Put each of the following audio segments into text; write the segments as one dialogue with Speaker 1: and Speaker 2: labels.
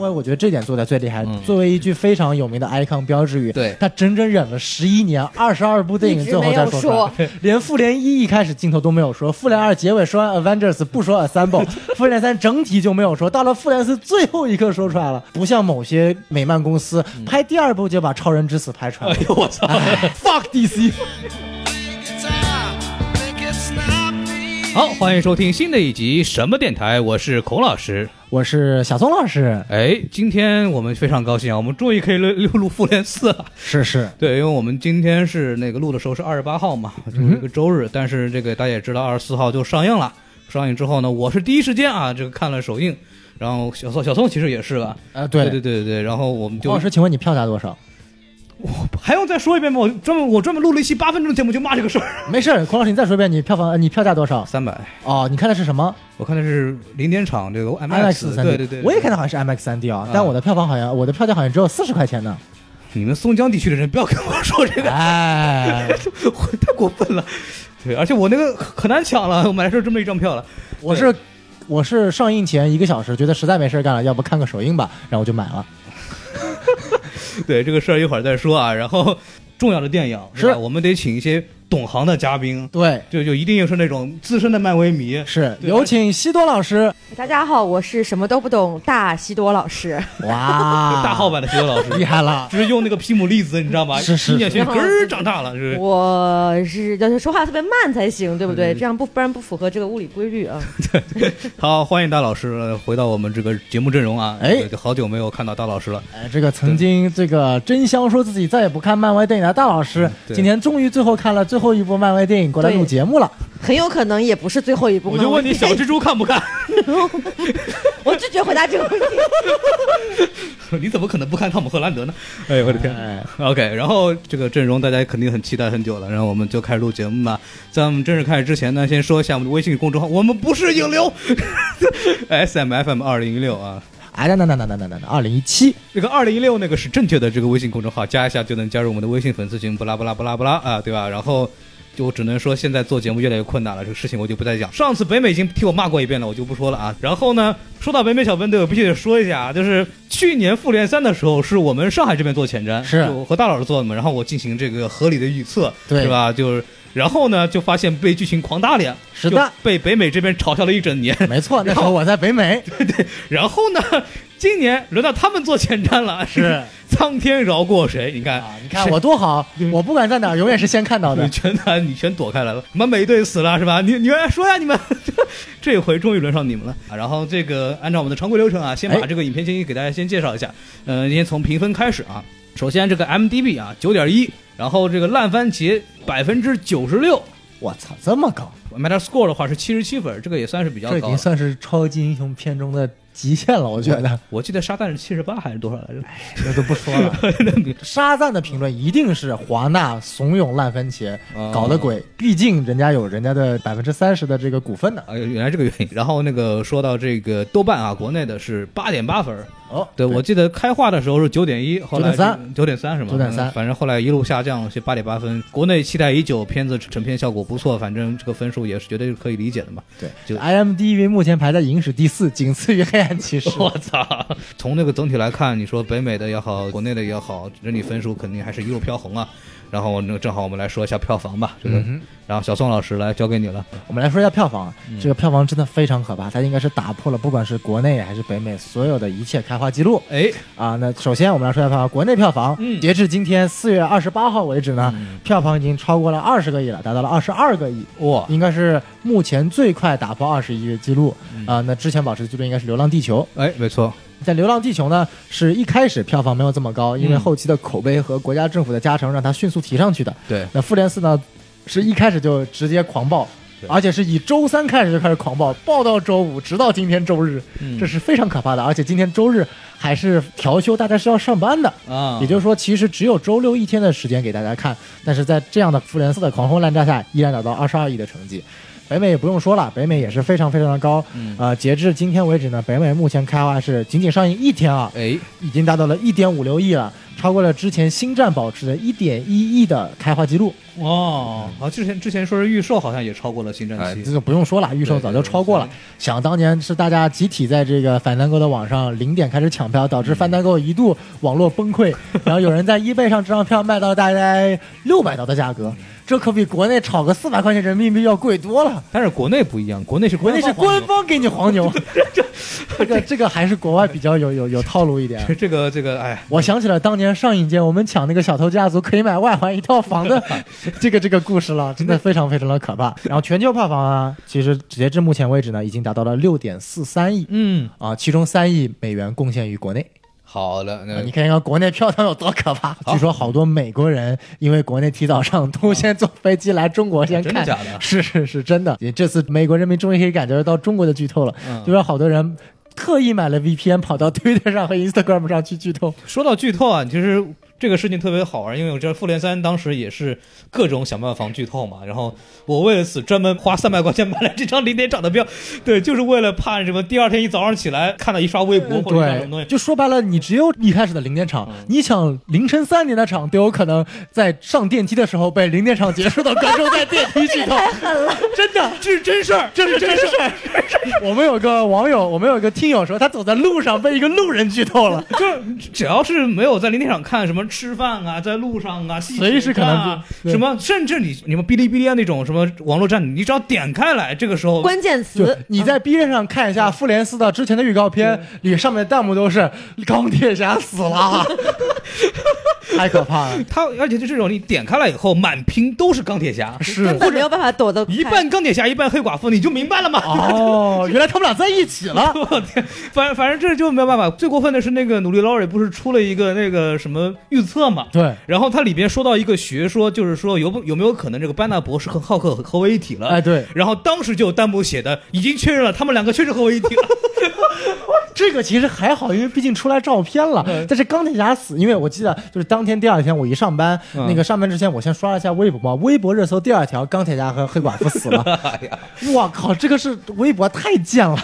Speaker 1: 威，我觉得这点做的最厉害。作为一句非常有名的 icon 标志语，
Speaker 2: 嗯对
Speaker 1: 他整整忍了十一年，二十二部电影最后再出来
Speaker 3: 一直 没，
Speaker 1: 连复联一一开始镜头都没有说，复联二结尾说完 Avengers 不说 Assemble，复联三整体就没有说，到了复联四最后一刻说出来了，不像某些美漫公司拍第二部就把超人之死拍出来了
Speaker 2: 嗯哎。呦我操
Speaker 1: Fuck DC！
Speaker 2: 好，欢迎收听新的一集什么电台，我是孔老师。
Speaker 1: 我是小松老师，
Speaker 2: 哎，今天我们非常高兴啊，我们终于可以录录录复联四了。
Speaker 1: 是是，
Speaker 2: 对，因为我们今天是那个录的时候是二十八号嘛，就是一个周日，但是这个大家也知道，二十四号就上映了。上映之后呢，我是第一时间啊，这个看了首映，然后小宋小宋其实也是吧，
Speaker 1: 呃，
Speaker 2: 对
Speaker 1: 对哦
Speaker 2: 对对对，然后我们就
Speaker 1: 老师，请问你票价多少？
Speaker 2: 还用再说一遍吗？我专门我专门录了一期八分钟的节目就骂这个事儿。
Speaker 1: 没事儿，孔老师，你再说一遍，你票房，呃你票价多少？
Speaker 2: 三百，
Speaker 1: 哦，你看的是什么
Speaker 2: 我看的是零点场这个
Speaker 1: IMAX 三 D？
Speaker 2: 对对对，
Speaker 1: 我也看的好像是 IMAX 三 D 啊
Speaker 2: 啊，
Speaker 1: 但我的票房好像，我的票价好像只有四十块 钱呢。
Speaker 2: 你们松江地区的人不要跟我说这个，
Speaker 1: 哎，
Speaker 2: 太过分了。对，而且我那个可难抢了，我买的时候真没一张票了。
Speaker 1: 我是我是上映前一个小时觉得实在没事儿干了，要不看个首映吧，然后我就买了。
Speaker 2: 对这个事儿一会儿再说啊。然后重要的电影
Speaker 1: 是
Speaker 2: 是吧我们得请一些懂行的嘉宾，
Speaker 1: 对，
Speaker 2: 就就一定是那种资深的漫威迷。
Speaker 1: 是
Speaker 2: 对
Speaker 1: 有请西多老师。
Speaker 3: 大家好，我是什么都不懂大西多老师，
Speaker 1: 哇，
Speaker 2: 大号版的徐老师
Speaker 1: 厉害 了，
Speaker 2: 就是用那个皮姆粒子，你知道吧？
Speaker 1: 是是
Speaker 2: 一眼学咯儿长大了， 是不
Speaker 3: 我是要是说话特别慢才行，对不对？
Speaker 2: 嗯
Speaker 3: 这样不不然不符合这个物理规律啊。
Speaker 2: 是？好，欢迎大老师呃回到我们这个节目阵容啊！
Speaker 1: 哎
Speaker 2: 这个好久没有看到大老师了。
Speaker 1: 哎，这个曾经这个真香说自己再也不看漫威电影的大老师，
Speaker 2: 嗯对
Speaker 1: 今天终于最后看了最后一部漫威电影过来录
Speaker 3: 对
Speaker 1: 节目了。
Speaker 3: 很有可能也不是最后一部。
Speaker 2: 我就问你，小蜘蛛看不看？
Speaker 3: 我拒绝回答这个问 题。
Speaker 2: 你怎么可能不看汤姆·赫兰德呢？ 哎呦我的天！
Speaker 1: 哎，
Speaker 2: OK，然后这个阵容大家肯定很期待很久了，然后我们就开始录节目吧。在我们正式开始之前呢，先说一下我们的微信公众号，我们不是影流 ，S M F M 二零一六啊，
Speaker 1: 哎，等等等等等等等，二零一七，
Speaker 2: 这个二零一六那个是正确的这个微信公众号，加一下就能加入我们的微信粉丝群，不拉不拉不拉不拉啊，对吧？然后就只能说现在做节目越来越困难了，这个事情我就不再讲。上次北美已经替我骂过一遍了，我就不说了啊。然后呢，说到北美小分队，我必须得说一下啊，就是去年复联三的时候，是我们上海这边做前瞻，
Speaker 1: 是
Speaker 2: 就我和大老师做的嘛，然后我进行这个合理的预测，
Speaker 1: 对
Speaker 2: 是吧？就是然后呢，就发现被剧情狂打脸，
Speaker 1: 是
Speaker 2: 就
Speaker 1: 的
Speaker 2: 被北美这边嘲笑了一整年。
Speaker 1: 没错，那时候我在北 美，
Speaker 2: 然后呢， 今年轮到他们做前瞻了，
Speaker 1: 是
Speaker 2: 苍天饶过谁？你看，
Speaker 1: 啊，你看我多好，我不管在哪儿，永远是先看到
Speaker 2: 你
Speaker 1: 的。
Speaker 2: 全打，你全躲开来了。你们美队死了是吧？你你们说呀，你们 这回终于轮上你们了。啊然后这个按照我们的常规流程啊，先把
Speaker 1: 哎
Speaker 2: 这个影片信息给大家先介绍一下。嗯、先从评分开始啊。首先这个 MDB 啊，九点一，然后这个烂番茄百分之九十六
Speaker 1: 我操，这么高，
Speaker 2: ，Metascore 的话是七十七分，这个也算是比较
Speaker 1: 这已
Speaker 2: 高
Speaker 1: 经
Speaker 2: 了。
Speaker 1: 算是超级英雄片中的极限了，我觉 得。
Speaker 2: 我记得沙旦是七十八还是多少来着？
Speaker 1: 那都不说了。 沙赞的评论一定是华纳怂恿烂番茄
Speaker 2: 哦
Speaker 1: 搞的鬼，毕竟人家有人家的百分之三十的这个股份呢。
Speaker 2: 啊，原来这个原因。然后那个说到这个豆瓣啊，国内的是八点八分儿，
Speaker 1: 哦，
Speaker 2: 对我记得开化的时候是九点一，后来
Speaker 1: 9.3
Speaker 2: 九点三是吗？
Speaker 1: 9.3
Speaker 2: 嗯反正后来一路下降去八点八分。国内期待已久，片子成片效果不错，反正这个分数也是绝对可以理解的嘛。
Speaker 1: 对
Speaker 2: 就
Speaker 1: ，IMDB 目前排在影史第四，仅次于《黑暗骑 士》。
Speaker 2: 我操！从那个总体来看，你说北美的也好，国内的也好，整体分数肯定还是一路飘红啊。然后那个正好我们来说一下票房吧，这个，
Speaker 1: 嗯
Speaker 2: 然后小宋老师来交给你了。
Speaker 1: 我们来说一下票房，啊
Speaker 2: 嗯
Speaker 1: 这个票房真的非常可怕，它应该是打破了不管是国内还是北美所有的一切开花记录
Speaker 2: 哎，
Speaker 1: 啊。那首先我们来说一下票房，国内票房，
Speaker 2: 嗯
Speaker 1: 截至今天四月二十八号为止呢，
Speaker 2: 嗯
Speaker 1: 票房已经超过了二十个亿了，达到了二十二个亿。
Speaker 2: 哇，
Speaker 1: 应该是目前最快打破二十亿的记录
Speaker 2: 嗯
Speaker 1: 啊、那之前保持的记录应该是《流浪地球
Speaker 2: 哎，没错，》，
Speaker 1: 但《流浪地球》呢，是一开始票房没有这么高，因为
Speaker 2: 嗯
Speaker 1: 后期的口碑和国家政府的加成让它迅速提上去的。
Speaker 2: 对，
Speaker 1: 那《复联四》呢，是一开始就直接狂爆
Speaker 2: 对。
Speaker 1: 而且是以周三开始就开始狂爆，爆到周五，直到今天周日，
Speaker 2: 嗯
Speaker 1: 这是非常可怕的。而且今天周日还是调休，大家是要上班的。
Speaker 2: 啊，
Speaker 1: 也就是说，其实只有周六一天的时间给大家看，但是在这样的复联四的狂轰滥炸下，依然达到二十二亿的成绩。北美也不用说了，北美也是非常非常的高。
Speaker 2: 嗯
Speaker 1: 呃，截至今天为止呢，北美目前开花是仅仅上映一天啊，
Speaker 2: 哎，
Speaker 1: 已经达到了一点五六亿了，超过了之前《星战》保持的1.1亿的开花记录。
Speaker 2: 哦，好，之前之前说是预售，好像也超过了《星战
Speaker 1: 哎这
Speaker 2: 七》
Speaker 1: 就不用说了，预售早就超过了
Speaker 2: 对对。
Speaker 1: 想当年是大家集体在这个反单购的网上零点开始抢票，
Speaker 2: 嗯
Speaker 1: 导致反单购一度网络崩 溃，然后有人在 eBay 上这张票卖到大概六百刀的价
Speaker 2: 嗯
Speaker 1: 格，这可比国内炒个四百块钱人民币要贵多了。
Speaker 2: 但是国内不一样，国内是
Speaker 1: 国内是官
Speaker 2: 方
Speaker 1: 方给你黄牛， 这个这个还是国外比较有有有套路一点。
Speaker 2: 这个这个，哎，
Speaker 1: 我想起了当年上影节我们抢那个小偷家族可以买外环一套房的 这个这个故事 了，真的非常非常的可怕。 然后全球票房啊，其实截至目前为止呢，已经达到了六点四三亿
Speaker 2: 嗯，
Speaker 1: 啊，其中三亿美元贡献于国内。
Speaker 2: 好的，
Speaker 1: 啊
Speaker 2: 那
Speaker 1: 你看一看国内票房有多可 怕。
Speaker 2: 好
Speaker 1: 据说好多美国人因为国内提早上，都先坐飞机来中国先
Speaker 2: 啊真的
Speaker 1: 看。
Speaker 2: 假 的？
Speaker 1: 是是是真的，也这次美国人民终于可以感觉到中国的剧透了，
Speaker 2: 嗯
Speaker 1: 就是好多人特意买了 VPN 跑到 Twitter 上和 Instagram 上去剧透。
Speaker 2: 说到剧透啊，其实这个事情特别好玩，因为我知道《复联三》当时也是各种想办法防剧透嘛。然后我为了此专门花三百块钱买了这张零点场的票，对，就是为了怕什么第二天一早上起来看到一刷微博或者一刷什
Speaker 1: 嗯
Speaker 2: 么东
Speaker 1: 对，
Speaker 2: 西。嗯
Speaker 1: 就说白了，你只有一开始的零点场，你抢凌晨三点的场，都有可能在上电梯的时候被零点场结束的观众在电梯剧 透。真的，
Speaker 2: 这是真事儿，这是真事儿，
Speaker 1: 我们有个网友，我们有个听友说，他走在路上被一个路人剧透 了。
Speaker 2: 就只要是没有在零点场看什么吃饭啊，在路上啊，戏
Speaker 1: 随时可能
Speaker 2: 水啊
Speaker 1: 就对
Speaker 2: 什么，甚至你你们哔哩哔哩啊那种什么网络站，你只要点开来，这个时候
Speaker 3: 关键
Speaker 1: 就
Speaker 3: 词
Speaker 1: 你在 B 站上看一下《
Speaker 2: 嗯
Speaker 1: 复联四》的之前的预告片，里上面的弹幕都是“钢铁侠死 了”，太可怕了。
Speaker 2: 它而且就这种你点开来以后，满屏都是钢铁侠，
Speaker 1: 是
Speaker 3: 根本没有办法躲得开
Speaker 2: 一半钢铁侠，一半黑寡妇，你就明白了嘛。
Speaker 1: 哦，原来他们俩在一起了。
Speaker 2: 我天， 反反正这就没有办法。最过分的是那个努力劳瑞不是出了一个那个什么预测嘛？
Speaker 1: 对，
Speaker 2: 然后它里边说到一个学说，就是说有不有没有可能这个班纳博士和浩克合为一体了？
Speaker 1: 哎对
Speaker 2: 然后当时就有弹幕写的已经确认了，他们两个确实合为一体了。
Speaker 1: 这个其实还好，因为毕竟出来照片了。
Speaker 3: 嗯
Speaker 1: 但是钢铁侠死，因为我记得就是当天第二天我一上班，
Speaker 2: 嗯
Speaker 1: 那个上班之前我先刷了一下微博嘛，微博热搜第二条钢铁侠和黑寡妇死 了。
Speaker 2: 哎呀，
Speaker 1: 我靠，这个是微博太贱了，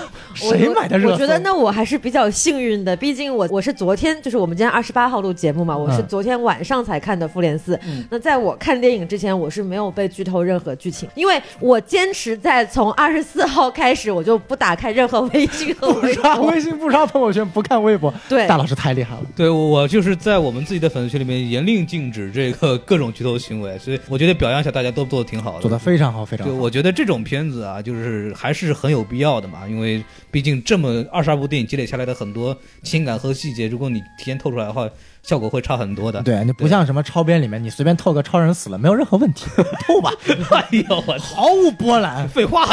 Speaker 3: 我
Speaker 1: 谁买的热搜？
Speaker 3: 我觉得那我还是比较幸运的，毕竟我我是昨天，就是我们今天二十八号录节目嘛，我是昨天晚上才看的《复联四》那在我看电影之前，我是没有被剧透任何剧情，因为我坚持在从二十四号开始，我就不打开任何微信和
Speaker 1: 不啊
Speaker 3: 微
Speaker 1: 刷
Speaker 3: 博。
Speaker 1: 微信，不刷朋友圈，不看微博。
Speaker 3: 对
Speaker 1: 大老师太厉害了。
Speaker 2: 对我我就是在我们自己的粉丝群里面严令禁止这个各种剧透行为，所以我觉得表扬一下大家都做的挺好的，
Speaker 1: 做得非常好，非常
Speaker 2: 对，
Speaker 1: 好。
Speaker 2: 我觉得这种片子啊，就是还是很有必要的嘛，因为毕竟这么二十二部电影积累下来的很多情感和细节，如果你提前透出来的话，效果会差很多的。，
Speaker 1: 对，你不像什么超编里面，你随便透个超人死了没有任何问题，透吧，
Speaker 2: 哎呦我。
Speaker 1: 毫无波澜。
Speaker 2: 废话，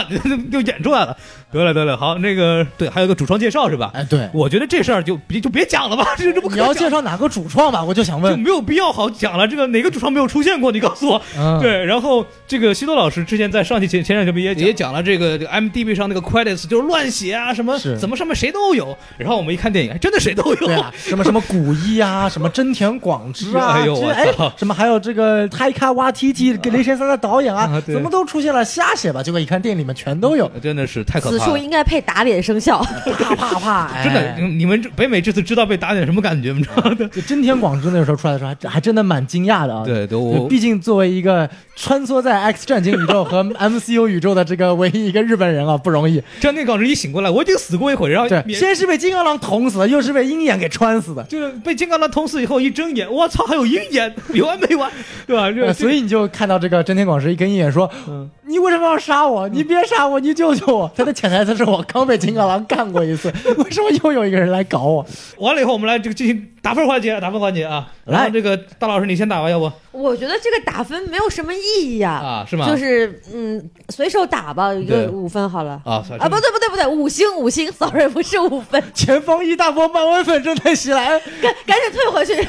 Speaker 2: 就演出来了。得了得了，好，那个对，还有个主创介绍是吧？
Speaker 1: 哎，对，
Speaker 2: 我觉得这事儿就别就别讲了吧， 这这不可
Speaker 1: 你要
Speaker 2: 讲
Speaker 1: 介绍哪个主创吧，我就想
Speaker 2: 就
Speaker 1: 问。
Speaker 2: 没有必要好讲了。这个哪个主创没有出现过？你告诉我。
Speaker 1: 嗯，
Speaker 2: 对，然后这个西多老师之前在上期前前两节目也也讲了这个这个 MDB 上那个 credits 就是乱写啊，什么
Speaker 1: 是
Speaker 2: 怎么上面谁都有，然后我们一看电影，哎，真的谁都有。
Speaker 1: 对啊，什么什么古一啊，什么真田广之啊，
Speaker 2: 哎呦
Speaker 1: 这
Speaker 2: 我
Speaker 1: 哎
Speaker 2: 操，
Speaker 1: 什么还有这个泰卡瓦提提跟雷神三的导演啊
Speaker 2: 啊，对
Speaker 1: 怎么都出现了，瞎写吧。结果一看电影里面全都 有，
Speaker 2: 真的是太可
Speaker 3: 此
Speaker 2: 怕
Speaker 3: 处
Speaker 2: 了。
Speaker 3: 应该配打脸生效，
Speaker 1: 啪啪啪，哎
Speaker 2: 真的，你你们这北美这次知道被打脸什么感觉吗？
Speaker 1: 就真田广之那时候出来的时候，还还真的蛮惊讶的啊。
Speaker 2: 对对，
Speaker 1: 就
Speaker 2: 我
Speaker 1: 毕竟作为一个穿梭在 X 战警宇宙和 MCU 宇宙的这个唯一一个日本人啊，不容易。
Speaker 2: 张天港是一醒过来，我已经死过一回，然后
Speaker 1: 对，
Speaker 2: 免
Speaker 1: 先是被金刚狼捅死的，又是被鹰眼给穿死的，
Speaker 2: 就是被金刚狼捅死以后一睁眼，我操，还有鹰眼，有完没完，对吧？这
Speaker 1: 呃所以你就看到这个真田广之一跟鹰眼说：“
Speaker 2: 嗯
Speaker 1: 你为什么要杀我？你别杀我，你救救 我！”他的潜台词是我刚被金刚狼干过一次，为什么又有一个人来搞我？
Speaker 2: 完了以后，我们来这个进行打分环节，打分环节啊。
Speaker 1: 来
Speaker 2: 然后这个大老师你先打吧，要不
Speaker 3: 我觉得这个打分没有什么意义啊，
Speaker 2: 啊是吗？
Speaker 3: 就是嗯，随手打吧，一
Speaker 2: 对
Speaker 3: 个五分好了。
Speaker 2: 啊
Speaker 3: 啊，不对不对不对，五星五星，sorry，不是五分，
Speaker 1: 前方一大波漫威粉正在袭来，
Speaker 3: 赶赶紧退回去，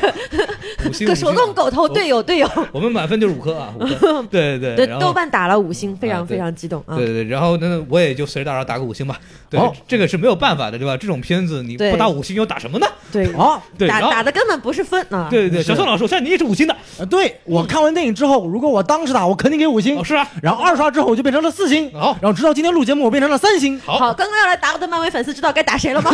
Speaker 2: 五星
Speaker 3: 狗
Speaker 2: 五星
Speaker 3: 手动狗头队友队友，
Speaker 2: 我们满分就是五颗啊，五 颗。对对
Speaker 3: 对
Speaker 2: 然，后
Speaker 3: 豆瓣打了五星，非
Speaker 2: 啊
Speaker 3: 常
Speaker 2: 对
Speaker 3: 非常激动啊
Speaker 2: 对！对，对然后那我也就随着大家打个五星吧。对
Speaker 1: 好，
Speaker 2: 这个是没有办法的，对吧？这种片子你
Speaker 3: 哦对
Speaker 2: 不打五星又打什么呢？
Speaker 3: 对，
Speaker 1: 好、
Speaker 2: 哦对，
Speaker 3: 打
Speaker 2: 然后
Speaker 3: 打的根本不是分啊。
Speaker 2: 对对对，
Speaker 1: 是
Speaker 2: 小宋老师，我相信你也是五星的，
Speaker 1: 呃对我看完电影之后，如果我当时打，我肯定给五星
Speaker 2: 哦，。是啊，
Speaker 1: 然后二刷之后我就变成了四星，
Speaker 2: 好
Speaker 1: 然后直到今天录节目，我变成了三星。
Speaker 2: 好嗯
Speaker 3: 好，刚刚要来打我的漫威粉丝，知道该打谁了 吗？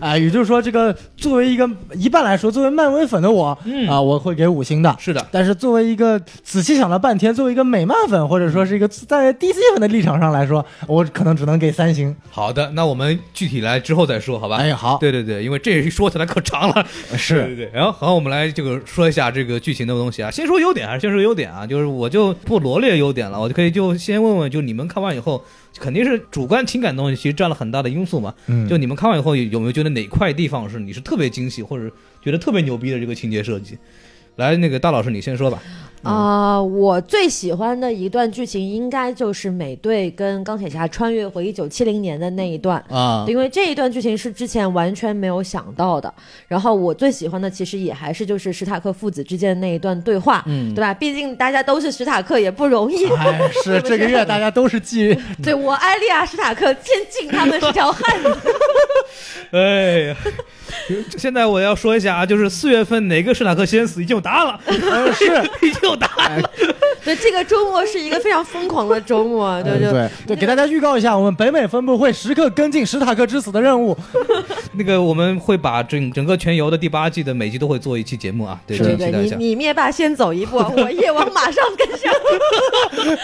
Speaker 1: 啊、也就是说，这个作为一个一半来说，作为漫威粉的我，啊、
Speaker 2: 嗯
Speaker 1: 我会给五星的。
Speaker 2: 是的，
Speaker 1: 但是作为一个仔细想了半天，作为一个美漫粉或者说是一个在 DC 粉的立场上来说，我可能只能给三星。
Speaker 2: 好的，那我们具体来之后再说，好吧？
Speaker 1: 哎呀，好，
Speaker 2: 对对对，因为这一说起来可长了，对
Speaker 1: 是
Speaker 2: 对对。然后好，我们来这个说一下这个剧情的东西啊。先说优点还是先说优点啊？就是我就不罗列优点了，我就可以就先问问，就你们看完以后，肯定是主观情感东西，其实占了很大的因素嘛。
Speaker 1: 嗯
Speaker 2: 就你们看完以后，有有没有觉得哪块地方是你是特别惊喜，或者觉得特别牛逼的这个情节设计？来，那个大老师你先说吧。
Speaker 3: 啊、我最喜欢的一段剧情应该就是美队跟钢铁侠穿越回一九七零年的那一段。
Speaker 1: 啊，
Speaker 3: 因为这一段剧情是之前完全没有想到的，然后我最喜欢的其实也还是就是史塔克父子之间那一段对话，
Speaker 2: 嗯
Speaker 3: 对吧？毕竟大家都是史塔克也不容易，
Speaker 1: 哎，是这个月大家都是 寄
Speaker 3: 对我艾丽亚史塔克坚敬他们是条汉 子，
Speaker 2: 哎呀，现在我要说一下啊，就是四月份哪个史塔克先死已经有答案 了，
Speaker 1: 呃是。
Speaker 2: 已经有答案
Speaker 1: 哎
Speaker 2: 了。
Speaker 3: 对这个周末是一个非常疯狂的周末，对嗯对
Speaker 1: 嗯对对，给大家预告一下，我们北美分部会时刻跟进史塔克之死的任务。
Speaker 2: 那个我们会把整整个全游的第八季的每集都会做一期节目啊，对，
Speaker 1: 是
Speaker 2: 敬
Speaker 3: 对
Speaker 2: 请期
Speaker 3: 对
Speaker 2: 待一
Speaker 3: 你
Speaker 2: 下。
Speaker 3: 你灭霸先走一步，我夜王马上跟 上。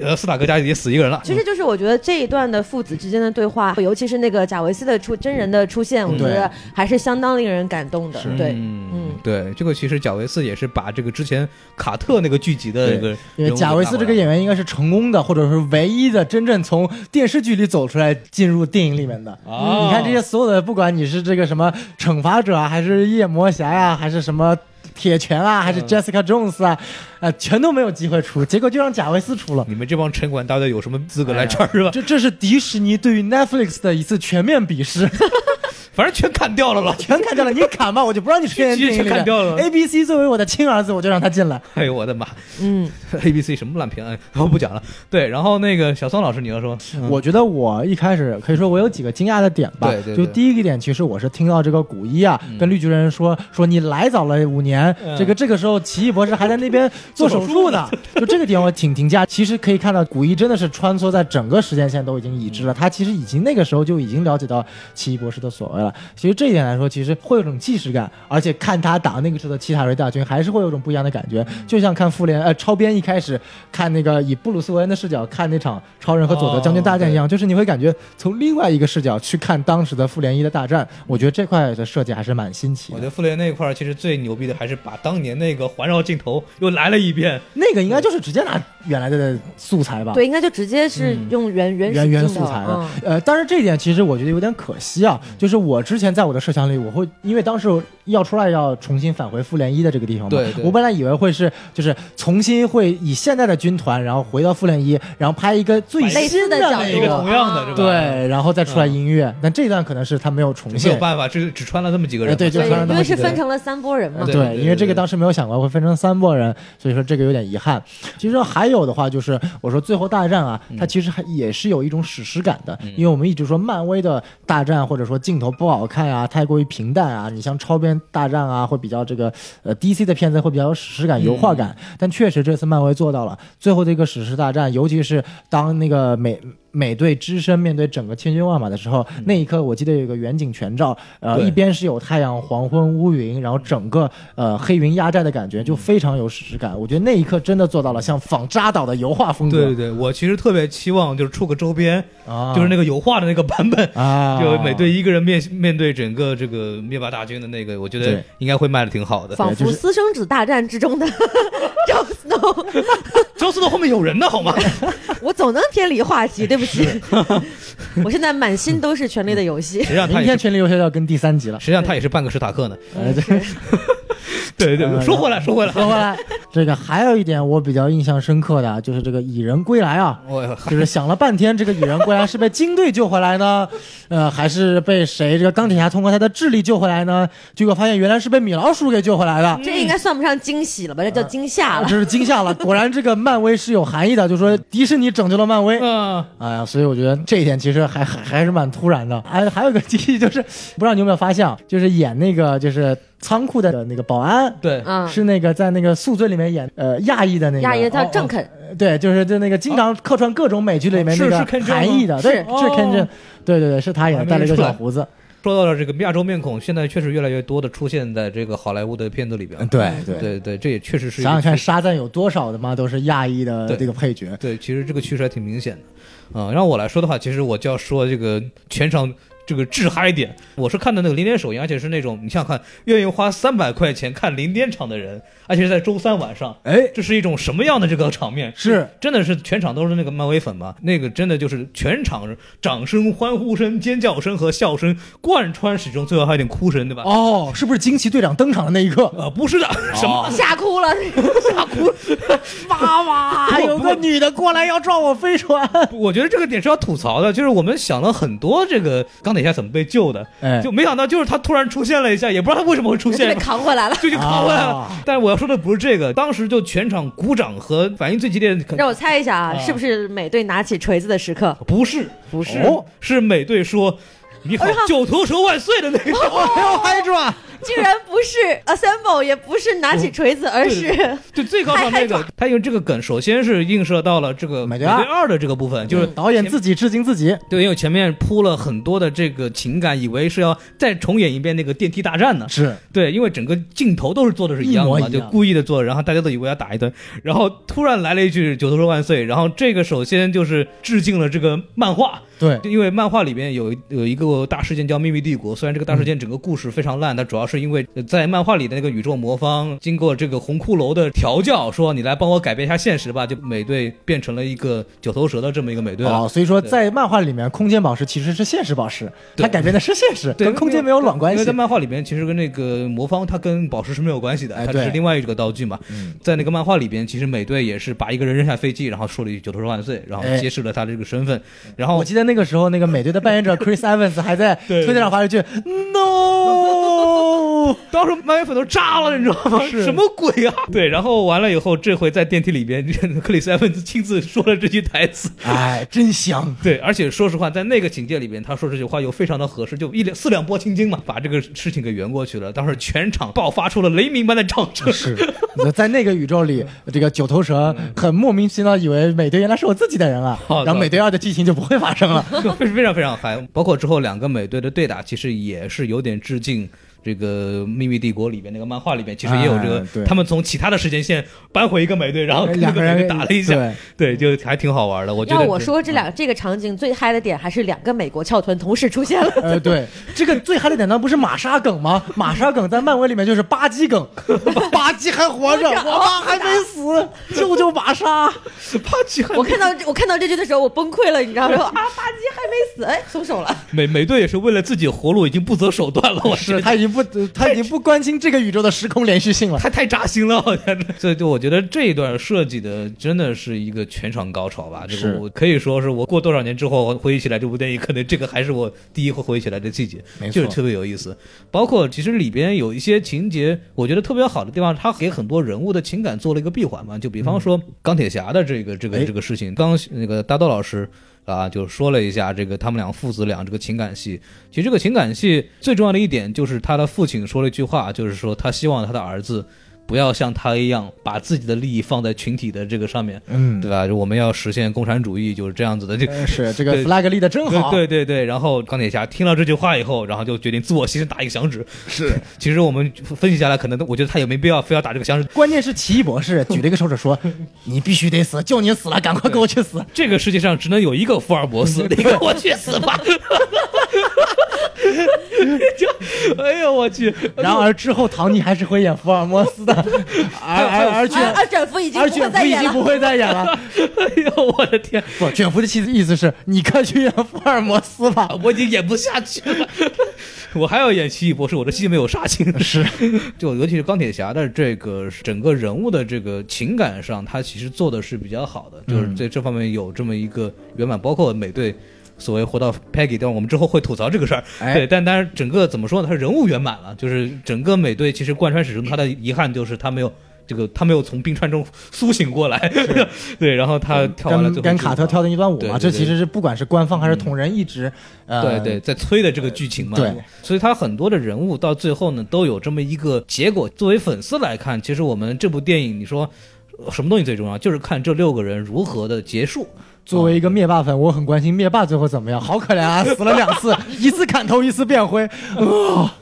Speaker 2: 呃，斯塔克家已经死一个人了，嗯
Speaker 3: 其实就是我觉得这一段的父子之间的对话，尤其是那个贾维斯的出真人的出现，我觉得还是相当令人感动的。对，
Speaker 2: 嗯
Speaker 3: 嗯，
Speaker 2: 对，这个其实贾维斯也是把这个之前卡特那个剧集的
Speaker 1: 对
Speaker 2: 一个
Speaker 1: 因为
Speaker 2: 人物
Speaker 1: 贾维斯这个演员应该是成功的，或者是唯一的真正从电视剧里走出来进入电影里面的。
Speaker 2: 哦
Speaker 1: 你看这些所有的，不管你是这个什么惩罚者啊，还是夜魔侠呀、还是什么铁拳啊，还是
Speaker 2: 嗯
Speaker 1: Jessica Jones 啊，呃，全都没有机会出，结果就让贾维斯出了。
Speaker 2: 你们这帮城管大队有什么资
Speaker 1: 哎
Speaker 2: 格来这儿是吧？
Speaker 1: 这这是迪士尼对于 Netflix 的一次全面鄙视，
Speaker 2: 反正全砍掉了了。
Speaker 1: 全砍掉了。你砍吧，我就不让你出现
Speaker 2: 直接
Speaker 1: 电影里面
Speaker 2: 砍掉了
Speaker 1: A B C 作为我的亲儿子，我就让他进来。
Speaker 2: 哎呦我的妈
Speaker 3: 嗯，
Speaker 2: ！A B C 什么烂片？哎，我不讲了。对，然后那个小宋老师你要说，嗯
Speaker 1: 我觉得我一开始可以说我有几个惊讶的点吧，
Speaker 2: 对对对
Speaker 1: 就第一个点，其实我是听到这个古一啊、跟绿巨人说说你来早了五年，
Speaker 2: 嗯
Speaker 1: 这个这个时候奇异博士还在那边做手术 呢，就这个点我挺评价。其实可以看到古一真的是穿梭在整个时间线都已经已知了，
Speaker 2: 嗯
Speaker 1: 他其实已经那个时候就已经了解到奇异博士的所为了。其实这一点来说，其实会有种既视感，而且看他打那个时候的奇塔瑞大军，还是会有种不一样的感觉，
Speaker 2: 嗯
Speaker 1: 就像看复联呃超编一开始看那个以布鲁斯韦恩的视角看那场超人和佐德将
Speaker 2: 哦
Speaker 1: 军大战一样，就是你会感觉从另外一个视角去看当时的复联一的大战，我觉得这块的设计还是蛮新奇
Speaker 2: 我
Speaker 1: 的
Speaker 2: 觉。得复联那一块儿其实最牛逼的还是把当年那个环绕镜头又来了一遍，
Speaker 1: 那个应该就是直接拿原来的素材吧。
Speaker 3: 对，应该就直接是用原、原始
Speaker 1: 原原
Speaker 3: 镜
Speaker 1: 素
Speaker 3: 头
Speaker 1: 材的
Speaker 3: 嗯。
Speaker 1: 呃，但是这一点其实我觉得有点可惜
Speaker 2: 嗯
Speaker 1: 啊，就是我之前在我的设想里，我会因为当时我要出来要重新返回复联一的这个地方嘛，
Speaker 2: 对对
Speaker 1: 我本来以为会是就是重新会以现在的军团，然后回到复联一，然后拍一个最
Speaker 3: 类似
Speaker 1: 新
Speaker 3: 的
Speaker 1: 的
Speaker 3: 角
Speaker 1: 那
Speaker 2: 一个
Speaker 3: 度，
Speaker 2: 同样的是吧嗯
Speaker 1: 对，然后再出来音乐，但这一段可能是他没有重
Speaker 2: 没有
Speaker 1: 现。
Speaker 2: 办法，只只穿了这么几个人
Speaker 1: 呃
Speaker 2: 嘛。
Speaker 1: 对就
Speaker 3: 对，
Speaker 1: 是
Speaker 3: 因为是分成了三波人嘛。
Speaker 2: 对对对
Speaker 1: 啊因为这
Speaker 2: 对
Speaker 1: 个当时没有想过会分成三拨人，所以说这个有点遗憾。其实还有的话就是，我说最后大战啊，
Speaker 2: 嗯
Speaker 1: 它其实还也是有一种史诗感的，因为我们一直说漫威的大战或者说镜头不好看啊，太过于平淡啊。你像超编大战啊，会比较这个呃 DC 的片子会比较有史
Speaker 2: 嗯
Speaker 1: 诗感、油画感，但确实这次漫威做到了最后这个史诗大战，尤其是当那个美。美队只身面对整个千军万马的时候，那一刻我记得有一个远景全照，呃，
Speaker 2: 嗯对
Speaker 1: 一边是有太阳、黄昏、乌云，然后整个呃黑云压寨的感觉，
Speaker 2: 嗯
Speaker 1: 就非常有史诗感。我觉得那一刻真的做到了像仿扎导的油画风格，
Speaker 2: 对对对，我其实特别期望就是出个周边，
Speaker 1: 啊，
Speaker 2: 就是那个油画的那个版本，
Speaker 1: 啊，
Speaker 2: 就美队一个人面面对整个这个灭霸大军的那个，我觉得
Speaker 1: 对
Speaker 2: 应该会卖的挺好的。
Speaker 3: 仿佛私生子大战之中的 Jon Snow，
Speaker 2: 周斯的后面有人 的好吗？
Speaker 3: 我总能偏离话题，对不起。 我现在满心都是《权 力的游戏》
Speaker 2: 谁让他
Speaker 1: 明
Speaker 2: 也
Speaker 1: 天《
Speaker 2: 是，
Speaker 1: 权力游戏》要跟第三集了，
Speaker 2: 谁让他也是半个史塔克呢？
Speaker 1: 呃，对
Speaker 2: 对对，对说回来，说回来，
Speaker 1: 说回来，这个还有一点我比较印象深刻的啊就是这个蚁人归来啊，
Speaker 2: 我
Speaker 1: 就是想了半天，这个蚁人归来是被金队救回来呢，呃，还是被谁这个钢铁侠通过他的智力救回来呢？结果发现原来是被米老鼠给救回来的。
Speaker 3: 这应该算不上惊喜了吧？这叫惊吓
Speaker 1: 啊，
Speaker 3: 了。
Speaker 1: 真是惊吓了！果然这个漫威是有含义的，就说迪士尼拯救了漫威。
Speaker 2: 嗯，
Speaker 1: 哎呀，所以我觉得这一点其实还还还是蛮突然的。哎还还有一个记忆就是，不知道你有没有发现，啊就是演那个就是仓库的那个保安，
Speaker 2: 对，
Speaker 3: 嗯，
Speaker 1: 是那个在那个《宿醉》里面演呃亚裔的那个
Speaker 3: 亚爷叫
Speaker 2: 哦哦
Speaker 3: 郑肯，
Speaker 1: 对，就是就那个经常客串各种美剧里面
Speaker 2: 啊是
Speaker 1: 那
Speaker 2: 是 Ken
Speaker 1: 个
Speaker 2: Jeong 吗
Speaker 1: 韩裔的，
Speaker 3: 是
Speaker 1: 对，是 Ken
Speaker 2: 哦
Speaker 1: Jeong，对对对，是他演
Speaker 2: 还
Speaker 1: 的，
Speaker 2: 没
Speaker 1: 戴了一个
Speaker 2: 出来
Speaker 1: 小胡子，
Speaker 2: 说到了这个亚洲面孔，现在确实越来越多的出现在这个好莱坞的片子里边。
Speaker 1: 对对
Speaker 2: 嗯对对，这也确实是一个
Speaker 1: 想想看，
Speaker 2: 趋势
Speaker 1: 沙赞有多少的妈都是亚裔的
Speaker 2: 对
Speaker 1: 这个配角，
Speaker 2: 对，其实这个趋势还挺明显的。啊、让我来说的话，其实我就要说这个全场这个致嗨点。我是看的那个零点首映，而且是那种你想想看，愿意花三百块钱看零点场的人，而且是在周三晚上，
Speaker 1: 哎，
Speaker 2: 这是一种什么样的这个场面？
Speaker 1: 是
Speaker 2: 真的是全场都是那个漫威粉吗？那个真的就是全场掌声、欢呼声、尖叫声和笑声贯穿始终，最后还有点哭声，对吧？
Speaker 1: 哦，是不是惊奇队长登场的那一刻？
Speaker 2: 呃，不是的，什么？
Speaker 3: 吓哭了，吓 哭，哇 哇！
Speaker 1: 啊，
Speaker 2: 不
Speaker 1: 有
Speaker 2: 不
Speaker 1: 个女的过来要撞我飞船，
Speaker 2: 我觉得这个点是要吐槽的，就是我们想了很多这个钢铁侠怎么被救的，
Speaker 1: 哎
Speaker 2: 就没想到就是他突然出现了一下，也不知道他为什么会出
Speaker 3: 就被
Speaker 2: 现。
Speaker 3: 扛回来了。
Speaker 2: 就去拷问了
Speaker 1: 啊，
Speaker 2: 但我要说的不是这个，当时就全场鼓掌和反应最激烈的，可
Speaker 3: 让我猜一下
Speaker 2: 啊
Speaker 3: 啊，是不是美队拿起锤子的时刻？
Speaker 2: 不是不
Speaker 1: 是
Speaker 2: 哦、是美队说你好
Speaker 3: 哎呀
Speaker 2: 九头蛇万岁的那个，
Speaker 1: 没有拍住 啊！
Speaker 3: 竟然不是 assemble，也不是拿起锤子，而是
Speaker 2: 就最高潮那
Speaker 3: 嗨嗨
Speaker 2: 个，他用这个梗，首先是映射到了这个
Speaker 1: 美
Speaker 2: 美
Speaker 1: 队
Speaker 2: 队
Speaker 1: 二
Speaker 2: 二的这个部分，就是
Speaker 1: 导演自己致敬自己，
Speaker 2: 对，因为前面铺了很多的这个情感，以为是要再重演一遍那个电梯大战呢，
Speaker 1: 是
Speaker 2: 对，因为整个镜头都是做的是样的嘛，
Speaker 1: 一模一样
Speaker 2: 就故意的做，然后大家都以为要打一顿，然后突然来了一句“九头蛇万岁”，然后这个首先就是致敬了这个漫画，
Speaker 1: 对，
Speaker 2: 因为漫画里面有一有一个大事件叫《秘密帝国》，虽然这个大事件整个故事非常烂，它主要是因为在漫画里的那个宇宙魔方经过这个红骷髅的调教，说你来帮我改变一下现实吧，就美队变成了一个九头蛇的这么一个美队了。
Speaker 1: 哦，所以说在漫画里面，空间宝石其实是现实宝石，
Speaker 2: 对
Speaker 1: 它改变的是现实，
Speaker 2: 对，
Speaker 1: 跟空间没有卵关
Speaker 2: 因为
Speaker 1: 系
Speaker 2: 在。漫画里边，其实跟那个魔方它跟宝石是没有关系的，
Speaker 1: 哎
Speaker 2: 它只是
Speaker 1: 对
Speaker 2: 另外一个道具嘛。
Speaker 1: 嗯
Speaker 2: 在那个漫画里边，其实美队也是把一个人扔下飞机，然后说了一句“九头蛇万岁”，然后
Speaker 1: 哎
Speaker 2: 揭示了他的这个身份。然后
Speaker 1: 我记得那个时候，那个美队的扮演者 Chris Evans 还在
Speaker 2: 对
Speaker 1: 推特上发了一句 “No”，
Speaker 2: 当时漫威粉都炸了，你知道吗？
Speaker 1: 是
Speaker 2: 什么鬼啊？ 对，然后完了以后，这回在电梯里边，克里斯埃文斯亲自说了这句台词。
Speaker 1: 哎，真香！
Speaker 2: 对，而且说实话，在那个情节里边，他说这句话又非常的合适，就一两四两拨千斤嘛，把这个事情给圆过去了。当时全场爆发出了雷鸣般的掌声。
Speaker 1: 是在那个宇宙里，这个九头蛇很莫名其妙以为美队原来是我自己的人啊
Speaker 2: 好，的
Speaker 1: 然后美队二的剧情就不会发生 了。
Speaker 2: 非非常非常嗨，包括之后两个美队的对打，其实也是有点致敬这个《秘密帝国》里面那个漫画里面，其实也有这个，
Speaker 1: 啊对
Speaker 2: 他们从其他的时间线搬回一个美队，然后跟那
Speaker 1: 两
Speaker 2: 个
Speaker 1: 个
Speaker 2: 美队
Speaker 1: 人
Speaker 2: 打了一下，
Speaker 1: 对，
Speaker 2: 对就还挺好玩的。我觉
Speaker 3: 要
Speaker 2: 得
Speaker 3: 我
Speaker 2: 这
Speaker 3: 说这两这个场景最嗨的点还是两个美国翘臀同时出现了。
Speaker 1: 呃，对，这个最嗨的点难道不是玛莎梗 吗？玛莎梗在漫威里面就是巴基梗，巴基还活 着，我妈还没死，救救玛莎！
Speaker 2: 巴基还
Speaker 3: 我看到我看到这句的时候，我崩溃了，你知 道吗？说啊，巴基还没死，哎，松手了。
Speaker 2: 美美队也是为了自己活路已经不择手段了，我觉
Speaker 1: 是
Speaker 2: 得
Speaker 1: 他已经不，他已经不关心这个宇宙的时空连续性了。
Speaker 2: 太太扎心了，我觉得。 所以就我觉得这一段设计的真的是一个全场高潮吧，这
Speaker 1: 是
Speaker 2: 个我可以说是我过多少年之后回忆起来这部电影，可能这个还是我第一回回忆起来的季节，
Speaker 1: 没错
Speaker 2: 就是特别有意思。包括其实里边有一些情节，我觉得特别好的地方，它给很多人物的情感做了一个闭环嘛，就比方说钢铁侠的这个这个
Speaker 1: 嗯哎
Speaker 2: 这个事情，刚那个大豆老师。啊，就说了一下这个他们俩父子俩这个情感戏。其实这个情感戏最重要的一点就是他的父亲说了一句话，就是说他希望他的儿子不要像他一样把自己的利益放在群体的这个上面，
Speaker 1: 嗯，
Speaker 2: 对吧？就我们要实现共产主义，就是这样子的。这个
Speaker 1: 呃 是这个
Speaker 2: 对
Speaker 1: flag 立的真好，
Speaker 2: 对对对对，然后钢铁侠听了这句话以后，然后就决定自我牺牲打一个响指。是， 其实我们分析下来，可能我觉得他也没必要非要打这个响指。
Speaker 1: 关键是奇异博士举了一个手指 说：“你必须得死，就你死了，赶快给我去死。
Speaker 2: 这个世界上只能有一个福尔摩斯，你给我去死吧！ 就，哎呦我去！”
Speaker 1: 然而之后，唐尼还是会演福尔摩 斯的，而而而卷
Speaker 3: 啊啊，卷福已经
Speaker 1: 而
Speaker 3: 不会
Speaker 1: 卷
Speaker 3: 再
Speaker 1: 福已
Speaker 3: 演
Speaker 1: 经不
Speaker 3: 了。
Speaker 1: 会再演了。
Speaker 2: 哎呦我的天！
Speaker 1: 不， 卷福的意思意思是你快去演福尔摩斯吧。
Speaker 2: 我已经演不下去了。 我还要演奇异博士，我这戏没有杀青。
Speaker 1: 是，
Speaker 2: 就尤其是钢铁侠的这个整个人物的这个情感上，他其实做的是比较好的，就是
Speaker 1: 嗯
Speaker 2: 在这方面有这么一个圆满。包括美队所谓活到 Peggy，但我们之后会吐槽这个事儿。对，
Speaker 1: 哎，
Speaker 2: 但但是整个怎么说呢？他人物圆满了，就是整个美队其实贯穿始终，他的遗憾就是他没有。这个他没有从冰川中苏醒过来， 对，然后他跳完了最
Speaker 1: 跟
Speaker 2: 后
Speaker 1: 跟
Speaker 2: 知道
Speaker 1: 卡特跳的那段舞
Speaker 2: 对
Speaker 1: 嘛，
Speaker 2: 对
Speaker 1: 这
Speaker 2: 对
Speaker 1: 其实是不管是官方还是同人一直
Speaker 2: 对
Speaker 1: 呃
Speaker 2: 对，在催的这个剧情嘛。
Speaker 1: 对，
Speaker 2: 所以他很多的人物到最后呢，都有这么一个结果。作为粉丝来看，其实我们这部电影，你说呃什么东西最重要？就是看这六个人如何的结束。
Speaker 1: 作为一个灭霸粉，我很关心灭霸最后怎么样。好可怜啊，死了两 次，一次砍头，一次变灰。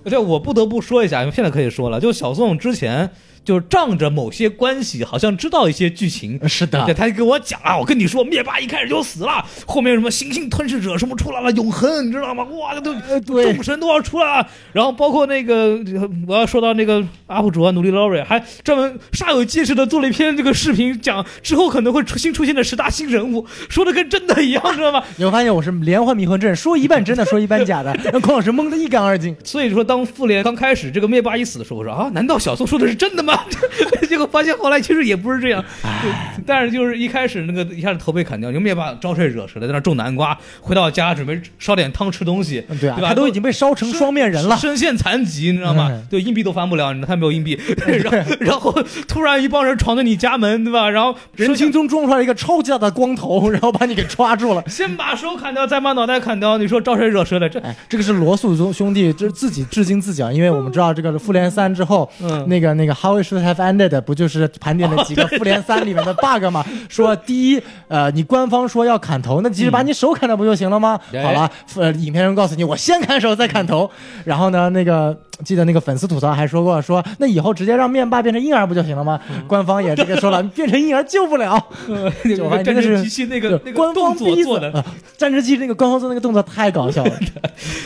Speaker 2: 对，我不得不说一下，因为现在可以说了，就小宋之前就是仗着某些关系，好像知道一些剧情。
Speaker 1: 呃是
Speaker 2: 嗯对，
Speaker 1: 的，
Speaker 2: 他就跟我讲啊，我跟你说，灭霸一开始就死了，后面什么行星吞噬者什么出来了，永恒，你知道吗？哇，都
Speaker 1: 呃对
Speaker 2: 众，神都要出来了，然后包括那个，呃我要说到那个 UP 主啊，努力 Lori 还专门煞有介事的做了一篇这个视频，讲之后可能会出新出现的十大新人物，说的跟真的一样，知道 吗？
Speaker 1: 你会发现我是连环迷魂阵，说一半真的，说一半假 的，让孔老师蒙得一干二净。
Speaker 2: 所以说，当复联刚开始这个灭霸一死的时候，我说啊，难道小宋说的是真的吗？ 结果发现后来其实也不是这样，对但是就是一开始那个一下子头被砍掉，因为灭霸招谁惹谁了，在那种南瓜，回到家准备烧点汤吃东西，
Speaker 1: 嗯对啊，
Speaker 2: 对吧
Speaker 1: 他都已经被烧成双面人了。
Speaker 2: 身陷残疾，你知道吗？
Speaker 1: 嗯
Speaker 2: 对，硬币都翻不了，你知道他没有硬 币， 然后然后突然一帮人闯进你家门，对吧？然后
Speaker 1: 人群中撞出来一个超级大的光头，然后把你给抓住了。
Speaker 2: 先把手砍掉，再把脑袋砍掉，你说招谁惹谁了？这
Speaker 1: 哎，这个是罗素兄兄弟，这是自己至今自己啊，因为我们知道这个复联三之后，
Speaker 2: 嗯
Speaker 1: 那个那个 How It Should Have Ended 不就是盘点了几个复联三里面的 bug 嘛？说第一，呃，你官方说要砍头，那其实把你手砍掉不就行了吗？
Speaker 2: 对
Speaker 1: 好了，呃，影片人告诉你，我先砍手再砍头。 然后呢，那个记得那个粉丝吐槽还说过，说那以后直接让面霸变成婴儿不就行了吗？
Speaker 2: 嗯
Speaker 1: 官方也这个说 了，变成婴儿救不了。
Speaker 2: 那
Speaker 1: 就完
Speaker 2: 个
Speaker 1: 全
Speaker 2: 战
Speaker 1: 是
Speaker 2: 争机 器那个那
Speaker 1: 对
Speaker 2: 个
Speaker 1: 官
Speaker 2: 动
Speaker 1: 方
Speaker 2: 作
Speaker 1: 逼
Speaker 2: 做
Speaker 1: 死
Speaker 2: 的，
Speaker 1: 啊战争机器那个官方做那个动作太搞笑了。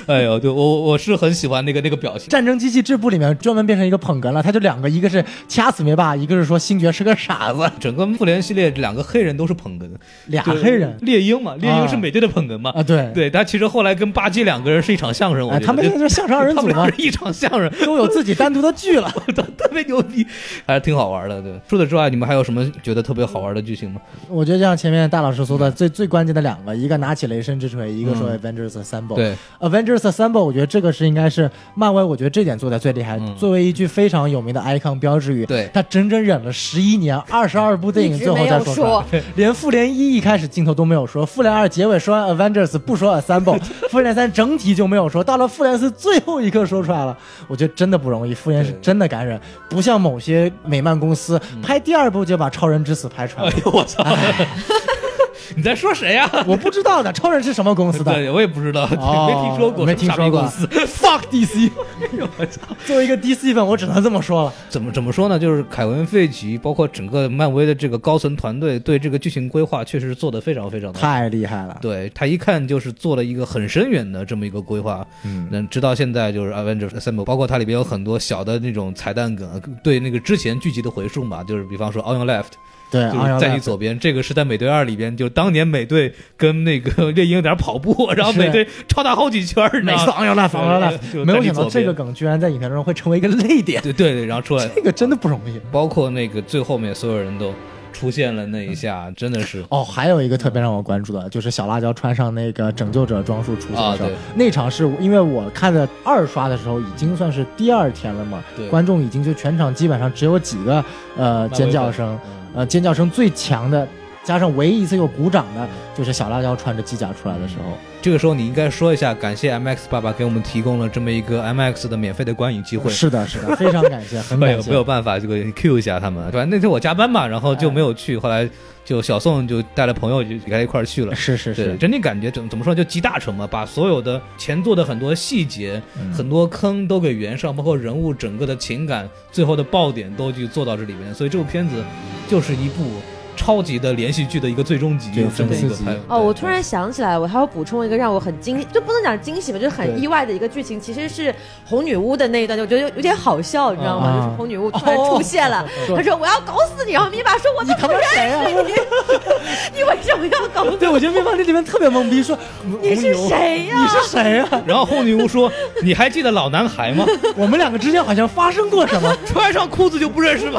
Speaker 2: 哎呦，对我我是很喜欢那个那个表情。
Speaker 1: 战争机器这部里面专门变成一个捧哏了，他就两个，一个是掐死灭霸，一个是说星爵是个傻子，
Speaker 2: 整个复联系列两个黑人都是捧哏，
Speaker 1: 俩
Speaker 2: 对
Speaker 1: 黑人
Speaker 2: 猎鹰嘛，猎
Speaker 1: 啊
Speaker 2: 鹰是美队的捧哏嘛，
Speaker 1: 啊，对，
Speaker 2: 对他其实后来跟巴基两个人是一场相声，我觉
Speaker 1: 哎，
Speaker 2: 得
Speaker 1: 他们
Speaker 2: 就
Speaker 1: 现在就是相声二人
Speaker 2: 他
Speaker 1: 组
Speaker 2: 们
Speaker 1: 嘛
Speaker 2: 俩，是一场相声，
Speaker 1: 都有自己单独的剧了。
Speaker 2: 特别牛逼，还是挺好玩的。对，除此之外，你们还有什么觉得特别好玩的剧情吗？
Speaker 1: 我觉得就像前面大老师说的，最最关键的两个，一个拿起雷神之锤，一个说 Avengers Assemble。
Speaker 2: 嗯对，
Speaker 1: Avengers Assemble，我觉得这个是应该是漫威，我觉得这点做的最厉害。
Speaker 2: 嗯
Speaker 1: 作为一句非常有名的 icon 标志语，
Speaker 2: 对
Speaker 1: 他整整忍了十一年，二十二部电影
Speaker 3: 一直
Speaker 1: 最后
Speaker 3: 没
Speaker 1: 才
Speaker 3: 有
Speaker 1: 说出来
Speaker 3: 说，
Speaker 1: 连复联一一开始镜头都没有说，复联二结尾说完 Avengers 不说 Assemble，复联三整体就没有说，到了复联四最后一刻说出来了，我觉得真的不容易，复联是
Speaker 2: 对嗯
Speaker 1: 真的感人，不像某些美漫公司拍第二部就把超人之死拍出来
Speaker 2: 哎
Speaker 1: 了，
Speaker 2: 呦我操！ 你在说谁呀、
Speaker 1: 我不知道的，超人是什么公司的
Speaker 2: 对，我也不知道，
Speaker 1: 哦
Speaker 2: 没听说过，
Speaker 1: 没听说过
Speaker 2: 公司。
Speaker 1: ？Fuck DC，
Speaker 2: 哎呦我操！
Speaker 1: 作为一个 DC 粉，我只能这么说了。
Speaker 2: 怎么怎么说呢？就是凯文·费奇，包括整个漫威的这个高层团队，对这个剧情规划确实做得非常非常的好。
Speaker 1: 太厉害了，
Speaker 2: 对他一看就是做了一个很深远的这么一个规划，
Speaker 1: 嗯，
Speaker 2: 嗯，直到现在就是 Avengers Assemble，包括它里边有很多小的那种彩蛋梗，对那个之前剧集的回溯嘛，就是比方说 On Your Left，
Speaker 1: 对，
Speaker 2: 就
Speaker 1: 昂
Speaker 2: 是
Speaker 1: 扬
Speaker 2: 在
Speaker 1: 哎啊大
Speaker 2: 你左边，这个是在美队二里边，就是当年美队跟那 个猎鹰在那儿跑步，然后
Speaker 1: 是
Speaker 2: 美队超他好几圈儿，你知
Speaker 1: 每
Speaker 2: 道
Speaker 1: 次
Speaker 2: 吗
Speaker 1: 昂扬 left，昂扬 left，
Speaker 2: 啊就
Speaker 1: 没有
Speaker 2: 在你
Speaker 1: 想到
Speaker 2: 左
Speaker 1: 这个
Speaker 2: 边
Speaker 1: 梗居然在影片中会成为一个泪点，
Speaker 2: 对对对，然后出来，
Speaker 1: 这个真的不容易。
Speaker 2: 包括那个最后面所有人都出现了那一下，真的是
Speaker 1: 哦，还有一个特别让我关注的，就是小辣椒穿上那个拯救者装束出现的时候，
Speaker 2: 啊对
Speaker 1: 那场是因为我看的二刷的时候，已经算是第二天了嘛
Speaker 2: 对，
Speaker 1: 观众已经就全场基本上只有几个呃
Speaker 2: 漫威
Speaker 1: 尖叫
Speaker 2: 粉
Speaker 1: 声，
Speaker 2: 嗯
Speaker 1: 呃尖叫声最强的，加上唯一一次有鼓掌的，就是小辣椒穿着机甲出来的时候。
Speaker 2: 这个时候你应该说一下，感谢 MX 爸爸给我们提供了这么一个 MX 的免费的观影机嗯会。哎
Speaker 1: 是的，是的，非常感谢， 很
Speaker 2: 没
Speaker 1: 感
Speaker 2: 有
Speaker 1: 谢。
Speaker 2: 没有办法，这个 Q 一下他们。反正那天我加班嘛，然后
Speaker 1: 哎
Speaker 2: 就没有去，后来就小宋就带了朋友就给他一块儿去了。
Speaker 1: 是是
Speaker 2: 对，
Speaker 1: 是，
Speaker 2: 整体感觉怎怎么说，就集大成嘛，把所有的前作的很多细节、很多坑都给圆上，包括人物整个的情感、最后的爆点都去做到这里边，所以这部片子就是一部超级的连续剧的一个最终集
Speaker 1: 对，
Speaker 2: 这
Speaker 1: 粉
Speaker 2: 么一个
Speaker 1: 丝集
Speaker 2: 拍。
Speaker 3: 哦，
Speaker 2: 对
Speaker 3: 我突然想起来，我还要补充一个让我很惊，就不能讲惊喜吧，就是很意外的一个剧情，其实是红女巫的那一段，就我觉得有有点好笑，你知道吗？哦
Speaker 1: 啊
Speaker 3: 就是红女巫突然出现了，她说我要搞死你，然后米法说我都不认识你，你为什么要搞死
Speaker 1: 对，我觉得灭霸那里面特别懵逼，说
Speaker 3: 你是谁呀
Speaker 1: 你是谁呀、
Speaker 2: 然后后女巫说：“你还记得老男孩 吗？
Speaker 1: 我们两个之间好像发生过什么？
Speaker 2: 穿上裤子就不认识 吗？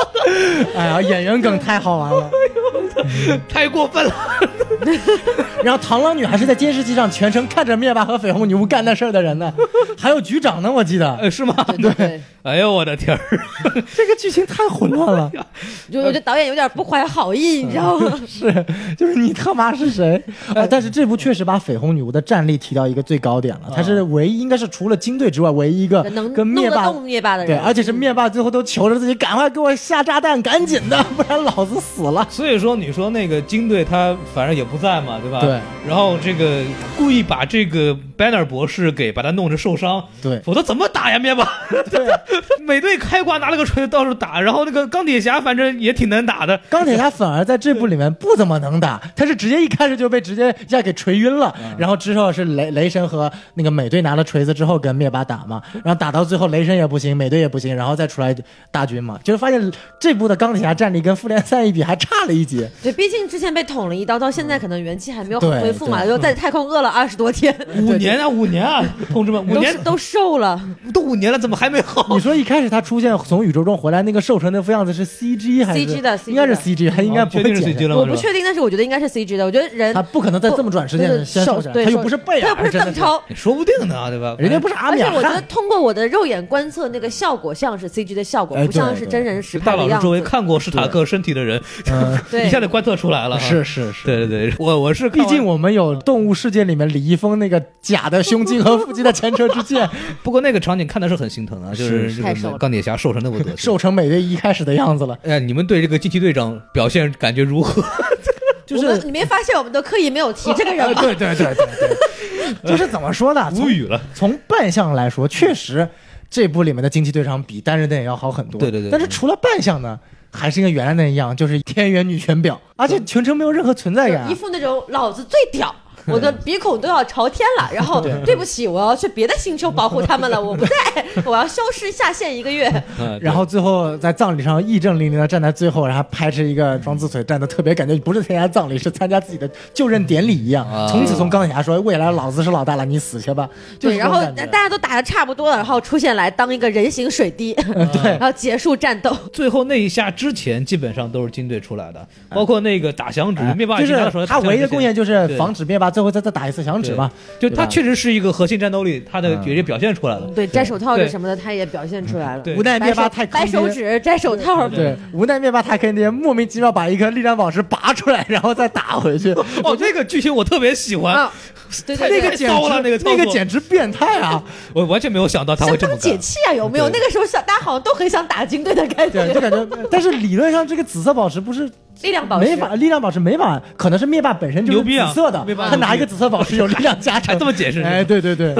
Speaker 1: 哎呀，演员梗太好玩 了。
Speaker 2: 太过分了！
Speaker 1: 然后螳螂女还是在监视器上全程看着灭霸和绯红女巫干那事儿的人 呢，还有局长呢，我记得。
Speaker 2: 呃，是吗？
Speaker 3: 对对，
Speaker 2: 哎呦我的天儿！
Speaker 1: 这个剧情太混乱了，
Speaker 3: 就我觉得导演有点不怀好意，你知道吗？
Speaker 1: 是，就是你他妈是 谁？啊！但是这部确实把绯红女巫的战力提到一个最高点了，她是唯一，应该是除了金队之外唯一一个
Speaker 3: 嗯能
Speaker 1: 跟
Speaker 3: 弄
Speaker 1: 灭
Speaker 3: 得
Speaker 1: 霸
Speaker 3: 动灭霸的
Speaker 1: 对，
Speaker 3: 人，嗯
Speaker 1: 而且是灭霸最后都求着自己赶快给我下炸弹，赶紧的， 不然老子死了。
Speaker 2: 所以说，你说那个金队他反正也不在嘛，对吧？
Speaker 1: 对。
Speaker 2: 然后这个故意把这个 Banner 博士给把他弄着受伤，
Speaker 1: 对
Speaker 2: 否则怎么打呀，灭霸？
Speaker 1: 对，
Speaker 2: 美队开挂拿了个锤子到处打，然后那个钢铁侠反正也挺能打的，
Speaker 1: 钢铁侠反而在这部里面不怎么能 打，他是直接一开始就被直接一下给锤晕了，
Speaker 3: 啊
Speaker 1: 然后之后是雷雷神和那个美队拿了锤子之后跟灭霸打
Speaker 3: 啊
Speaker 1: 嘛，然后打到最后雷神也不行，美队也不行，然后再出来大军嘛，就是发现这部的钢铁侠战力跟复联三一比还差了一截，
Speaker 3: 对，毕竟之前被捅了一刀，到现在可能元气还没有好
Speaker 1: 嗯对
Speaker 3: 恢复嘛，
Speaker 1: 对嗯
Speaker 3: 又在太空饿了二十多天，
Speaker 2: 五年啊，五年啊，同志们，五
Speaker 3: 都
Speaker 2: 年
Speaker 3: 都瘦了，
Speaker 1: 嗯
Speaker 2: 都五年了，怎么还没好
Speaker 3: 哦
Speaker 1: 你？说一开始他出现从宇宙中回来那个瘦成那副样子是 CG 还是
Speaker 3: CG 的 CG
Speaker 1: 应该是 CG，他应该不
Speaker 2: 确
Speaker 1: 会
Speaker 2: 定是
Speaker 1: 剪
Speaker 2: CG
Speaker 1: 的。
Speaker 2: 了吗？
Speaker 3: 我不
Speaker 2: 是吧
Speaker 3: 确定，但是我觉得应该是 CG 的，我觉得人
Speaker 1: 他不可能在这么短时间
Speaker 3: 不是
Speaker 1: 先瘦下来，
Speaker 3: 对
Speaker 1: 他又
Speaker 3: 瘦
Speaker 1: 不是贝
Speaker 3: 他
Speaker 1: 尔，
Speaker 3: 又不是
Speaker 1: 真的
Speaker 3: 邓超。
Speaker 2: 哎说不定呢，对吧？
Speaker 1: 人家不是阿
Speaker 3: 而
Speaker 1: 米
Speaker 3: 且
Speaker 1: 尔
Speaker 3: 我觉得
Speaker 1: 汗，
Speaker 3: 通过我的肉眼观测，那个效果像是 CG 的效果，
Speaker 1: 哎
Speaker 3: 不像
Speaker 1: 对
Speaker 3: 是
Speaker 1: 对
Speaker 3: 真人实
Speaker 2: 大
Speaker 3: 拍的
Speaker 2: 老师
Speaker 3: 样
Speaker 2: 周围
Speaker 3: 子。
Speaker 2: 看过史塔克身体的人，
Speaker 1: 嗯，
Speaker 3: 对
Speaker 2: 一下就观测出来了。，
Speaker 1: 是是是。
Speaker 2: 对对对，我我是看
Speaker 1: 毕
Speaker 2: 完
Speaker 1: 竟我们有《动物世界》里面李易峰那个假的胸襟和腹肌的前车之 鉴，
Speaker 2: 不过那个场景看的是很心疼啊，就是
Speaker 1: 是
Speaker 2: 这
Speaker 3: 太
Speaker 2: 个
Speaker 3: 瘦了
Speaker 2: 钢铁侠瘦成那么德行。
Speaker 1: 瘦成美队一开始的样子 了。
Speaker 2: 哎呀，你们对这个惊奇队长表现感觉如 何？
Speaker 1: 就
Speaker 3: 我
Speaker 1: 是
Speaker 3: 们你没发现我们都刻意没有提这 个人吗？
Speaker 1: 对对 对对对，就是怎么说呢？从
Speaker 2: 语 了。
Speaker 1: 从扮相来说，确实这部里面的惊奇队长比单人电影要好很多。
Speaker 2: 对对对
Speaker 1: 但是除了扮相呢，还是跟原来那样，就是天元女权婊，而且全程没有任何存在感啊
Speaker 3: 一。副那种老子最屌，我的鼻孔都要朝天了，然后对不起，我要去别的星球保护他们了，我不在， 我要消失下线一个月。
Speaker 2: 嗯，
Speaker 1: 然后最后在葬礼上义正凛凛的站在最后，然后拍着一个装自腿站的特别，感觉不是参加葬礼，是参加自己的就任典礼一样
Speaker 2: 啊。
Speaker 1: 从此从钢铁侠说未来老子是老大了，你死去吧。就
Speaker 3: 对，
Speaker 1: 是这
Speaker 3: 然
Speaker 1: 种
Speaker 3: 后
Speaker 1: 感觉
Speaker 3: 大家都打的差不多了，然后出现来当一个人形水滴， 然后结束战斗。
Speaker 2: 最后那一下之前，基本上都是金队出来的，包括那个打响指，灭霸
Speaker 1: 哎就
Speaker 2: 经常
Speaker 1: 是
Speaker 2: 说
Speaker 1: 他唯一的贡献就是
Speaker 2: 对
Speaker 1: 防止灭霸最后再再打一次响指嘛。
Speaker 2: 就
Speaker 1: 对
Speaker 2: 他
Speaker 1: 吧
Speaker 2: 确实是一个核心战斗力，他的
Speaker 1: 嗯
Speaker 2: 也是表现出来了。
Speaker 3: 对，摘手套
Speaker 2: 对
Speaker 3: 这什么的，他也表现出来了。
Speaker 2: 对
Speaker 1: 无奈
Speaker 3: 掰
Speaker 1: 灭霸
Speaker 3: 手
Speaker 1: 太坑
Speaker 3: 掰手
Speaker 1: 爹。
Speaker 3: 指，摘手套，
Speaker 1: 对，无奈灭霸太坑爹，莫名其妙把一颗力量宝石拔出来，然后再打回 去。
Speaker 2: 哦，那个剧情我特别喜欢，
Speaker 3: 啊，对对
Speaker 1: 那
Speaker 3: 对，
Speaker 1: 个简
Speaker 2: 骚了那
Speaker 1: 直，
Speaker 2: 个操作
Speaker 1: 那个简直变态啊！
Speaker 2: 我完全没有想到他会
Speaker 3: 相
Speaker 2: 这么
Speaker 3: 当解
Speaker 2: 干。
Speaker 3: 气啊，有没有？
Speaker 2: 对
Speaker 3: 那个时候想，大家好像都很想打金队的感
Speaker 1: 对，就感
Speaker 3: 觉。
Speaker 1: 觉，但是理论上这个紫色宝石不是
Speaker 3: 力量宝石
Speaker 1: 没法，力量宝石没法，可能是灭霸本身就是
Speaker 2: 牛逼啊
Speaker 1: 紫色的
Speaker 2: 灭霸，
Speaker 1: 他
Speaker 2: 牛
Speaker 1: 拿
Speaker 2: 逼
Speaker 1: 一个紫色宝石有力量加
Speaker 2: 还
Speaker 1: 成
Speaker 2: 这。么解释？
Speaker 1: 哎，对对对，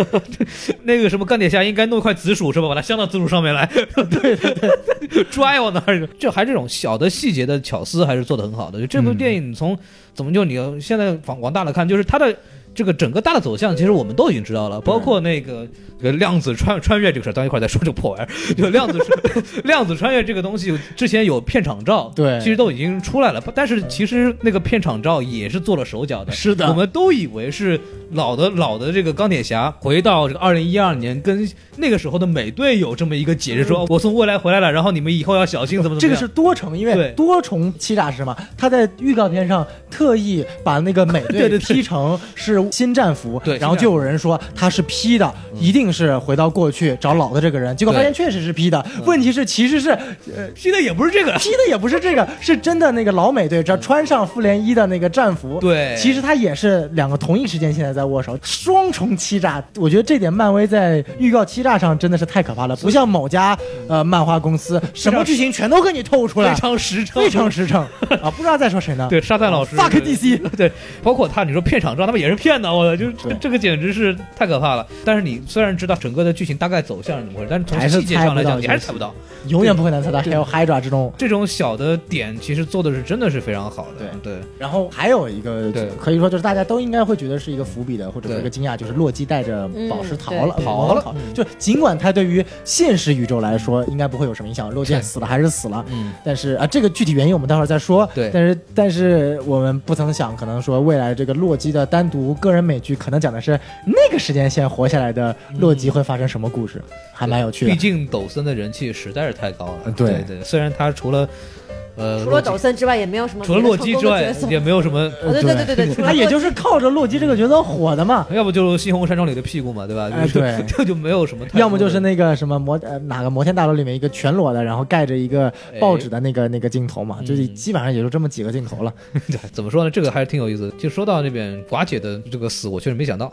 Speaker 2: 那个什么钢铁侠应该弄一块紫薯是吧？把它镶到紫薯上面来。对对对， 拽往那儿。这还这种小的细节的巧思还是做得很好的。就这部
Speaker 1: 嗯
Speaker 2: 电影从怎么就你要现在往往大了看，就是它的。这个整个大的走向，其实我们都已经知道了，包括那个这个量子穿穿越这个事儿，等一会儿再说 这个破玩意儿。就量子量子穿越这个东西，之前有片场照，
Speaker 1: 对
Speaker 2: 其实都已经出来了，但是其实那个片场照也是做了手脚的，
Speaker 1: 是的
Speaker 2: 我们都以为是老的老的这个钢铁侠回到这个二零一二年，跟那个时候的美队有这么一个解释，说我从未来回来了，然后你们以后要小心怎么
Speaker 1: 嗯
Speaker 2: 怎
Speaker 1: 这
Speaker 2: 么
Speaker 1: 个
Speaker 2: 样。
Speaker 1: 是多重，因
Speaker 2: 对
Speaker 1: 为多重欺诈是嘛？他在预告片上特意把那个 美
Speaker 2: 对对
Speaker 1: 队
Speaker 2: 对
Speaker 1: 劈成是新战服，
Speaker 2: 对
Speaker 1: 然后就有人说他是 P 的，一定是回到过去找老的这个人，结果
Speaker 2: 对嗯
Speaker 1: 发现确实是 P 的。问题是其实是
Speaker 2: P 的也不是 这个，
Speaker 1: P 的也不是这个，是真的那个老美队，这穿上复联一的那个战服，
Speaker 2: 对
Speaker 1: 其实他也是两个同一时间现在在握手，双重欺诈。我觉得这点漫威在预告欺诈上真的是太可怕了，不像某家呃漫画公司，什么剧情全都给你透出
Speaker 2: 非
Speaker 1: 来，
Speaker 2: 常实诚，
Speaker 1: 非 常实诚啊！不知道在说谁呢？
Speaker 2: 对沙赞老师
Speaker 1: Fuck DC
Speaker 2: 对，包括他，你说片场照他们也是骗电脑，我就是这
Speaker 4: 对
Speaker 2: 这个简直是太可怕了。但是你虽然知道整个的剧情大概走向是怎么回事，但是从
Speaker 1: 还是
Speaker 2: 细节上
Speaker 1: 猜
Speaker 2: 来
Speaker 1: 不
Speaker 2: 讲，
Speaker 1: 到
Speaker 2: 你还是猜不到。
Speaker 1: 永远不会难猜到还有 Hydra 这种。
Speaker 2: 这种小的点其实做的是真的是非常好的，对
Speaker 1: 然后还有一个
Speaker 2: 对
Speaker 1: 可以说就是大家都应该会觉得是一个伏笔的，或者说
Speaker 2: 对
Speaker 1: 一个惊讶，就是洛基带着宝石逃了，
Speaker 3: 嗯对
Speaker 1: 跑了。就尽管他对于现实宇宙来说应该不会有什么影响，洛基
Speaker 2: 对
Speaker 1: 死了还是死了，
Speaker 2: 嗯，
Speaker 1: 但是啊，这个具体原因我们待会儿再说。
Speaker 2: 对
Speaker 1: 但是但是我们不曾想，可能说未来这个洛基的单独个人美剧，可能讲的是那个时间线活下来的洛基会发生什么故事，还蛮有趣
Speaker 2: 嗯毕
Speaker 1: 的。
Speaker 2: 竟抖森的人气实在是太高了，
Speaker 1: 嗯对
Speaker 2: 对，虽然他除了呃
Speaker 3: 除了
Speaker 2: 洛基
Speaker 3: 抖森之外，也没有什么
Speaker 2: 除了洛基之
Speaker 3: 别
Speaker 2: 外
Speaker 3: 的成功的角色
Speaker 2: 也没有什么，
Speaker 3: 哦对对对 对对，除了
Speaker 1: 他也
Speaker 3: 洛基
Speaker 1: 就是靠着洛基这个角色火的嘛，
Speaker 2: 呃要不就是《猩红山庄》里的屁股嘛，对吧？
Speaker 1: 哎
Speaker 2: 就是
Speaker 1: 对
Speaker 2: 这就没有什么太多的，
Speaker 1: 要么就是那个什么摩呃哪个摩天大楼里面一个全裸的，然后盖着一个
Speaker 2: 哎
Speaker 1: 报纸的那个那个镜头嘛，
Speaker 2: 嗯
Speaker 1: 就是基本上也就这么几个镜头了。
Speaker 2: 对，怎么说呢？这个还是挺有意思的。就说到这边寡姐的这个死，我确实没想到。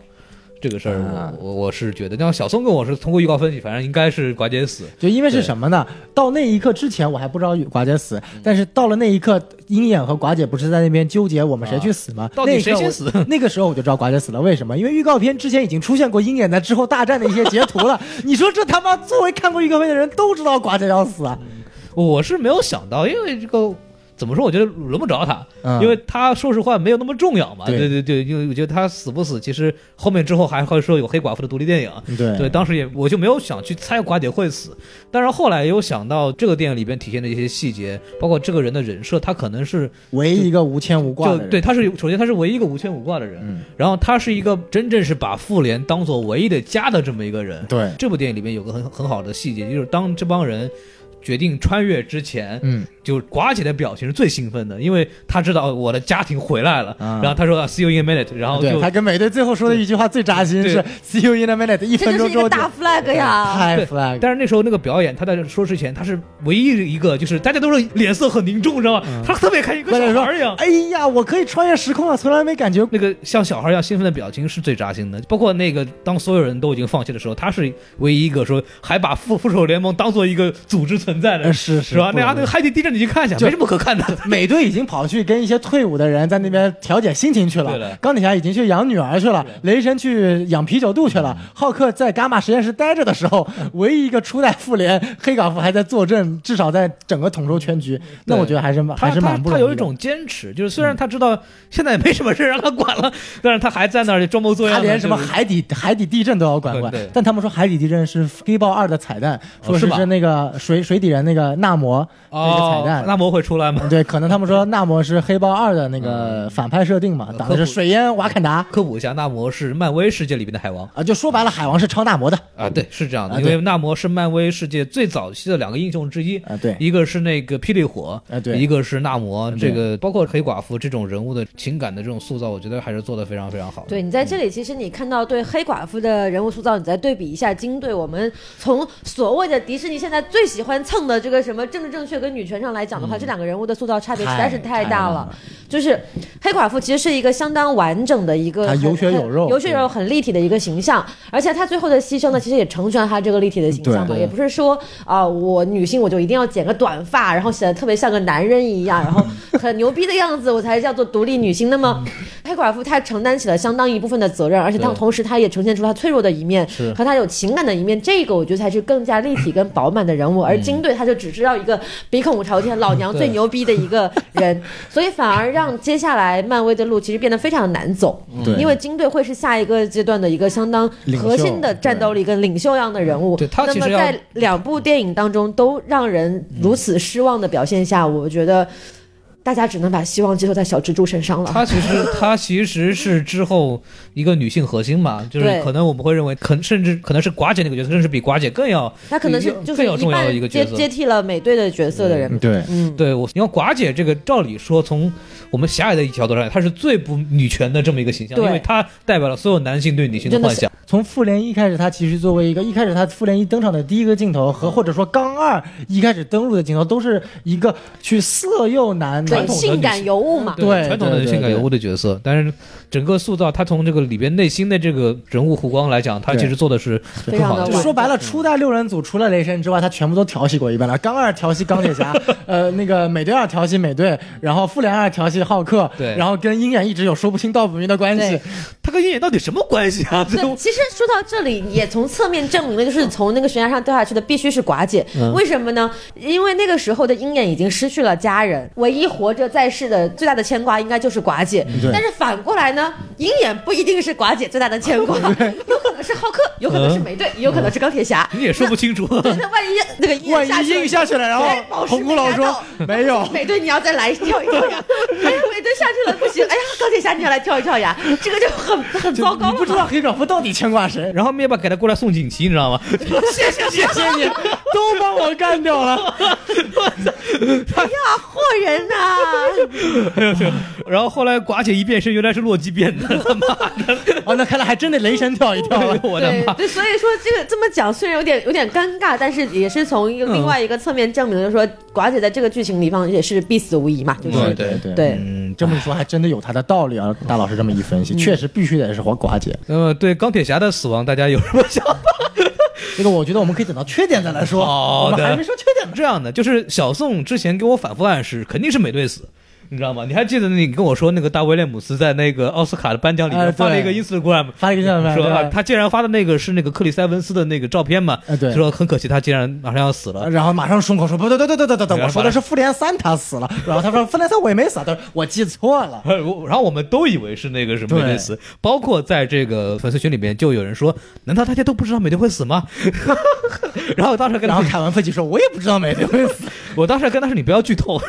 Speaker 2: 这个事儿
Speaker 1: 啊，
Speaker 2: 我我我是觉得，像小松跟我是通过预告分析，反正应该是寡姐死。
Speaker 1: 就因为是
Speaker 2: 对嗯
Speaker 1: 什么呢？到那一刻之前，我还不知道寡姐死，但是到了那一刻，鹰眼和寡姐不是在那边纠结我们谁去死吗？
Speaker 2: 啊到
Speaker 1: 那
Speaker 2: 底
Speaker 1: 一刻
Speaker 2: 谁先
Speaker 1: 我
Speaker 2: 死？
Speaker 1: 那个时候我就知道寡姐死了，为什么？因为预告片之前已经出现过鹰眼在之后大战的一些截图 了。你说这他妈作为看过预告片的人都知道寡姐要死啊！
Speaker 2: 我是没有想到，因为这个怎么说？我觉得轮不着他，
Speaker 1: 嗯
Speaker 2: 因为他说实话没有那么重要嘛。
Speaker 1: 对
Speaker 2: 对对对，因为我觉得他死不死，其实后面之后还会说有黑寡妇的独立电影。
Speaker 1: 嗯对
Speaker 2: 对，当时也我就没有想去猜寡姐会死，但是后来有想到这个电影里边体现的一些细节，包括这个人的人设，他可能是
Speaker 1: 唯一一个无牵无挂
Speaker 2: 就
Speaker 1: 的人，
Speaker 2: 对，他是首先他是唯一一个无牵无挂的人，
Speaker 1: 嗯
Speaker 2: 然后他是一个真正是把妇联当做唯一的家的这么一个人。
Speaker 1: 对
Speaker 2: 这部电影里面有个很很好的细节，就是当这帮人决定穿越之前，
Speaker 1: 嗯，
Speaker 2: 就寡姐的表情是最兴奋的，因为她知道哦我的家庭回来了，
Speaker 1: 啊
Speaker 2: 然后她说啊 “see you in a minute”，然后
Speaker 1: 对
Speaker 2: 就
Speaker 1: 他跟美队最后说的一句话最扎心
Speaker 2: 对
Speaker 1: 是 “see you in a minute”，一
Speaker 3: 这
Speaker 1: 分钟
Speaker 3: 就是一
Speaker 1: 之后就
Speaker 3: 个大 flag 呀，
Speaker 1: 太
Speaker 2: 对
Speaker 1: flag 了。
Speaker 2: 但是那时候那个表演，他在说之前，他是唯一一个，就是大家都是脸色很凝重，知道吗？他特别开心，跟
Speaker 1: 关键
Speaker 2: 小
Speaker 1: 说
Speaker 2: 孩儿一样。
Speaker 1: 哎呀，我可以穿越时空啊，从来没感觉
Speaker 2: 那个 像小孩一样兴奋的表情是最扎心的，包括那个当所有人都已经放弃的时候，他是唯一一个说还把复复仇联盟当做一个组织存在的，
Speaker 1: 呃是是
Speaker 2: 吧？
Speaker 1: 不
Speaker 2: 那啊，
Speaker 1: 不
Speaker 2: 那个海底地震你去看一下，
Speaker 1: 就
Speaker 2: 没什么可看的。
Speaker 1: 美队已经跑去跟一些退伍的人在那边调节心情去
Speaker 2: 对
Speaker 1: 了
Speaker 2: 了，
Speaker 1: 钢铁侠已经去养女儿去了，雷神去养啤酒肚去
Speaker 2: 嗯
Speaker 1: 了，浩克在伽马实验室待着的时候， 唯一一个初代复联黑寡妇还在坐镇，至少在整个统筹全局，那我觉得还是蛮
Speaker 2: 嗯他
Speaker 1: 啊还是
Speaker 2: 他
Speaker 1: 蛮不
Speaker 2: 他
Speaker 1: 容易的
Speaker 2: 有一种坚持，就是虽然他知道现在也没什么事让他管了，但是他还啊在那儿装模作样
Speaker 1: 他
Speaker 2: 的。
Speaker 1: 连什么
Speaker 2: 就是
Speaker 1: 海底海底地震都要管管
Speaker 2: 对对，
Speaker 1: 但他们说海底地震是《黑豹二》的彩蛋，说
Speaker 2: 是
Speaker 1: 是
Speaker 2: 吧
Speaker 1: 是那个水水底人那个纳摩那个彩
Speaker 2: 哦
Speaker 1: 蛋，，
Speaker 2: 那嗯么会出来吗？
Speaker 1: 对，可能他们说纳摩是黑豹二的那个反派设定嘛，
Speaker 2: 呃
Speaker 1: 打的是水淹瓦坎达
Speaker 2: 科普一下，纳摩是漫威世界里边的海王
Speaker 1: 啊，就说白了，海王是超纳摩的
Speaker 2: 啊，对，是这样
Speaker 1: 啊
Speaker 2: 的，因
Speaker 1: 对
Speaker 2: 为纳摩是漫威世界最早期的两个英雄之一，
Speaker 1: 啊，对，
Speaker 2: 一个是那个霹雳火，
Speaker 1: 啊对啊
Speaker 2: 一个是纳摩，
Speaker 1: 对
Speaker 2: 这个包括黑寡妇这种人物的情感的这种塑造，我觉得还是做得非常非常好的。
Speaker 3: 对你在这里，其实你看到对黑寡妇的人物塑造，你再对比一下金对我们从所谓的迪士尼现在最喜欢蹭的这个什么政治正确跟女权上来讲的
Speaker 1: 嗯
Speaker 3: 话，这两个人物的塑造差别实在是太大了。就是黑寡妇其实是一个相当完整的一个
Speaker 1: 她
Speaker 3: 很，
Speaker 1: 有血有肉
Speaker 3: 很有血有肉很立体的一个形象，而且她最后的牺牲呢，其实也成全了她这个立体的形象嘛，
Speaker 1: 对
Speaker 3: 也不是说啊、我女性我就一定要剪个短发，然后显得特别像个男人一样，然后很牛逼的样子，我才叫做独立女性。那么黑寡妇她承担起了相当一部分的责任，而且她
Speaker 2: 对
Speaker 3: 同时她也呈现出她脆弱的一面
Speaker 2: 是
Speaker 3: 和她有情感的一面，这个我觉得才是更加立体跟饱满的人
Speaker 2: 嗯
Speaker 3: 物。而金队他就只知道一个鼻孔朝天，老 娘最牛逼的一个人，所以反而让接下来漫威的路其实变得非常难走。
Speaker 2: 嗯
Speaker 1: 对
Speaker 3: 因为金队会是下一个阶段的一个相当
Speaker 1: 领袖
Speaker 3: 核心的战斗力跟领袖样的人物。
Speaker 2: 对他
Speaker 3: 那
Speaker 2: 其
Speaker 3: 么
Speaker 2: 实要
Speaker 3: 在两部电影当中都让人如此失望的表现下，我觉得大家只能把希望寄托在小蜘蛛身上了。
Speaker 2: 她其实她其实是之后一个女性核心 嘛，就是
Speaker 3: 对
Speaker 2: 可能我们会认为，可甚至可能是寡姐那个角色，甚至比寡姐更要
Speaker 3: 他可能是
Speaker 2: 更
Speaker 3: 就是
Speaker 2: 更要重要的一个
Speaker 3: 半接
Speaker 2: 角色
Speaker 3: 接替了美队的角色的人。
Speaker 1: 对，
Speaker 3: 嗯，
Speaker 2: 对我，你看寡姐这个，照理说从我们狭隘的角度上，她是最不女权的这么一个形象，
Speaker 3: 对
Speaker 2: 因为她代表了所有男性对女性
Speaker 3: 真的
Speaker 2: 幻
Speaker 3: 是
Speaker 2: 想。
Speaker 1: 从复联一开始，他其实作为一个一开始他复联一登场的第一
Speaker 2: 哦
Speaker 1: 个镜头和或者说钢二一开始登陆的镜头，都是一个去色诱男
Speaker 2: 传
Speaker 3: 对
Speaker 2: 统的
Speaker 3: 性感
Speaker 2: 女性嗯
Speaker 3: 尤物嘛，
Speaker 1: 对
Speaker 2: 传统
Speaker 1: 对
Speaker 2: 的
Speaker 1: 对
Speaker 2: 性感
Speaker 1: 对
Speaker 2: 尤物的角色，但是整个塑造他从这个里边内心的这个人物弧光来讲，他
Speaker 1: 对
Speaker 2: 其实做的是
Speaker 3: 非
Speaker 2: 更
Speaker 3: 常
Speaker 2: 好
Speaker 3: 的
Speaker 2: 的
Speaker 1: 就
Speaker 3: 完。
Speaker 1: 说白了，初代六人组除了雷神之外，他全部都调戏过一遍了。钢二调戏钢铁 侠，呃，那个美队二调戏美队，然后复联二调戏浩克，
Speaker 2: 对
Speaker 1: 然后跟鹰眼一直有说不清道不明的关系
Speaker 3: 对。
Speaker 2: 他跟鹰眼到底什么关系啊？这
Speaker 3: 对，其实说到这里，也从侧面证明了，就是从那个悬崖上掉下去的必须是寡姐。
Speaker 2: 嗯
Speaker 3: 为什么呢？因为那个时候的鹰眼已经失去了家人，唯一活着在世的最大的牵挂应该就是寡姐。
Speaker 2: 嗯
Speaker 1: 对
Speaker 3: 但是反过来呢，鹰眼不一定是寡姐最大的牵 挂，有可能是浩克，有可
Speaker 2: 嗯
Speaker 3: 能是美队，也有可能是钢铁侠。
Speaker 2: 你也说不清楚。
Speaker 3: 那万一那个鹰眼
Speaker 1: 万
Speaker 3: 下
Speaker 1: 一
Speaker 3: 去了
Speaker 1: 鹰下去了，然后
Speaker 3: 哎宝石
Speaker 1: 红骷
Speaker 3: 没
Speaker 1: 髅
Speaker 3: 拿
Speaker 1: 说
Speaker 3: 到
Speaker 1: 没 有，
Speaker 3: 美队，你要再来跳一跳 呀！哎呀，美队下去了不行，哎呀，钢铁侠你要来跳一跳呀！这个就很很糟糕
Speaker 1: 你
Speaker 3: 了
Speaker 1: 不知
Speaker 3: 嘛。
Speaker 1: 道黑寡妇到底牵挂谁。
Speaker 2: 然后灭霸给他过来送锦旗，你知道吗？
Speaker 1: 谢谢谢谢你，都帮我干掉了。
Speaker 3: 啊，祸人呐、
Speaker 2: 然后后来寡姐一变身，原来是洛基变的， 他妈 的！
Speaker 1: 哦，那看来还真得雷神跳一跳了。
Speaker 2: 我的
Speaker 3: 对
Speaker 2: 妈！
Speaker 3: 对，所以说这个这么讲，虽然有点有点尴尬，但是也是从一个另外一个侧面证明，就是说寡姐在这个剧情里方也是必死无疑嘛，就是
Speaker 2: 对对
Speaker 1: 对
Speaker 3: 对
Speaker 1: 嗯，这么一说还真的有他的道理啊。大老师这么一分
Speaker 3: 嗯
Speaker 1: 析，确实必须得是黄寡姐。
Speaker 2: 那么对钢铁侠的死亡，大家有什么想法？
Speaker 1: 这个我觉得我们可以等到缺点再来说。
Speaker 2: 好
Speaker 1: 我
Speaker 2: 的
Speaker 1: 们还没说缺点呢。
Speaker 2: 这样的，就是小宋之前给我反复暗示，肯定是美队死。你知道吗？你还记得你跟我说那个大威廉姆斯在那个奥斯卡的颁奖里
Speaker 1: 哎
Speaker 2: 面
Speaker 1: 对
Speaker 2: 发了一个 Instagram，、
Speaker 1: 发了一个叫什么？
Speaker 2: 说啊，
Speaker 1: 对吧
Speaker 2: 他竟然发的那个是那个克里斯埃文斯的那个照片嘛？
Speaker 1: 哎对
Speaker 2: 说很可惜，他竟然马上要死了。
Speaker 1: 然后马上松口说：“不对，对对对对对对，
Speaker 2: 原来
Speaker 1: 我说的是复联三他死了。”然后他说：“复联三我也没死，啊他说我记错了。
Speaker 2: 我 然后我们都以为是那个什么
Speaker 1: 对
Speaker 2: 美队死，包括在这个粉丝群里面就有人说，难道大家都不知道美队会死吗？ 然后我当时”跟
Speaker 1: 然
Speaker 2: 他
Speaker 1: 后
Speaker 2: 说，
Speaker 1: 凯文·费奇说：“我也不知道美队会死。
Speaker 2: 我当时跟他说你不要剧透，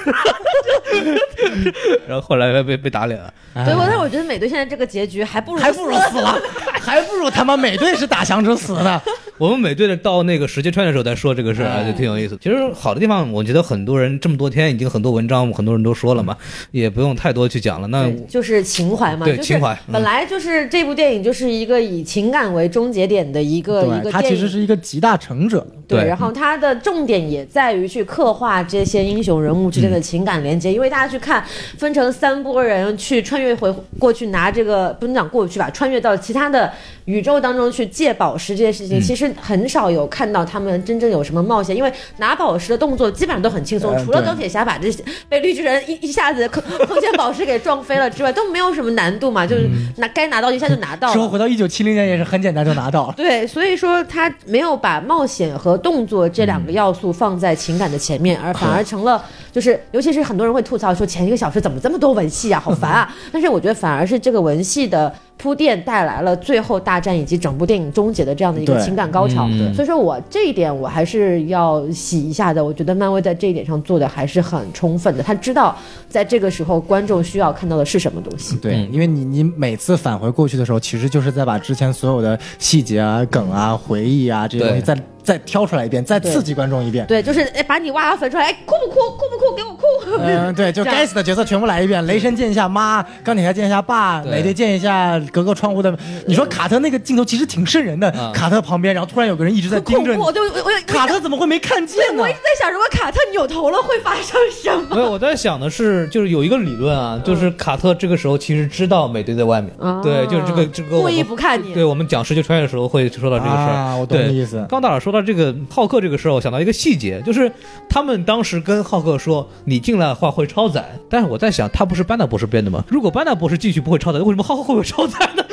Speaker 2: 然后后来被被打脸了。
Speaker 1: 哎”
Speaker 3: 对，我但是我觉得美队现在这个结局还不如
Speaker 1: 还不如死了， 还不如他妈美队是打响指死呢。
Speaker 2: 我们美队的到那个时间穿越的时候再说这个事儿啊，
Speaker 1: 哎
Speaker 2: 就挺有意思。其实好的地方，我觉得很多人这么多天已经很多文章，很多人都说了嘛，也不用太多去讲了。那
Speaker 3: 对，就是情怀嘛，
Speaker 2: 对
Speaker 3: 就是
Speaker 2: 情怀嗯
Speaker 3: 本来就是这部电影就是一个以情感为终结点的一个一个
Speaker 1: 他
Speaker 3: 电
Speaker 1: 其
Speaker 3: 影
Speaker 1: 实是一个集大成者。
Speaker 3: 对，
Speaker 2: 对
Speaker 3: 然后它的重点也在于去刻画这些英雄人物之间的情感连接，因为大家去看，分成三波人去穿越回过去拿这个不能讲过去吧，穿越到其他的宇宙当中去借宝石这件
Speaker 1: 嗯
Speaker 3: 事情，其实很少有看到他们真正有什么冒险，因为拿宝石的动作基本上都很轻松，
Speaker 1: 嗯
Speaker 3: 除了
Speaker 1: 对
Speaker 3: 钢铁侠把这些被绿巨人一一下子空 空间宝石给撞飞了之外，都没有什么难度嘛，就是
Speaker 1: 嗯
Speaker 3: 拿该拿到一下就拿到
Speaker 1: 之
Speaker 3: 了
Speaker 1: 后。回到一九七零年也是很简单就拿到了。
Speaker 3: 对，所以说他没有把冒险和动作这两个要素放在情感的前面，而反而成了就是，尤其是很多人会吐槽说前一个小时怎么这么多文戏啊，好烦啊！但是我觉得反而是这个文戏的铺垫带来了最后大战以及整部电影终结的这样的一个
Speaker 1: 对
Speaker 3: 情感高潮。
Speaker 2: 嗯
Speaker 3: 所以说我这一点我还是要洗一下的。我觉得漫威在这一点上做的还是很充分的，他知道在这个时候观众需要看到的是什么东西。
Speaker 1: 对，因为你你每次返回过去的时候，其实就是在把之前所有的细节啊、梗啊、回忆啊这些东西
Speaker 2: 对
Speaker 1: 再再挑出来一遍，再刺激观众一遍。
Speaker 3: 对，就是哎，把你挖个坟出来，哎，哭不哭？哭不哭？给我哭！
Speaker 1: 嗯，对，就
Speaker 3: 这样
Speaker 1: 该死的角色全部来一遍，雷神见一下妈，钢铁侠见一下爸，
Speaker 2: 对
Speaker 1: 美队见一下隔个窗户的。你说卡特那个镜头其实挺瘆人的，
Speaker 2: 嗯
Speaker 1: 卡特旁边，然后突然有个人一直在盯着
Speaker 3: 恐
Speaker 1: 你
Speaker 3: 怖，，对，我我有
Speaker 1: 卡特怎么会没看见呢
Speaker 3: 我一？直在想，如果卡特扭头了，会发生什么？
Speaker 2: 没有，我在想的是，就是有一个理论啊，就是卡特这个时候其实知道美队在外面，
Speaker 1: 哦
Speaker 3: 啊
Speaker 2: 对，就是这个这个我
Speaker 3: 故意
Speaker 2: 们
Speaker 3: 不看你。
Speaker 2: 对我们讲时间穿越的时候会说到这个事儿、
Speaker 1: 啊我懂
Speaker 2: 对
Speaker 1: 你意思
Speaker 2: 刚大佬说到这个浩克这个事儿，我想到一个细节，就是他们当时跟浩克说：“你进来的话会超载。”但是我在想，他不是班纳博士编的吗？如果班纳博士进去不会超载，为什么浩克会有超载呢？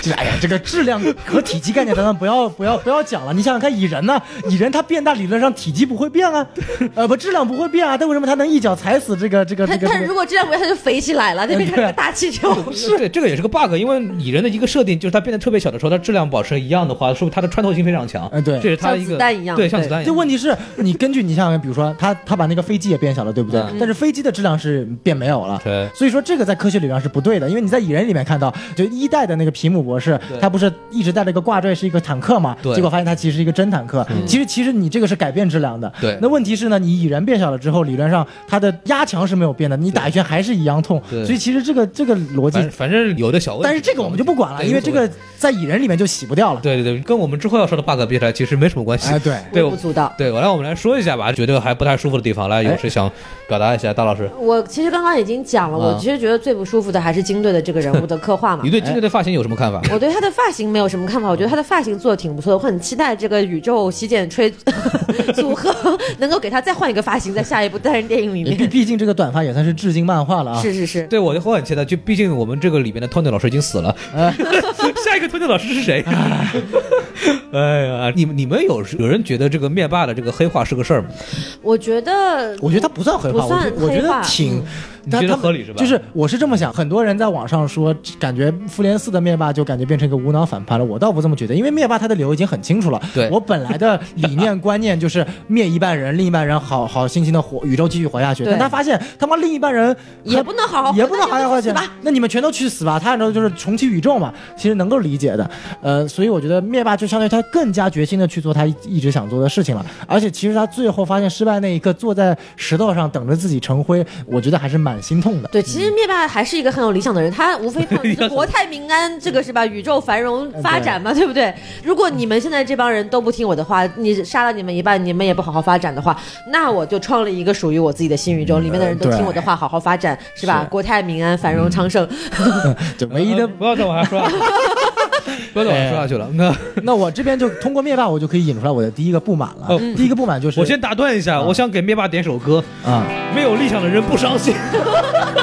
Speaker 1: 这哎呀，这个质量和体积概念咱们不要不要不要讲了。你想想看，蚁人呢？蚁人他变大，理论上体积不会变啊，呃不，质量不会变啊，但为什么他能一脚踩死这个这个
Speaker 3: 他
Speaker 1: 这个？
Speaker 3: 他
Speaker 1: 这
Speaker 3: 如
Speaker 1: 个
Speaker 3: 果这样不要，他就飞起来了，他变成一个大气球。
Speaker 2: 对，这个也是个 bug，因为蚁人的一个设定就是他变得特别小的时候，它质量保持一样的话，说明它的穿透性非常强。
Speaker 1: 嗯对
Speaker 2: 这是它一个
Speaker 3: 像子弹一样
Speaker 2: 对，
Speaker 3: 对
Speaker 2: 像子弹一
Speaker 1: 这
Speaker 2: 样。
Speaker 1: 问题是你根据你想想看，比如说他他把那个飞机也变小了，对不对？
Speaker 2: 嗯
Speaker 1: 但是飞机的质量是变没有了。
Speaker 2: 对
Speaker 1: 所以说这个在科学理论上是不对的，因为你在蚁人里面看到，就一代的那个皮姆博士
Speaker 2: 对，
Speaker 1: 他不是一直戴着一个挂坠是一个坦克嘛？
Speaker 2: 对嗯
Speaker 1: 结果发现他其实是一个真坦克。其实其实你这个是改变质量的。
Speaker 2: 对
Speaker 1: 那问题是呢，你已然变小了之后，理论上它的压强是没有变的，你打一拳还是一样痛。
Speaker 2: 对
Speaker 1: 所以其实这个这个逻辑
Speaker 2: 反，反正有的小问题，
Speaker 1: 但是这个我们就不管了，
Speaker 2: 对
Speaker 1: 因为这
Speaker 2: 无所
Speaker 1: 个
Speaker 2: 谓
Speaker 1: 在蚁人里面就洗不掉了。
Speaker 2: 对对对，跟我们之后要说的 bug 比起来，其实没什么关系。
Speaker 1: 哎，对。
Speaker 2: 对
Speaker 3: 微不足道。
Speaker 2: 对，我来我们来说一下吧，觉得还不太舒服的地方，来有谁想表达一下？大老师，
Speaker 3: 我其实刚刚已经讲了，
Speaker 2: 啊
Speaker 3: 我其实觉得最不舒服的还是金队的这个人物的刻画嘛
Speaker 2: 你。对今天的发型有什么看法？
Speaker 3: 我对他的发型没有什么看法，我觉得他的发型做的挺不错的，我很期待这个宇宙洗剪吹 组合能够给他再换一个发型，在下一部单人电影里
Speaker 1: 毕
Speaker 3: 面。
Speaker 1: 毕竟这个短发也算是致敬漫画了 啊。
Speaker 3: 是是是，
Speaker 2: 对，我就很期待，就毕竟我们这个里面的 Tony 老师已经死了， 下一个 Tony 老师是谁？哎呀，你们你们有有人觉得这个灭霸的这个黑化是个事儿吗？
Speaker 3: 我觉得
Speaker 1: 我觉得他不算黑化，我
Speaker 3: 不算
Speaker 1: 觉我觉
Speaker 3: 黑
Speaker 1: 得
Speaker 3: 化
Speaker 1: 挺
Speaker 3: 嗯，
Speaker 2: 你
Speaker 1: 他
Speaker 2: 觉得
Speaker 1: 他
Speaker 2: 合理是吧
Speaker 1: 就是我是这么想，很多人在网上说，感觉复联四的灭霸就感觉变成一个无脑反派了。我倒不这么觉得，因为灭霸他的理由已经很清楚了。
Speaker 2: 对
Speaker 1: 我本来的理念观念就是灭一半人，另一半人好好心情的活，宇宙继续活下去。
Speaker 3: 对
Speaker 1: 但他发现他妈另一半人
Speaker 3: 也不能好好活
Speaker 1: 也不能好好活下去
Speaker 3: 哦那就去死吧，
Speaker 1: 那你们全都去死吧！他按照就是重启宇宙嘛，其实能够理解的。呃，所以我觉得灭霸就相当于他更加决心的去做他一一直想做的事情了。而且其实他最后发现失败那一刻，坐在石头上等着自己成灰，我觉得还是蛮心痛的。
Speaker 3: 对，其
Speaker 2: 嗯
Speaker 3: 实灭霸还是一个很有理想的人，他无非 靠就是国泰民安这个是吧？宇宙繁荣
Speaker 2: 嗯
Speaker 3: 发展嘛，对不对？如果你们现在这帮人都不听我的话，你杀了你们一半，你们也不好好发展的话，那我就创立一个属于我自己的新宇
Speaker 2: 嗯
Speaker 3: 宙，里面的人都
Speaker 1: 对
Speaker 3: 听我的话，好好发展是吧？国泰民安，繁
Speaker 2: 嗯
Speaker 3: 荣昌盛。
Speaker 1: 就唯一的
Speaker 2: 呃，不要再往下说啊，不要再往下说下去了。那
Speaker 1: 那我这边就通过灭霸，我就可以引出来我的第一个不满了。
Speaker 2: 嗯
Speaker 1: 第一个不满 就是
Speaker 2: 我先打断一下，我想给灭霸点首歌，
Speaker 1: 啊，
Speaker 2: 没有理想的人不伤心。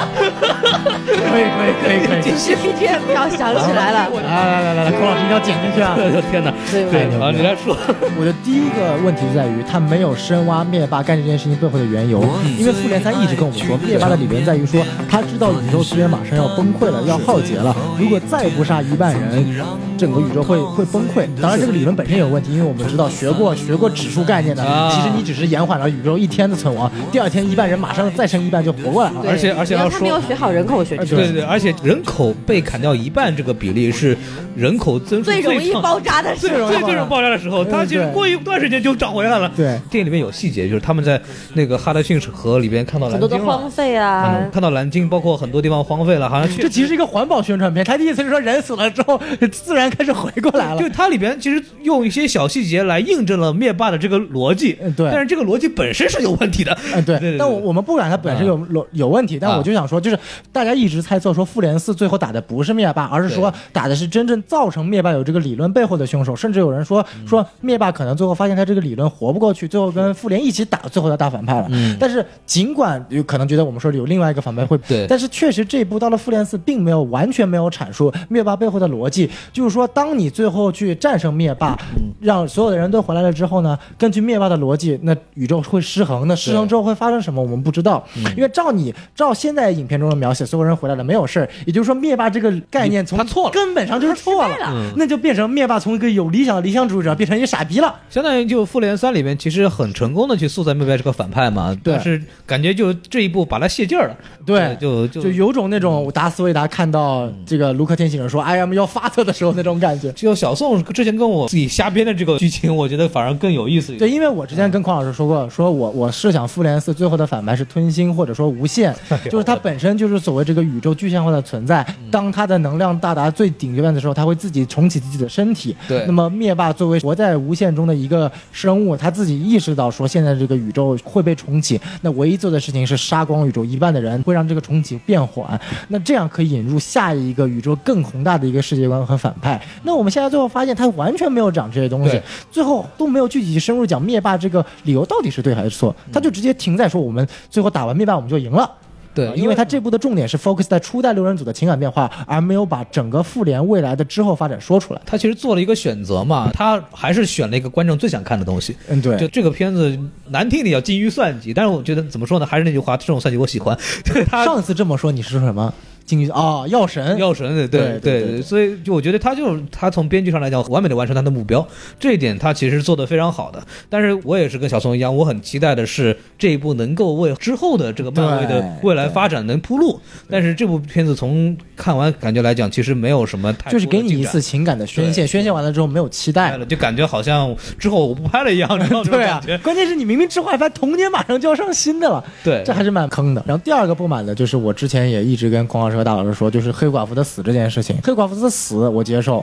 Speaker 1: 可以可以可以可以，
Speaker 3: 是 BGM 不要想起 来了，
Speaker 1: 来来来来，孔老师一定要剪进去 啊！
Speaker 2: 我的天哪！
Speaker 3: 对
Speaker 1: 太
Speaker 2: 对
Speaker 1: 牛，
Speaker 2: 啊，
Speaker 1: 逼
Speaker 2: 你来说，
Speaker 1: 我的第一个问题就在于，他没有深挖灭霸干这件事情背后的缘由，因为复联三一直跟我们说，灭霸的理论在于说，他知道宇宙资源马上要崩溃了，要耗竭了，如果再不杀一半人，整个宇宙会会崩溃。当然，这个理论本身也有问题，因为我们知道学过学过指数概念的
Speaker 2: 啊，
Speaker 1: 其实你只是延缓了宇宙一天的存亡，第二天一半人马上再剩一半就活过来了。
Speaker 3: 对
Speaker 2: 而且而且
Speaker 3: 你
Speaker 2: 要啊
Speaker 3: 看他没有学好人口学
Speaker 1: 对
Speaker 2: 对对对，而且人口被砍掉一半这个比例是人口增速
Speaker 3: 最容易
Speaker 2: 畅
Speaker 3: 爆炸的
Speaker 2: 最
Speaker 3: 时候
Speaker 2: 最。最容易爆炸的时候，
Speaker 1: 嗯
Speaker 2: 它其实
Speaker 1: 对
Speaker 2: 过一段时间就涨回来了。
Speaker 1: 对，
Speaker 2: 电影里面有细节，就是他们在那个哈德逊河里边看到
Speaker 3: 很
Speaker 2: 蓝
Speaker 3: 多的
Speaker 2: 鲸
Speaker 3: 荒
Speaker 2: 了，
Speaker 3: 废啊，
Speaker 2: 嗯看到蓝鲸，包括很多地方荒废了，好像
Speaker 1: 这
Speaker 2: 去。
Speaker 1: 其实是一个环保宣传片，他的意思是说人死了之后自然开始回过来了
Speaker 2: 就。它里边其实用一些小细节来印证了灭霸的这个逻辑
Speaker 1: 嗯，对
Speaker 2: 但是这个逻辑本身是有问题的，
Speaker 1: 嗯，对
Speaker 2: 对对，
Speaker 1: 但我我们不管它本身有有有问题，但
Speaker 2: 啊
Speaker 1: 我就想说，就是大家一直猜测说复联四最后打的不是灭霸，而是说打的是真正造成灭霸有这个理论背后的凶手，甚至有人说
Speaker 2: 嗯
Speaker 1: 说灭霸可能最后发现他这个理论活不过去，最后跟复联一起打，最后他大反派了。
Speaker 2: 嗯
Speaker 1: 但是尽管有可能觉得我们说有另外一个反派会，
Speaker 2: 对
Speaker 1: 但是确实这一部到了复联四并没有完全没有阐述灭霸背后的逻辑，就是说当你最后去战胜灭霸，让所有的人都回来了之后呢，根据灭霸的逻辑，那宇宙会失衡，那失衡之后会发生什么我们不知道，因为照你照现在影片中的描写，所有人回来了没有事儿，也就是说灭霸这个概念从
Speaker 2: 他错了嗯
Speaker 1: 根本上就是错嗯
Speaker 3: 他失败了
Speaker 1: 那就变成灭霸从一个有理想的理想主义者变成一个傻逼了。
Speaker 2: 相当于就复联三里面其实很成功的去塑造灭霸这个反派嘛，
Speaker 1: 对
Speaker 2: 但是感觉就这一步把他泄劲儿了，
Speaker 1: 对
Speaker 2: 就就
Speaker 1: 就有种那种达斯维达看到这个卢克天行者说 “I am 要发特”的时候那种感觉。
Speaker 2: 就小宋之前跟我自己瞎编的这个剧情，我觉得反而更有意思一点。嗯
Speaker 1: 对，因为我之前跟孔老师说过，说我我设想复联四最后的反派是吞星或者说无 限，就是它本身就是所谓这个宇宙具象化的存在。
Speaker 2: 嗯
Speaker 1: 当它的能量到达最顶端的时候，它会自己重启自己的身体。
Speaker 2: 对
Speaker 1: 那么灭霸作为活在无限中的一个生物，他自己意识到说现在这个宇宙会被重启，那唯一做的事情是杀光宇宙一半的人，会让这个重启变缓。那这样可以引入下一个宇宙更宏大的一个世界观和反派。那我们现在最后发现，他完全没有讲这些东西
Speaker 2: 对，
Speaker 1: 最后都没有具体深入讲灭霸这个理由到底是对还是错，他就直接停在说我们最后打完灭霸我们就赢了。
Speaker 2: 对
Speaker 1: 啊，因为他这部的重点是 focus 在初代六人组的情感变化，而没有把整个复联未来的之后发展说出来。
Speaker 2: 他其实做了一个选择嘛，他还是选了一个观众最想看的东西。
Speaker 1: 嗯，对
Speaker 2: 就这个片子难听点叫 金鱼算计，但是我觉得怎么说呢，还是那句话，这种算计我喜欢。对他
Speaker 1: 上次这么说你是说什么？进去啊，药神，
Speaker 5: 药神对
Speaker 1: 对对对对
Speaker 5: 所以就我觉得他就是他从编剧上来讲，完美的完成他的目标，这一点他其实做得非常好的。但是我也是跟小松一样，我很期待的是这一部能够为之后的这个漫威的
Speaker 2: 对
Speaker 5: 未来发展能铺路。但是这部片子从看完感觉来讲，其实没有什么太
Speaker 1: 就是给你
Speaker 5: 多的进
Speaker 1: 一
Speaker 5: 展
Speaker 1: 次情感的宣泄，宣泄完了之后没有期待
Speaker 5: 拍了，。就感觉好像之后我不拍了一样，你知 道吗？
Speaker 1: 哎对啊
Speaker 5: 这种感，觉
Speaker 1: 关键是你明明置换番，同年马上就要上新的了，
Speaker 5: 对，
Speaker 1: 这还是蛮坑的。然后第二个不满的就是我之前也一直跟孔老师和大老师说，就是黑寡妇的死这件事情。黑寡妇的死我接受，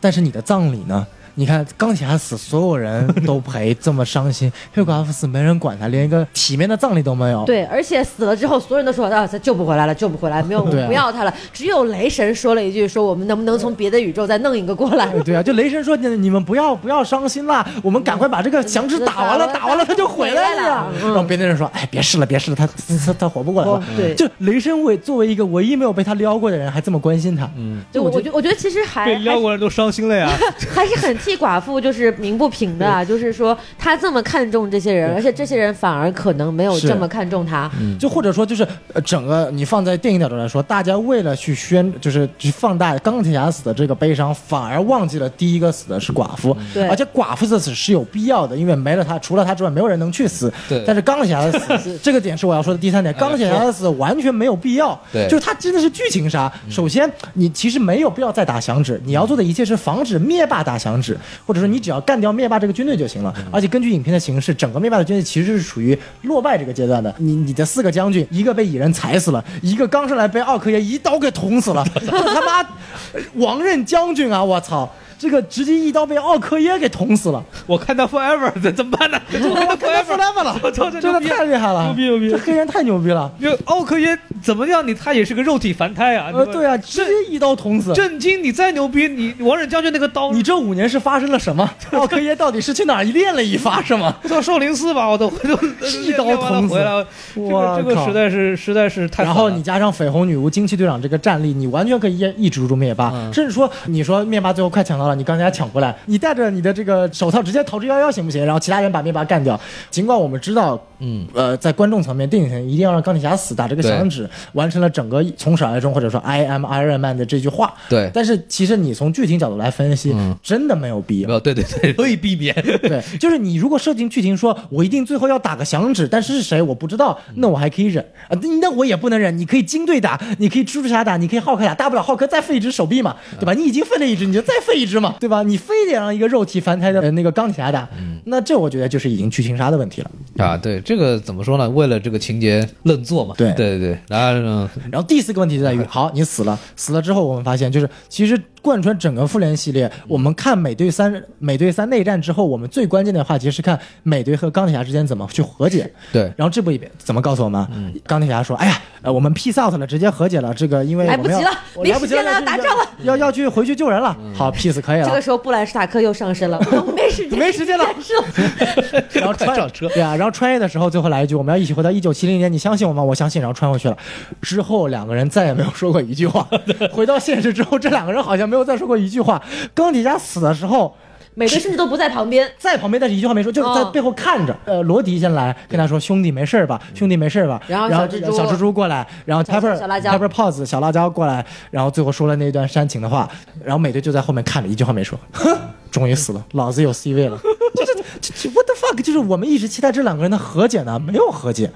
Speaker 1: 但是你的葬礼呢？你看钢铁侠死，所有人都陪，这么伤心。黑寡妇死没人管他，连一个体面的葬礼都没有。
Speaker 3: 对，而且死了之后，所有人都说啊，他救不回来了，救不回来，没有，我
Speaker 1: 对啊
Speaker 3: 们不要他了。只有雷神说了一句，说我们能不能从别的宇宙再弄一个过来？
Speaker 1: 对啊，就雷神说你你们不要不要伤心啦，我们赶快把这个响指打完了，打完了他就回来了呀。
Speaker 3: 嗯
Speaker 1: 然后别的人说，哎，别试了，别试了，他他他活不过来了
Speaker 3: 哦。对
Speaker 1: 就雷神为作为一个唯一没有被他撩过的人，还这么关心他，嗯，
Speaker 3: 就
Speaker 1: 我
Speaker 3: 我
Speaker 1: 觉
Speaker 3: 觉我觉得其实还
Speaker 5: 被撩
Speaker 3: 还
Speaker 5: 过来都伤心了呀。
Speaker 3: 是还是很替寡妇就是鸣不平的啊，就是说他这么看重这些人，而且这些人反而可能没有
Speaker 1: 是嗯
Speaker 3: 这么看重他。
Speaker 1: 就或者说就是呃整个你放在电影角度来说，大家为了去宣，就是去放大钢铁侠死的这个悲伤，反而忘记了第一个死的是寡妇，
Speaker 3: 对
Speaker 1: 而且寡妇的死是有必要的，因为没了他，除了他之外，没有人能去死。
Speaker 5: 对
Speaker 1: 但是钢铁侠 的死，这个点是我要说的第三点，钢铁侠的死完全没有必要，
Speaker 5: 对嗯
Speaker 1: 就是他真的是剧情杀。首先，你其实没有必要再打响指，你要做的一切是防止灭霸打响指，或者说你只要干掉灭霸这个军队就行了。
Speaker 5: 嗯
Speaker 1: 而且根据影片的形式，整个灭霸的军队其实是属于落败这个阶段的。你你的四个将军，一个被蚁人踩死了，一个刚上来被奥克爷一刀给捅死了，这他妈呃王任将军啊！我操！这个直接一刀被奥克耶给捅死了，
Speaker 5: 我看到 forever 的怎么办呢？我看到
Speaker 1: 跟 他
Speaker 5: forever
Speaker 1: 复 level 了，
Speaker 5: 我操这
Speaker 1: 真的
Speaker 5: 牛逼
Speaker 1: 太厉害了，
Speaker 5: 牛逼牛逼
Speaker 1: 这黑人太牛逼了，
Speaker 5: 因为奥克耶怎么样，你他也是个肉体凡胎啊。
Speaker 1: 呃，对啊，直接一刀捅死。
Speaker 5: 震惊！你再牛逼，你王忍将军那个刀，
Speaker 1: 你这五年是发生了 什么？奥克耶到底是去哪儿练了一发是吗？
Speaker 5: 我操少林寺吧，我都我 都
Speaker 1: 一刀捅死
Speaker 5: 回来。这
Speaker 1: 哇
Speaker 5: 个这个
Speaker 1: 靠
Speaker 5: 实在是实在是太
Speaker 1: 然
Speaker 5: 狠了。
Speaker 1: 后你加上绯红女巫、惊奇队长这个战力，你完全可以一一直住灭霸，
Speaker 5: 嗯
Speaker 1: 甚至说你说灭霸最后快抢到了，你刚才抢回来，你带着你的这个手套直接逃之夭夭行不行？然后其他人把灭霸干掉。尽管我们知道，嗯，呃，在观众层面，电影层一定要让钢铁侠死，打这个响指，完成了整个从始而终或者说 I am Iron Man 的这句话。
Speaker 5: 对嗯
Speaker 1: 但是其实你从剧情角度来分析，真的没有必要。
Speaker 5: 有对对对， 可以避免。
Speaker 1: 对，就是你如果设定剧情说，我一定最后要打个响指，但是是谁我不知道，那我还可以忍啊、那我也不能忍。你可以金队打，你可以蜘蛛侠打，你可以浩克打，大不了浩克再废一只手臂嘛，对吧？你已经废了一只，你就再废一只嘛，对吧？你非得让一个肉体凡胎的、呃那个钢铁侠打，那这我觉得就是已经剧情杀的问题了。
Speaker 5: 啊，对这个怎么说呢？为了这个情节愣做嘛。
Speaker 1: 对
Speaker 5: 对对，然后呢
Speaker 1: 然后第四个问题就在 于，好，你死了，死了之后，我们发现就是其实贯穿整个复联系列，我们看美队三美队三内战之后，我们最关键的话题是看美队和钢铁侠之间怎么去和解。
Speaker 5: 对
Speaker 1: 然后这部里边怎么告诉我们？
Speaker 3: 嗯
Speaker 1: 钢铁侠说：“哎呀，呃，我们 peace out 了，直接和解了。这个因为
Speaker 3: 来
Speaker 1: 我们
Speaker 3: 不及
Speaker 1: 要
Speaker 3: 了
Speaker 1: 我
Speaker 3: 没
Speaker 1: 来不
Speaker 3: 时
Speaker 1: 及了，
Speaker 3: 间了
Speaker 1: 要去
Speaker 3: 打仗了，嗯
Speaker 1: 要要去回去救人了。好，peace 可以了。
Speaker 3: 这个时候布莱史塔克又上身了， 我没时间，
Speaker 1: 啊没时间了
Speaker 3: 是了。
Speaker 1: 然后穿
Speaker 5: 快上车
Speaker 1: 对啊，然后穿越的时候，最后来一句：“我们要一起回到一九七零年，你相信我吗？”我相信，然后穿回去了。之后两个人再也没有说过一句 话。回到现实之后，这两个人好像没有再说过一句话。钢铁侠死的时候。
Speaker 3: 美队甚至都不在旁边，
Speaker 1: 在旁边，但是一句话没说，就是在
Speaker 3: 哦
Speaker 1: 背后看着。呃，罗迪先来跟他说：“兄弟，没事儿吧？兄弟，没事儿吧？”
Speaker 3: 然后
Speaker 1: 然后
Speaker 3: 小蜘
Speaker 1: 这
Speaker 3: 蛛
Speaker 1: 小蜘蛛过来，然后
Speaker 3: 小
Speaker 1: Pepper
Speaker 3: 小辣椒
Speaker 1: Pepper Pause 小辣椒过来，然后最后说了那段煽情的话，然后美队就在后面看着，一句话没说。哼，终于死了，老子有 C 位了。 就是这这 what the fuck？就是我们一直期待这两个人的和解呢，没有和解。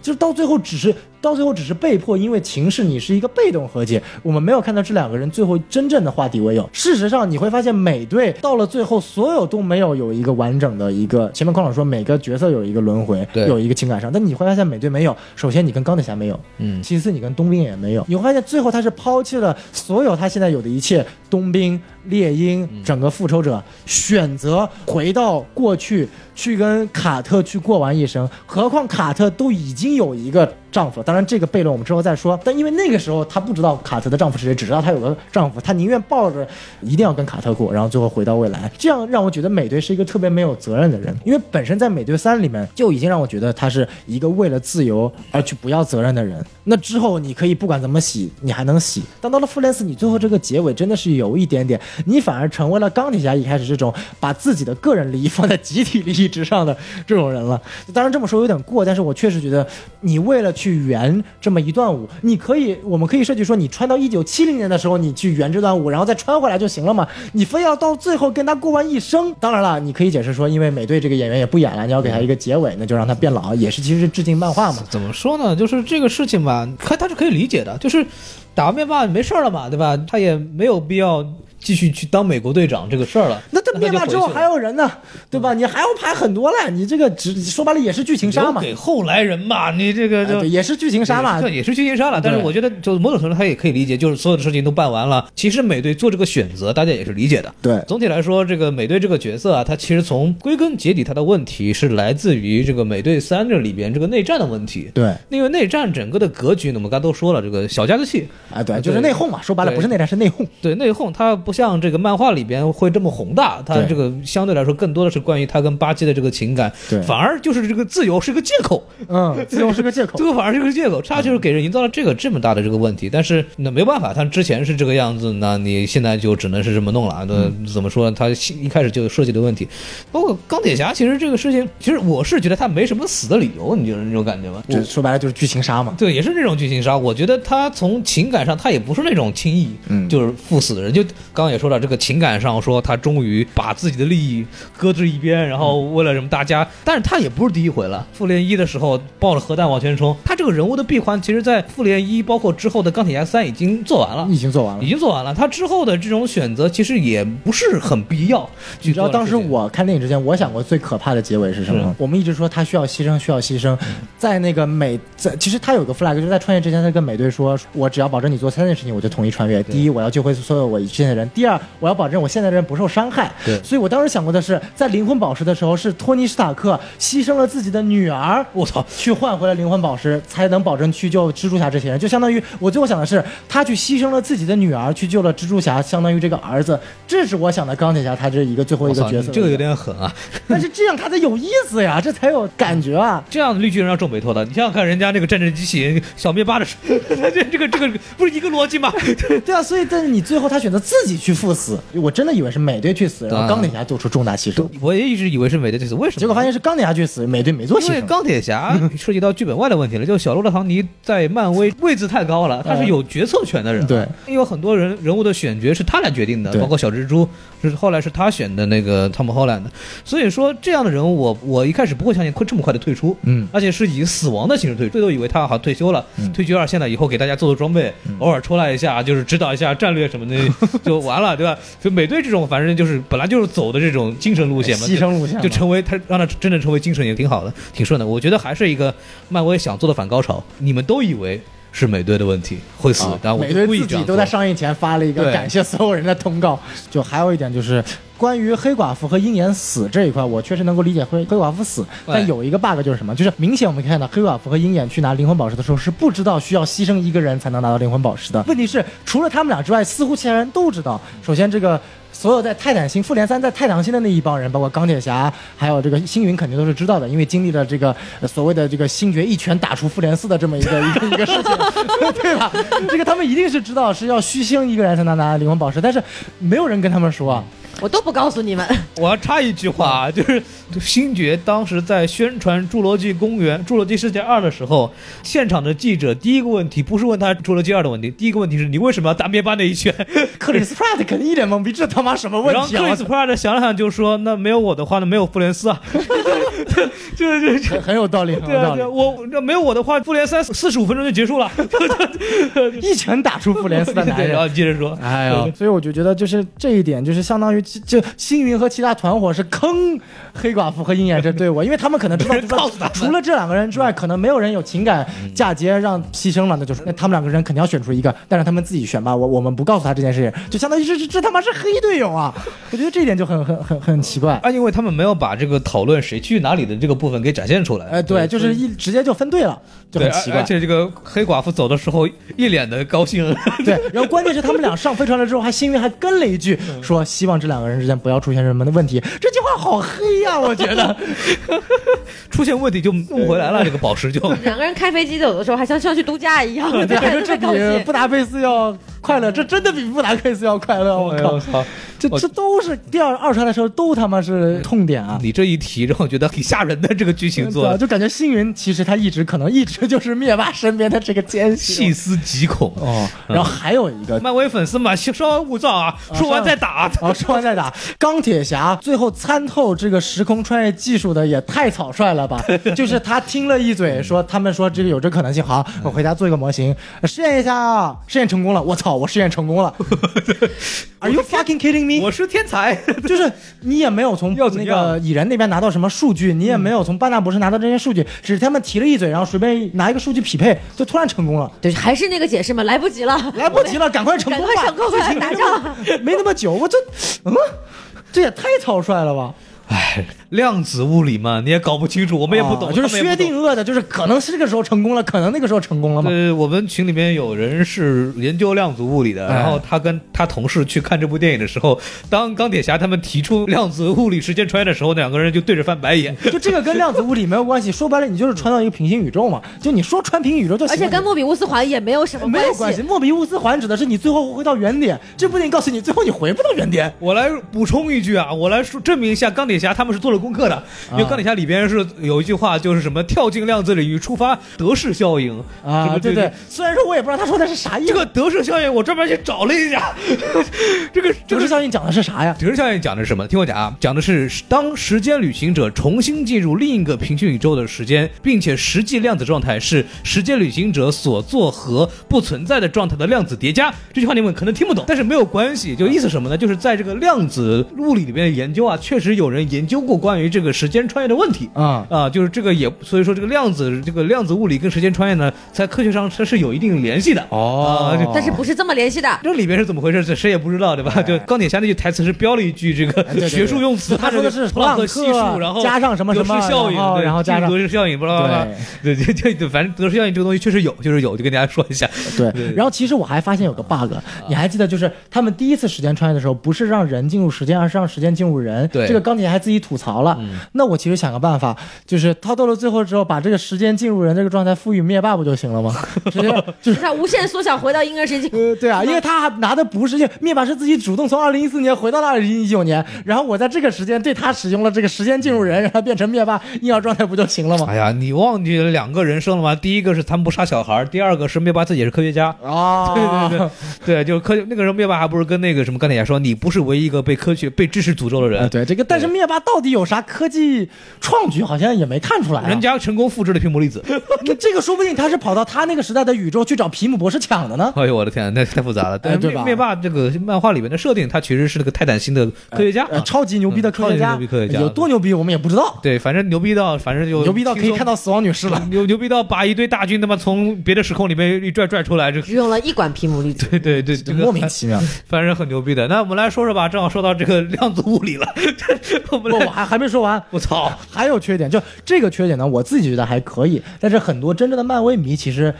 Speaker 1: 就是到最后只是到最后只是被迫，因为情势你是一个被动和解，我们没有看到这两个人最后真正的化敌为友。事实上，你会发现美队到了最后，所有都没有有一个完整的一个。前面匡老说每个角色有一个轮回，
Speaker 5: 对
Speaker 1: 有一个情感上，但你会发现美队没有。首先，你跟钢铁侠没有，嗯，其次你跟冬兵也没有。你会发现最后他是抛弃了所有他现在有的一切，冬兵、猎鹰、整个复仇者，选择回到过去去跟卡特去过完一生。何况卡特都已经有一个丈夫，当然这个悖论我们之后再说。但因为那个时候她不知道卡特的丈夫是谁，只知道她有个丈夫，她宁愿抱着一定要跟卡特过，然后最后回到未来。这样让我觉得美队是一个特别没有责任的人，因为本身在美队三里面就已经让我觉得他是一个为了自由而去不要责任的人。那之后你可以不管怎么洗，你还能洗。但到了复联四，你最后这个结尾真的是有一点点，你反而成为了钢铁侠一开始这种把自己的个人利益放在集体利益之上的这种人了。当然这么说有点过，但是我确实觉得你为了去。去圆这么一段舞。你可以，我们可以设计说，你穿到一九七零年的时候，你去圆这段舞，然后再穿回来就行了嘛。你非要到最后跟他过完一生，当然了，你可以解释说，因为美队这个演员也不演了，你要给他一个结尾，那就让他变老，也是其实是致敬漫画嘛。
Speaker 2: 怎么说呢？就是这个事情吧，可他是可以理解的，就是打完灭霸没事儿了嘛，对吧？他也没有必要继续去当美国队长这个事儿了。嗯
Speaker 1: 那他灭霸之后还有人呢，对吧？你还要排很多嘞，你这个只说白了也是剧情杀
Speaker 2: 留
Speaker 1: 嘛，
Speaker 2: 给后来人吧，你这个
Speaker 1: 哎
Speaker 2: 就
Speaker 1: 对，也是剧情杀嘛
Speaker 2: 这。也是去猎杀了。但是我觉得，就某种程度他也可以理解，就是所有的事情都办完了，其实美队做这个选择，大家也是理解的。
Speaker 1: 对
Speaker 2: 总体来说，这个美队这个角色啊，他其实从归根结底，他的问题是来自于这个美队三这里边这个内战的问题。
Speaker 1: 对，
Speaker 2: 因为内战整个的格局呢，我们刚才都说了，这个小家子气，
Speaker 1: 哎对，就是内讧嘛，说白了
Speaker 2: 对
Speaker 1: 不是内战是内 讧。
Speaker 2: 对内讧，它不像这个漫画里边会这么宏大，它
Speaker 1: 对
Speaker 2: 这个相对来说更多的是关于他跟巴基的这个情感
Speaker 1: 对，
Speaker 2: 反而就是这个自由是个借 口，
Speaker 1: 嗯，自由是个借口
Speaker 2: 这。个反而是个借口，他就是给人营造了这个这么大的这个问题。但是那没有办法，他之前是这个样子，那你现在就只能是这么弄了。那
Speaker 1: 嗯
Speaker 2: 怎么说呢？他一开始就有设计的问题，包括钢铁侠，其实这个事情，其实我是觉得他没什么死的理由，你就是那种感觉吗？
Speaker 1: 这说白了就是剧情杀嘛。
Speaker 2: 对，也是这种剧情杀。我觉得他从情感上，他也不是那种轻易，
Speaker 1: 嗯
Speaker 2: 就是赴死的人。就刚刚也说了，这个情感上说他终于把自己的利益搁置一边，然后为了什么大家，但是他也不是第一回了。复联一的时候抱着核弹往前冲，他这个人物的闭环，其实在复联一包括之后的钢铁侠三已经做完了。
Speaker 1: 已经做完了
Speaker 2: 已。经做完了，他之后的这种选择其实也不是很必要去
Speaker 1: 你知
Speaker 2: 做
Speaker 1: 道
Speaker 2: 的事情。
Speaker 1: 当时我看电影之前，我想过最可怕的结尾是什么吗？我们一直说他需要牺牲，需要牺牲，
Speaker 2: 嗯
Speaker 1: 在那个美，在其实他有个 flag，就是在穿越之前，他跟美队说：“我只要保证你做三件事情，我就同意穿越。第一，我要救回所有我现在的人；第二，我要保证我现在的人不受伤害。”
Speaker 2: 对
Speaker 1: 所以我当时想过的是，在灵魂宝石的时候，是托尼·史塔克牺牲了自己的女儿，
Speaker 2: 我操，
Speaker 1: 去换回了灵魂宝石，才能保证去救蜘蛛侠这些人。就相当于我最后想的是，他去牺牲了自己的女儿，去救了蜘蛛侠，相当于这个儿子。这是我想的钢铁侠，他这一个最后
Speaker 2: 我
Speaker 1: 一个
Speaker 2: 操，
Speaker 1: 角色。
Speaker 2: 这个有，点狠啊！
Speaker 1: 但是这样他才有意思呀，这才有感觉啊。
Speaker 2: 这样的绿巨人要皱眉头的，你想想看，人家那个战争机器人小灭霸的时候， 他这这个这个不是一个逻辑吗？
Speaker 1: 对啊，所以但是你最后他选择自己去赴死，我真的以为是美队去死，然后
Speaker 2: 对啊
Speaker 1: 钢铁侠做出重大牺牲，
Speaker 2: 我也一直以为是美队这次，为什么？
Speaker 1: 结果发现是钢铁侠去死，美队没做
Speaker 2: 因为
Speaker 1: 牺牲。
Speaker 2: 钢铁 侠涉及到剧本外的问题了，就小罗伯特唐尼在漫威位置太高了，他是有决策权的人。
Speaker 1: 哎
Speaker 2: 啊
Speaker 1: 对，
Speaker 2: 因为很多人人物的选角是他来决定的，
Speaker 1: 对
Speaker 2: 包括小蜘蛛是后来是他选的那个汤姆·霍兰的，所以说这样的人物我我一开始不会相信会这么快的退出，
Speaker 1: 嗯
Speaker 2: 而且是以死亡的形式退，最多以为他好像退休了，退居二线了以后给大家做做装备，
Speaker 1: 嗯
Speaker 2: 偶尔出来一下就是指导一下战略什么的 就完了，对吧？就美队这种反正就是本来就是走的这种精神路线嘛，
Speaker 1: 牺牲路线嘛
Speaker 2: 就成为他让他真正成为精神也挺好的，挺顺的。我觉得还是一个漫威想做的反高潮，你们都以为是美队的问题会死，但我
Speaker 1: 啊美
Speaker 2: 就
Speaker 1: 队
Speaker 2: 故意
Speaker 1: 自
Speaker 2: 这
Speaker 1: 己
Speaker 2: 样
Speaker 1: 都
Speaker 2: 做
Speaker 1: 在上映前发了一个
Speaker 2: 对
Speaker 1: 感谢所有人的通告。就还有一点就是。关于黑寡妇和鹰眼死这一块，我确实能够理解黑黑寡妇死，
Speaker 2: 对
Speaker 1: 但有一个 bug 就是什么？就是明显我们可以看到黑寡妇和鹰眼去拿灵魂宝石的时候是不知道需要牺牲一个人才能拿到灵魂宝石
Speaker 2: 嗯
Speaker 1: 的。问题是，除了他们俩之外，似乎其他人都知道。首先，这个所有在泰坦星、复联三在泰坦星的那一帮人，包括钢铁侠，还有这个星云，肯定都是知道的，因为经历了这个、呃所谓的这个星爵一拳打出复联四的这么一个一个一个事情， 对吧？这个他们一定是知道是要虚星一个人才能拿灵魂宝石，但是没有人跟他们说 啊。
Speaker 3: 我都不告诉你们，
Speaker 2: 我要插一句话啊，就是星爵当时在宣传《侏罗纪公园》《侏罗纪世界二》的时候，现场的记者第一个问题不是问他《侏罗纪二》的问题，第一个问题是你为什么要打灭霸那一拳？
Speaker 1: 克里斯普拉特肯定一脸懵逼，这他妈什么 问
Speaker 2: 然后
Speaker 1: 题
Speaker 2: 克
Speaker 1: 啊
Speaker 2: 里斯？普拉特想了想就说：“那没有我的话，那没有复 联四啊。 就”就就就。
Speaker 1: 很很有道理，很
Speaker 2: 对
Speaker 1: 有
Speaker 2: 啊，
Speaker 1: 道
Speaker 2: 对
Speaker 1: 理
Speaker 2: 啊，。我那没有我的话，复联三四十五分钟就结束了。
Speaker 1: 一拳打出复联四的男
Speaker 2: 对
Speaker 1: 人
Speaker 2: 然。后接着说，
Speaker 1: 哎呦，所以我就觉得就是这一点，就是相当于这这星云和其他团伙是坑黑寡妇和鹰眼这队伍，因为他们可能知道，就是
Speaker 2: 告
Speaker 1: 说
Speaker 2: 诉他们嗯
Speaker 1: 除了这两个人之外，可能没有人有情感嫁接让牺牲了，那就是那他们两个人肯定要选出一个，但是他们自己选吧，我我们不告诉他这件事情，就相当于这这这他妈是黑队友啊！我觉得这一点就很很很很奇怪。
Speaker 2: 啊，因为他们没有把这个讨论谁去哪里的这个部分给展现出来。
Speaker 1: 哎，对，就是一直接就分队了，就
Speaker 2: 对，
Speaker 1: 很
Speaker 2: 而
Speaker 1: 奇
Speaker 2: 而
Speaker 1: 怪。
Speaker 2: 且这个黑寡妇走的时候一脸的高兴，
Speaker 1: 对，然后关键是他们俩上飞船了之后，还星云还跟了一句
Speaker 2: 嗯
Speaker 1: 说希望这两个人之间不要出现什么的问题，这句话好黑呀、我觉得。
Speaker 2: 出现问题就弄回来了，这个宝石就。
Speaker 3: 两个人开飞机有的时候还像像去度假一样，
Speaker 1: 对，
Speaker 3: 还
Speaker 1: 还说
Speaker 3: 是
Speaker 1: 这
Speaker 3: 在高
Speaker 1: 比
Speaker 3: 兴
Speaker 1: 布。达佩斯要快乐，这真的比布达佩斯要快乐。我
Speaker 2: 哎呦
Speaker 1: 靠
Speaker 2: 我！操！
Speaker 1: 这这都是第二二刷的时候都他妈是痛点啊！
Speaker 2: 你这一提让我觉得很吓人的这个剧情做
Speaker 1: 对啊
Speaker 2: 的
Speaker 1: 就感觉星云其实他一直可能一直就是灭霸身边的这个奸
Speaker 2: 细嗯
Speaker 1: 细
Speaker 2: 思极 恐。
Speaker 1: 哦。然后还有一个
Speaker 2: 漫威粉丝嘛，稍安勿躁啊，说完再打。
Speaker 1: 啊，说完再打。钢铁侠最后参透这个时空穿越技术的也太草率了 吧？就是他听了一
Speaker 2: 嗯
Speaker 1: 嘴，说他们说这个有这可能性，好，我回家做一个模型试验一下啊，试验成功了，我操，我试验成 功了，Are you fucking kidding me？
Speaker 2: 我是天才，
Speaker 1: 就是你也没有从
Speaker 2: 要怎
Speaker 1: 那
Speaker 2: 样嗯
Speaker 1: 个蚁人那边拿到什么数据，你也没有从班纳博士拿到这些数据，只是他们提了一嘴，然后随便拿一个数据匹配，就突然成功了。
Speaker 3: 对，还是那个解释嘛，来不及了，
Speaker 1: 来不及了，赶快成
Speaker 3: 赶
Speaker 1: 功
Speaker 3: 快
Speaker 1: 吧！
Speaker 3: 成功
Speaker 1: 剧
Speaker 3: 吧，
Speaker 1: 情
Speaker 3: 打 仗。
Speaker 1: 没那么久，我这，嗯，这也太草率了吧！
Speaker 2: 哎，量子物理嘛，你也搞不清楚，我们也哎不懂，
Speaker 1: 啊就是
Speaker 2: 他们也
Speaker 1: 薛
Speaker 2: 不懂
Speaker 1: 定谔的，就是可能是这个时候成功了，可能那个时候成功了嘛。
Speaker 2: 呃，我们群里面有人是研究量子物理的，
Speaker 1: 哎
Speaker 2: 然后他跟他同事去看这部电影的时候，当钢铁侠他们提出量子物理时间穿越的时候，两个人就对着翻白眼。
Speaker 1: 就这个跟量子物理没有关系，说白了你就是穿到一个平行宇宙嘛，就你说穿平行宇宙就行
Speaker 3: 而
Speaker 1: 了。
Speaker 3: 且跟莫比乌斯环也没有什么
Speaker 1: 没有关系，
Speaker 3: 系。
Speaker 1: 莫比乌斯环指的是你最后回到原点，这部电影告诉你最后你回不到原点。
Speaker 2: 我来补充一句啊，我来说证明一下钢铁侠他们是做了功课
Speaker 1: 啊
Speaker 2: 的，因为钢铁侠里边是有一句话就是什么跳进量子领域触发德式效应什
Speaker 1: 啊，
Speaker 2: 么
Speaker 1: 对
Speaker 2: 这
Speaker 1: 对，虽然说我也不知道他说的是啥意思，
Speaker 2: 这个德式效应我专门去找了 一下，这个这
Speaker 1: 这
Speaker 2: 个
Speaker 1: 个效应讲的是啥呀？
Speaker 2: 德式效应讲的是什么？听我讲啊，讲的是当时间旅行者重新进入另一个平行宇宙的时间，并且实际量子状态是时间旅行者所做和不存在的状态的量子叠加。这句话你们可能听不懂，但是没有关系，就意思什么呢？就是在这个量子物理里面的研究啊，确实有人研究过关于这个时间穿越的问题。
Speaker 1: 啊、
Speaker 2: 啊，就是这个也，所以说这个量子，这个量子物理跟时间穿越呢，在科学上它是有一定联系的。
Speaker 1: 哦
Speaker 2: 啊就
Speaker 3: 但是不是这么联系的？
Speaker 2: 这里边是怎么回事？这谁也不知道，对吧？就钢铁侠那句台词是标了一句这
Speaker 1: 哎对对
Speaker 2: 个
Speaker 1: 对
Speaker 2: 学术用词，
Speaker 1: 他说的是
Speaker 2: 普朗克
Speaker 1: 普
Speaker 2: 系
Speaker 1: 朗克
Speaker 2: 数，然后
Speaker 1: 加上什么什么
Speaker 2: 德式效应，
Speaker 1: 然后
Speaker 2: 对
Speaker 1: 然后加上
Speaker 2: 德式效应，巴拉巴拉。 对对对对，反正德式效应这个东西确实有，就是有，就跟大家说一下。
Speaker 1: 对，然后其实我还发现有个 bug，你还记得就是他们第一次时间穿越的时候，不是让人进入时间，而是让时间进入人。
Speaker 2: 对
Speaker 1: 这个钢铁侠还自己吐槽了。那我其实想个办法，就是他到了最后之后，把这个时间进入人这个状态赋予灭霸不就行了吗？ 直接就。
Speaker 3: 就是是无限缩小回到婴儿时期。
Speaker 1: 呃，对啊，因为他还拿的不是因为灭霸是自己主动从二零一四年回到了二零一九年，然后我在这个时间对他使用了这个时间进入人，
Speaker 2: 嗯
Speaker 1: 让他变成灭霸婴儿状态不就行了吗？
Speaker 2: 哎呀，你忘记了两个人生了吗？第一个是他们不杀小孩，第二个是灭霸自己也是科学家。
Speaker 1: 啊，
Speaker 2: 哎对对对， 对，就是科那个时候灭霸还不是跟那个什么钢铁侠说，你不是唯一一个被科学被知识诅咒的
Speaker 1: 啊
Speaker 2: 人，
Speaker 1: 对这个，但是灭霸到底有啥科技创举，好像也没看出来啊、
Speaker 2: 人家成功复制了屏幕粒子。
Speaker 1: 那这个说不定他是跑到他那个时代的宇宙去找皮姆博士抢的呢。
Speaker 2: 哎呦我的天，那太复杂了。但是
Speaker 1: 哎对
Speaker 2: 灭
Speaker 1: 吧
Speaker 2: 灭霸这个漫画里面的设定，他其实是那个泰坦星的科学家。嗯
Speaker 1: 呃，超级牛逼的科学
Speaker 2: 超
Speaker 1: 家，
Speaker 2: 级牛逼科学家
Speaker 1: 有多牛逼我们也不知道，
Speaker 2: 对，反正牛逼到，反正就
Speaker 1: 牛逼到可以看
Speaker 2: 到
Speaker 1: 到死亡女士了。
Speaker 2: 牛牛逼到把一堆大军他妈从别的时空里面一拽拽出来，这
Speaker 3: 只用了一管皮姆粒子，
Speaker 2: 对对 对，这个
Speaker 1: 莫名其妙，
Speaker 2: 反正很牛逼的。那我们来说说吧，正好说到这个量子物理了， 我们
Speaker 1: 不，我
Speaker 2: 来，
Speaker 1: 还还没说完，
Speaker 2: 我操，
Speaker 1: 还有缺点，就这个缺点呢，我自己觉得还可以，但是很多真正的漫威迷其实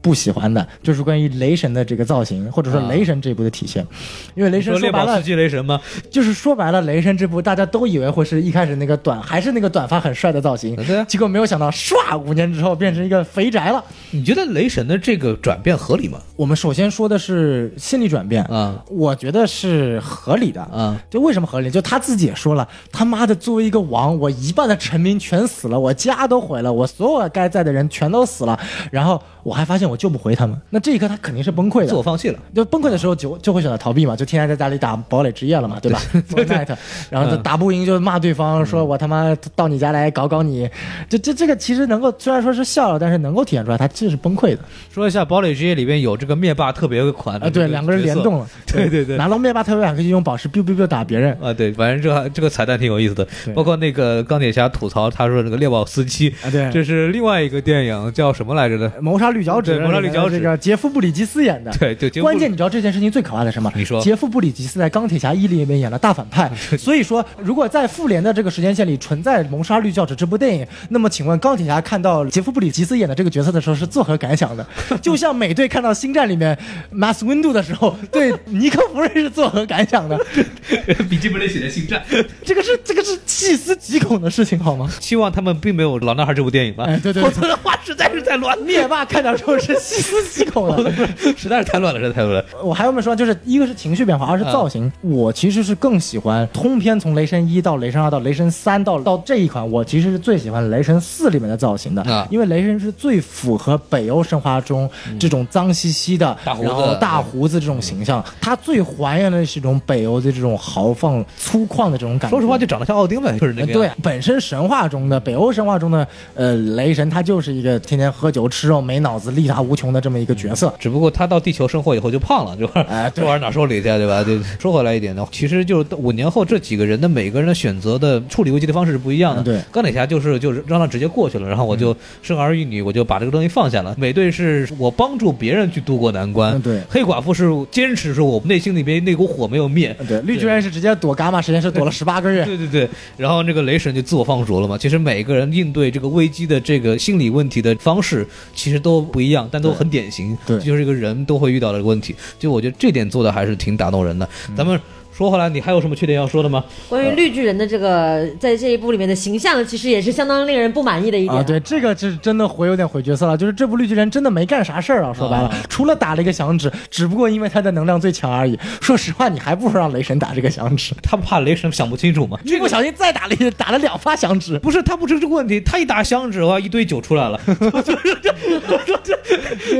Speaker 1: 不喜欢的，就是关于雷神的这个造型，或者说
Speaker 2: 啊
Speaker 1: 雷神这部的体现，因为雷神
Speaker 2: 说猎
Speaker 1: 说白
Speaker 2: 宝
Speaker 1: 了
Speaker 2: 司机雷神吗？
Speaker 1: 就是说白了，雷神这部大家都以为会是一开始那个短，还是那个短发很帅的造型，
Speaker 2: 对啊
Speaker 1: 结果没有想到，唰，五年之后变成一个肥宅了。
Speaker 2: 你觉得雷神的这个转变合理吗？
Speaker 1: 我们首先说的是心理转变，
Speaker 2: 啊
Speaker 1: 我觉得是合理的。
Speaker 2: 啊，
Speaker 1: 就为什么合理？就他自己也说了，他妈的，作为一个王，我一半的臣民全死了，我家都毁了，我所有该在的人全都死了，然后我还发现我救不回他们，那这一刻他肯定是崩溃的，
Speaker 2: 自我放弃了。
Speaker 1: 就崩溃的时候就就会选择逃避嘛，就天天在家里打堡垒之夜了嘛， 对吧嗯？Fortnite，然后就打不赢就骂对方，说我他妈到你家来搞搞你，这这这个其实能够虽然说是笑了，但是能够体现出来他这是崩溃的
Speaker 2: 说一下《堡垒之夜》里面有这个灭霸特别款
Speaker 1: 啊，对，两个人联动了，
Speaker 2: 对对对
Speaker 1: 拿到灭霸特别版可以用宝石 biu biu biu 打别人，
Speaker 2: 啊，对，反正这这个彩蛋挺有意思的
Speaker 1: 对，
Speaker 2: 包括那个钢铁侠吐槽，他说那个猎豹司机，
Speaker 1: 啊对
Speaker 2: 这是另外一个电影叫什么来着的？
Speaker 1: 谋杀绿脚趾，
Speaker 2: 对谋杀绿脚趾
Speaker 1: 这个杰夫布里吉斯演的，
Speaker 2: 对，就结果
Speaker 1: 呃关键你知道这件事情最可怕的是什么？
Speaker 2: 你说
Speaker 1: 杰夫布里吉斯在《钢铁侠一》里面演了大反 派，所以说如果在复联的这个时间线里存在《谋杀绿教旨》这部电影，那么请问钢铁侠看到杰夫布里吉斯演的这个角色的时候是作何感 想的？就像美队看到《星战》里面 Mass Windu 的时候，对尼克弗瑞是作何感想的？
Speaker 2: 笔记本里写的《星战》，
Speaker 1: 这个是这个是细思极恐的事情好吗？
Speaker 2: 希望他们并没有《老男孩》这部电影吧
Speaker 1: 哎，。对对
Speaker 2: 否
Speaker 1: 对
Speaker 2: 则的话实在是太乱。
Speaker 1: 灭霸看到之后是是细思极恐的。
Speaker 2: 实在是太乱了，实在太乱了。
Speaker 1: 我还有没有说，就是一个是情绪变化，二是造型。
Speaker 2: 嗯
Speaker 1: 我其实是更喜欢通篇从雷神一到雷神二到雷神三到到这一款，我其实是最喜欢雷神四里面的造型的，
Speaker 2: 啊
Speaker 1: 因为雷神是最符合北欧神话中这种脏兮兮的，
Speaker 2: 嗯大胡子嗯
Speaker 1: 然后大胡子这种形象，它最还原的是一种北欧的这种豪放粗犷的这种感觉。
Speaker 2: 说实话，就长得像奥丁呗，就是那个样子。
Speaker 1: 呃对，本身神话中的北欧神话中的呃雷神，他就是一个天天喝酒吃肉没脑子力大无穷的这么一个角色。
Speaker 2: 只不过他到地球生活以后就胖了，就
Speaker 1: 哎对
Speaker 2: 这玩意儿哪说理去啊，对吧？对，说回来一点呢，其实就是五年后这几个人的每个人的选择的处理危机的方式是不一样的。
Speaker 1: 嗯对
Speaker 2: 钢铁侠就是就是让他直接过去了，然后我就生儿育女，我就把这个东西放下了。美队是我帮助别人去渡过难关，
Speaker 1: 嗯对
Speaker 2: 黑寡妇是坚持说我内心里边那股火没有灭，
Speaker 1: 对，绿巨人是直接躲伽马实验室躲了十八个月。
Speaker 2: 对对对，然后那个雷神就自我放逐了嘛。其实每个人应对这个危机的这个心理问题的方式，其实都不一样，但都很典型，
Speaker 1: 对
Speaker 2: 这就是一个人都会遇到的问题。就我觉得这点做的还是挺打动人的。
Speaker 1: 嗯
Speaker 2: 咱们说回来，你还有什么缺点要说的吗？
Speaker 3: 关于绿巨人的这个在这一部里面的形象，其实也是相当令人不满意的一点。
Speaker 1: 啊，对，这个是真的回有点毁角色了，就是这部绿巨人真的没干啥事儿啊，说白了，除了打了一个响指，只不过因为他的能量最强而已。说实话，你还不如让雷神打这个响指，
Speaker 2: 他怕雷神想不清楚嘛。
Speaker 1: 一不小心再打了一打了两发响指，
Speaker 2: 不是他不是这个问题，他一打响指的话，一堆酒出 来了，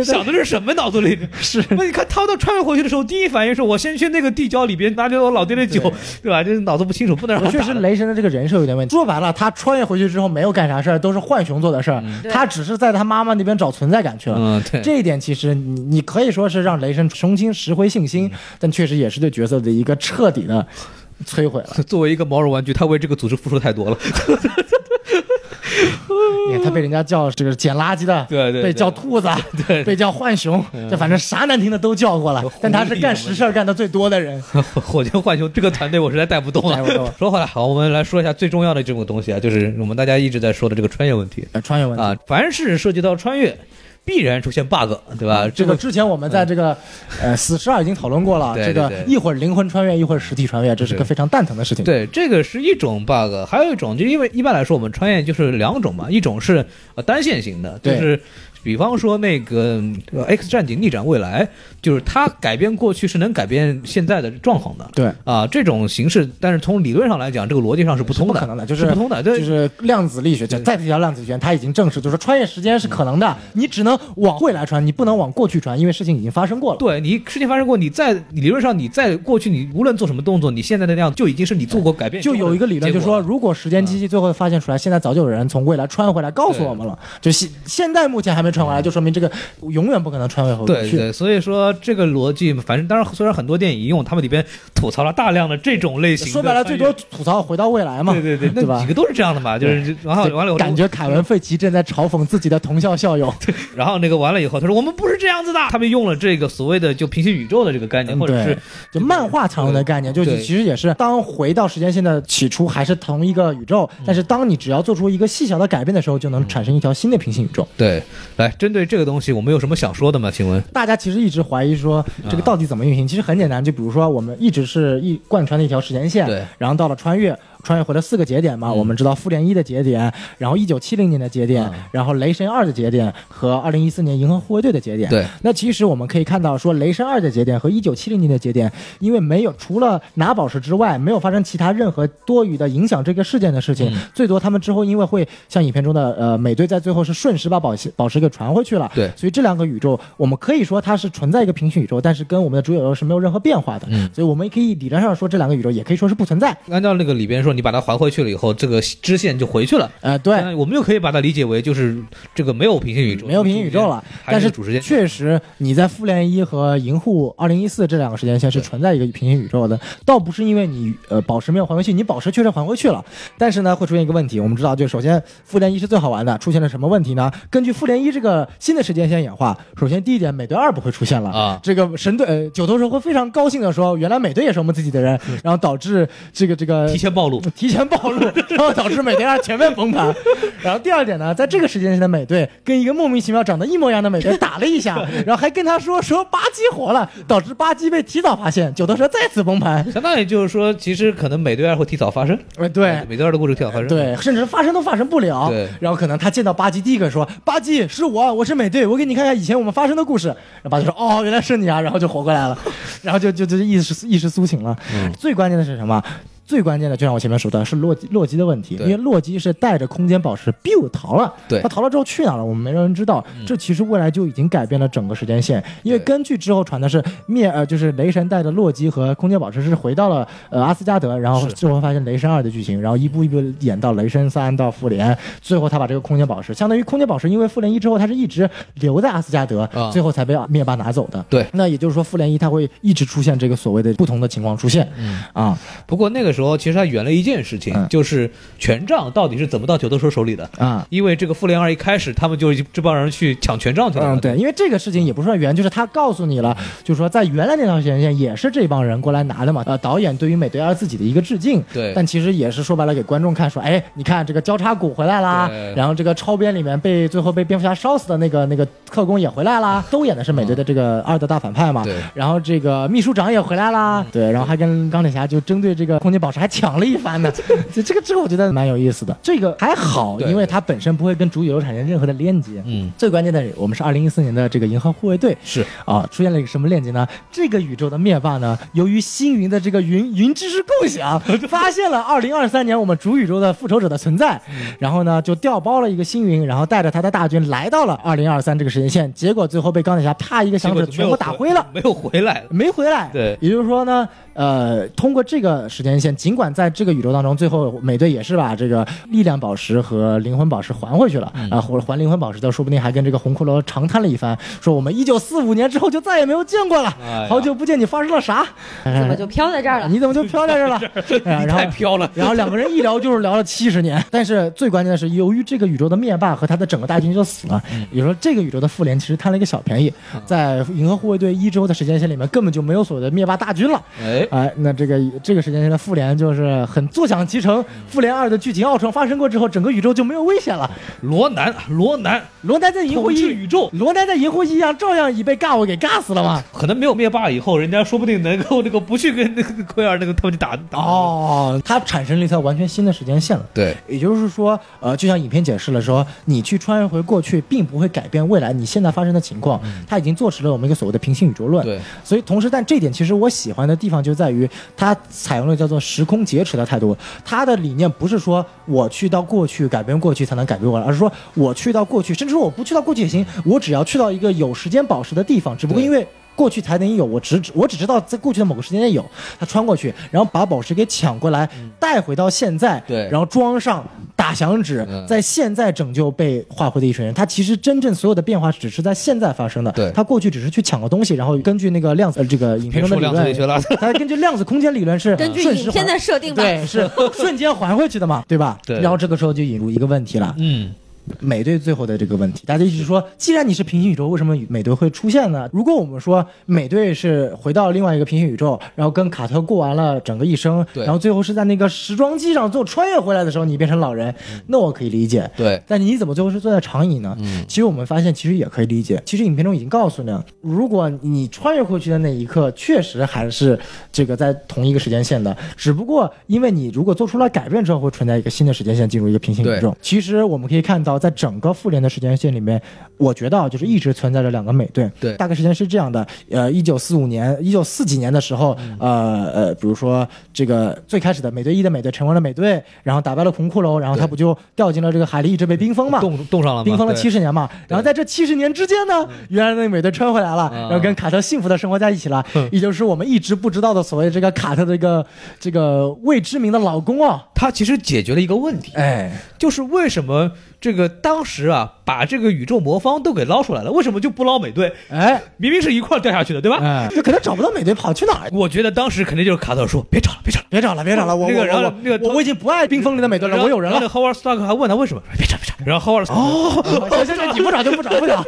Speaker 2: 想的是什么脑子里？
Speaker 1: 是
Speaker 2: 那你看他都穿越回去的时候，第一反应是我先去那个地窖里边拿着我老爹的酒，对吧？这脑子不清楚，不能 让
Speaker 1: 我
Speaker 2: 他
Speaker 1: 确
Speaker 2: 打
Speaker 1: 实
Speaker 2: 了
Speaker 1: 雷神的这个人设有点问题。说白了，他穿越回去之后没有干啥事儿，都是浣熊做的事儿，他只是在他妈妈那边找存在感去了。
Speaker 2: 嗯对
Speaker 1: 这一点其实你你可以说是让雷神重新拾回信心，但确实也是对角色的一个彻底的摧毁了。
Speaker 2: 作为一个毛绒玩具，他为这个组织付出太多了。
Speaker 1: 你哎看他被人家叫这个捡垃圾的，
Speaker 2: 嗯对对对
Speaker 1: 被叫兔子，啊
Speaker 2: 对嗯
Speaker 1: 被叫浣熊，这反正啥难听的都叫过了。但他是干实事儿干的最多的人，
Speaker 2: 火箭浣熊这个团队我实在带不动
Speaker 1: 带不动
Speaker 2: 了。说回来，好，我们来说一下最重要的这种东西啊，就是我们大家一直在说的这个穿越问题
Speaker 1: 呃穿越问题。
Speaker 2: 啊。凡是涉及到穿越，必然出现 bug，对吧？
Speaker 1: 啊这
Speaker 2: 这
Speaker 1: 个
Speaker 2: 个嗯
Speaker 1: 之前我们在这个，呃，死侍二已经讨论过了。
Speaker 2: 对
Speaker 1: 这个
Speaker 2: 对对
Speaker 1: 一会儿灵魂穿越，一会儿实体穿越，这是个
Speaker 2: 对
Speaker 1: 非常蛋疼的事情。
Speaker 2: 对，这个是一种 bug，还有一种就因为一般来说我们穿越就是两种嘛，一种是呃单线型的，就
Speaker 1: 对
Speaker 2: 是比方说那个嗯呃《X 战警：逆转未来》，就是它改变过去是能改变现在的状况的。
Speaker 1: 对
Speaker 2: 啊，这种形式，但是从理论上来讲，这个逻辑上是不通
Speaker 1: 不
Speaker 2: 的，
Speaker 1: 可能的，就是
Speaker 2: 不通的，对
Speaker 1: 就是量子力学，就再提到量子力学，它已经证实，就是穿越时间是可能
Speaker 2: 嗯
Speaker 1: 的，你只能往未来传，你不能往过去传，因为事情已经发生过了。
Speaker 2: 对你事情发生过，你在你理论上，你在过去，你无论做什么动作，你现在的那样就已经是你做过改变之
Speaker 1: 就
Speaker 2: 后的结
Speaker 1: 有
Speaker 2: 果嗯了。
Speaker 1: 一个理论，就说如果时间机器最后发现出来，现在早就有人从未来穿回来告诉我们了，就现现在目前还没穿回来，就说明这个永远不可能穿回回
Speaker 2: 嗯对
Speaker 1: 去。
Speaker 2: 对，所以说这个逻辑，反正当然，虽然很多电影引用，他们里边吐槽了大量的这种类型的
Speaker 1: 说白了，最
Speaker 2: 穿越
Speaker 1: 多吐槽回到未来嘛，
Speaker 2: 对对对，
Speaker 1: 对
Speaker 2: 那
Speaker 1: 吧
Speaker 2: 几？个都是这样的嘛，就是然后完了以后
Speaker 1: 感觉凯文·费奇正在嘲讽自己的同校校 友，
Speaker 2: 然后那个完了以后，他说我们不是这样子的，他们用了这个所谓的就平行宇宙的这个概念，
Speaker 1: 嗯
Speaker 2: 或者是
Speaker 1: 对就漫画常用的概念，就
Speaker 2: 对
Speaker 1: 是其实也是当回到时间线的起初还是同一个宇宙，
Speaker 2: 嗯
Speaker 1: 但是当你只要做出一个细小的改变的时候，就能产生一条新的平行宇宙。
Speaker 2: 对，来针对这个东西，我们有什么想说的吗？请问？
Speaker 1: 大家其实一直怀疑说
Speaker 2: 嗯
Speaker 1: 这个到底怎么运行，其实很简单，就比如说我们一直是一贯穿的一条时间线，
Speaker 2: 对嗯
Speaker 1: 然后到了穿越。穿越回了四个节点嘛，我们知道复联一的节点，然后一九七零年的节点，然后雷神二的节点和二零一四年银河护卫队的节点。
Speaker 2: 对，
Speaker 1: 那其实我们可以看到，说雷神二的节点和一九七零年的节点，因为没有除了拿宝石之外，没有发生其他任何多余的影响这个事件的事情。最多他们之后因为会像影片中的呃美队在最后是瞬时把宝石宝石给传回去了，
Speaker 2: 对
Speaker 1: 所以这两个宇宙，我们可以说它是存在一个平行宇宙，但是跟我们的主宇宙是没有任何变化的。所以我们可以理论上说，这两个宇宙也可以说是不存在。
Speaker 2: 按照那个里边说，你把它还回去了以后，这个支线就回去了。
Speaker 1: 呃，对，
Speaker 2: 那我们就可以把它理解为就是这个没有平行宇宙，
Speaker 1: 没有平行宇宙了，
Speaker 2: 还
Speaker 1: 但
Speaker 2: 是
Speaker 1: 是
Speaker 2: 主时间。
Speaker 1: 确实，你在复联一和银护二零一四这两个时间线是存在一个平行宇宙的，倒不是因为你呃宝石没有还回去，你宝石确实还回去了，但是呢会出现一个问题，我们知道，就首先复联一是最好玩的，出现了什么问题呢？根据复联一这个新的时间线演化，首先第一点，美队二不会出现了
Speaker 2: 啊
Speaker 1: 这个神队呃九头蛇会非常高兴的说，原来美队也是我们自己的人，然后导致这个这个
Speaker 2: 提前暴露
Speaker 5: 露。
Speaker 1: 提前暴露，然后导致美队二全面崩盘。然后第二点呢，在这个时间线的美队跟一个莫名其妙长得一模一样的美队打了一 下，然后还跟他说说巴基活了，导致巴基被提早发现，九头蛇再次崩盘。
Speaker 2: 相当于就是说，其实可能美队二会提早发生，
Speaker 1: 哎，对。
Speaker 2: 美队二的故事提早发生，，
Speaker 1: 对，甚至发生都发生不了
Speaker 2: 对。
Speaker 1: 然后可能他见到巴基，第一个说：“巴基是我，我是美队，我给你看看以前我们发生的故事。”然后巴基说：“哦，原来是你啊！”然后就活过来了， 然后就就就意识意识苏醒了。
Speaker 2: 嗯
Speaker 1: 最关键的是什么？最关键的，就像我前面说的，是洛基洛基的问题，因
Speaker 2: 对
Speaker 1: 为洛基是带着空间宝石 biu 逃了，
Speaker 2: 对嗯
Speaker 1: 他逃了之后去哪儿了，我们没人知道。这其实未来就已经改变了整个时间线，因为
Speaker 2: 对
Speaker 1: 根据之后传的是灭呃，就是雷神带着洛基和空间宝石是回到了呃阿斯加德，然后
Speaker 2: 是
Speaker 1: 最后发现雷神二的剧情，然后一步一步演到雷神三到复联，最后他把这个空间宝石，相当于空间宝石，因为复联一之后他是一直留在阿斯加德，
Speaker 2: 啊
Speaker 1: 最后才被灭霸拿走的。
Speaker 2: 对
Speaker 1: 那也就是说复联一它会一直出现这个所谓的不同的情况出现，啊
Speaker 2: 嗯不过那个时候其实还圆了一件事情，
Speaker 1: 嗯
Speaker 2: 就是权杖到底是怎么到九头蛇手里的。
Speaker 1: 啊。
Speaker 2: 因为这个复联二一开始，他们就这帮人去抢权杖去了。
Speaker 1: 嗯，对，因为这个事情也不算圆，就是他告诉你了，就是说在原来那条线线也是这帮人过来拿的嘛。呃，导演对于美队二自己的一个致敬，
Speaker 2: 对
Speaker 1: 但其实也是说白了给观众看，说，哎，你看这个交叉骨回来啦
Speaker 2: 对，
Speaker 1: 然后这个超编里面被最后被蝙蝠侠烧死的那个那个特工也回来啦，都演的是美队的这个二的大反派嘛。
Speaker 2: 嗯对
Speaker 1: 然后这个秘书长也回来啦，对，然后还跟钢铁侠就针对这个空间宝石还抢了一番呢。 这这个这个我觉得蛮有意思的，这个还好，
Speaker 2: 对
Speaker 1: 因为它本身不会跟主宇宙产生任何的连接。
Speaker 2: 嗯，
Speaker 1: 最关键的是，我们是二零一四年的这个银河护卫队
Speaker 2: 是
Speaker 1: 啊，出现了一个什么链接呢？这个宇宙的灭霸呢，由于星云的这个云云知识共 享，发现了二零二三年我们主宇宙的复仇者的存在，
Speaker 2: 嗯
Speaker 1: 然后呢就调包了一个星云，然后带着他的大军来到了二零二三这个时间线，结果最后被钢铁侠啪一个响
Speaker 2: 结
Speaker 1: 指
Speaker 2: 果
Speaker 1: 全部打灰了。
Speaker 2: 没有回来了。
Speaker 1: 没回来。
Speaker 2: 对
Speaker 1: 也就是说呢，呃，通过这个时间线，尽管在这个宇宙当中，最后美队也是把这个力量宝石和灵魂宝石还回去了
Speaker 2: 嗯
Speaker 1: 啊，或者还灵魂宝石的，说不定还跟这个红骷髅长叹了一番，说我们一九四五年之后就再也没有见过了
Speaker 2: 哎呀，
Speaker 1: 好久不见，你发生了啥？哎
Speaker 3: 怎么就飘在这儿了？
Speaker 1: 你怎么就飘在 这儿了？哎呀 然后
Speaker 2: 太飘了，
Speaker 1: 然后两个人一聊就是聊了七十年，但是最关键的是，由于这个宇宙的灭霸和他的整个大军就死了，
Speaker 2: 嗯
Speaker 1: 也就是说这个宇宙的复联其实贪了一个小便宜，在银河护卫队一周的时间线里面根本就没有所谓的灭霸大军了。
Speaker 2: 哎，
Speaker 1: 哎，那这个这个时间线的复联就是很坐享其
Speaker 2: 嗯
Speaker 1: 成。复联二的剧情奥创发生过之后，整个宇宙就没有危险了。
Speaker 2: 罗南，罗南
Speaker 1: 罗丹在银
Speaker 2: 统
Speaker 1: 护
Speaker 2: 治
Speaker 1: 一，
Speaker 2: 宇宙，
Speaker 1: 罗丹在银护一样照样已被尬我给尬死了嘛。
Speaker 2: 可能没有灭霸以后，人家说不定能够那个不去跟那个奎尔那个他们去打打。，
Speaker 1: 哦，它产生了一条完全新的时间线了。
Speaker 2: 对，
Speaker 1: 也就是说，呃，就像影片解释了说，你去穿越回过去，并不会改变未来你现在发生的情况。它已经坐实了我们一个所谓的平行宇宙论。
Speaker 2: 对，
Speaker 1: 所以同时，但这点其实我喜欢的地方就在于，它采用了叫做时空劫持的态度。它的理念不是说我去到过去改变过去才能改变未来，而是说我去到过去，甚至说我不去到过去也行，我只要去到一个有时间宝石的地方，只不过
Speaker 2: 对
Speaker 1: 因为。过去才能有，我只我只知道在过去的某个时间内有，他穿过去，然后把宝石给抢过来，带回到现在，
Speaker 2: 嗯对
Speaker 1: 然后装上打响指
Speaker 2: 嗯，
Speaker 1: 在现在拯救被划回的一群人。他其实真正所有的变化只是在现在发生的，
Speaker 2: 对
Speaker 1: 他过去只是去抢个东西，然后根据那个量子、呃、这个影片中的理
Speaker 2: 别说量子力学
Speaker 1: 论
Speaker 2: 了，
Speaker 1: 他根据量子空间理论是
Speaker 3: 根据
Speaker 1: 瞬时
Speaker 3: 影片
Speaker 1: 还
Speaker 3: 的设定吧，
Speaker 1: 对 是瞬间还回去的嘛，对吧？
Speaker 2: 对
Speaker 1: 然后这个时候就引入一个问题了，
Speaker 2: 嗯，
Speaker 1: 美队最后的这个问题，大家一直说，既然你是平行宇宙，为什么美队会出现呢？如果我们说美队是回到另外一个平行宇宙，然后跟卡特过完了整个一生，
Speaker 2: 对
Speaker 1: 然后最后是在那个时装机上做穿越回来的时候，你变成老人，
Speaker 2: 嗯
Speaker 1: 那我可以理解。
Speaker 2: 对，
Speaker 1: 但你怎么最后是坐在长椅呢？其实我们发现，其实也可以理解。其实影片中已经告诉你了，如果你穿越过去的那一刻，确实还是这个在同一个时间线的，只不过因为你如果做出了改变之后，会存在一个新的时间线进入一个平行宇宙。其实我们可以看到，在整个复联的时间线里面，我觉得啊，就是一直存在着两个美队。
Speaker 2: 对
Speaker 1: 大概时间是这样的，呃，一九四五年、一九四几年的时候，
Speaker 2: 嗯
Speaker 1: 呃呃，比如说这个最开始的美队一的美队成为了美队，然后打败了红骷髅，然后他
Speaker 2: 对
Speaker 1: 不就掉进了这个海里，一直被冰封嘛。
Speaker 2: 冻冻上了吗？
Speaker 1: 冰封了七
Speaker 2: 十，
Speaker 1: 十年嘛，然后在这七十年之间呢，原来那美队穿回来了，
Speaker 2: 嗯
Speaker 1: 然后跟卡特幸福的生活在一起了，也就是我们一直不知道的所谓这个卡特的一个这个未知名的老公哦，
Speaker 2: 他其实解决了一个问题，
Speaker 1: 哎，
Speaker 2: 就是为什么这个当时啊，把这个宇宙魔方都给捞出来了，为什么就不捞美队？
Speaker 1: 哎
Speaker 2: 明明是一块儿掉下去的，对吧？
Speaker 1: 哎，就可能找不到美队跑去哪儿。
Speaker 2: 我觉得当时肯定就是卡特说：“别找了，别找了。
Speaker 1: 别找了，别找了，我
Speaker 2: 那个
Speaker 1: 我
Speaker 2: 然后
Speaker 1: 我
Speaker 2: 那个
Speaker 1: 我我已经不爱冰封里的美”队了，我有人
Speaker 2: 然后
Speaker 1: 了。
Speaker 2: 那 Howard Stark 还问他为什么，别找，别找。然后后尔哦，
Speaker 1: 行行行，你不找就不找不找，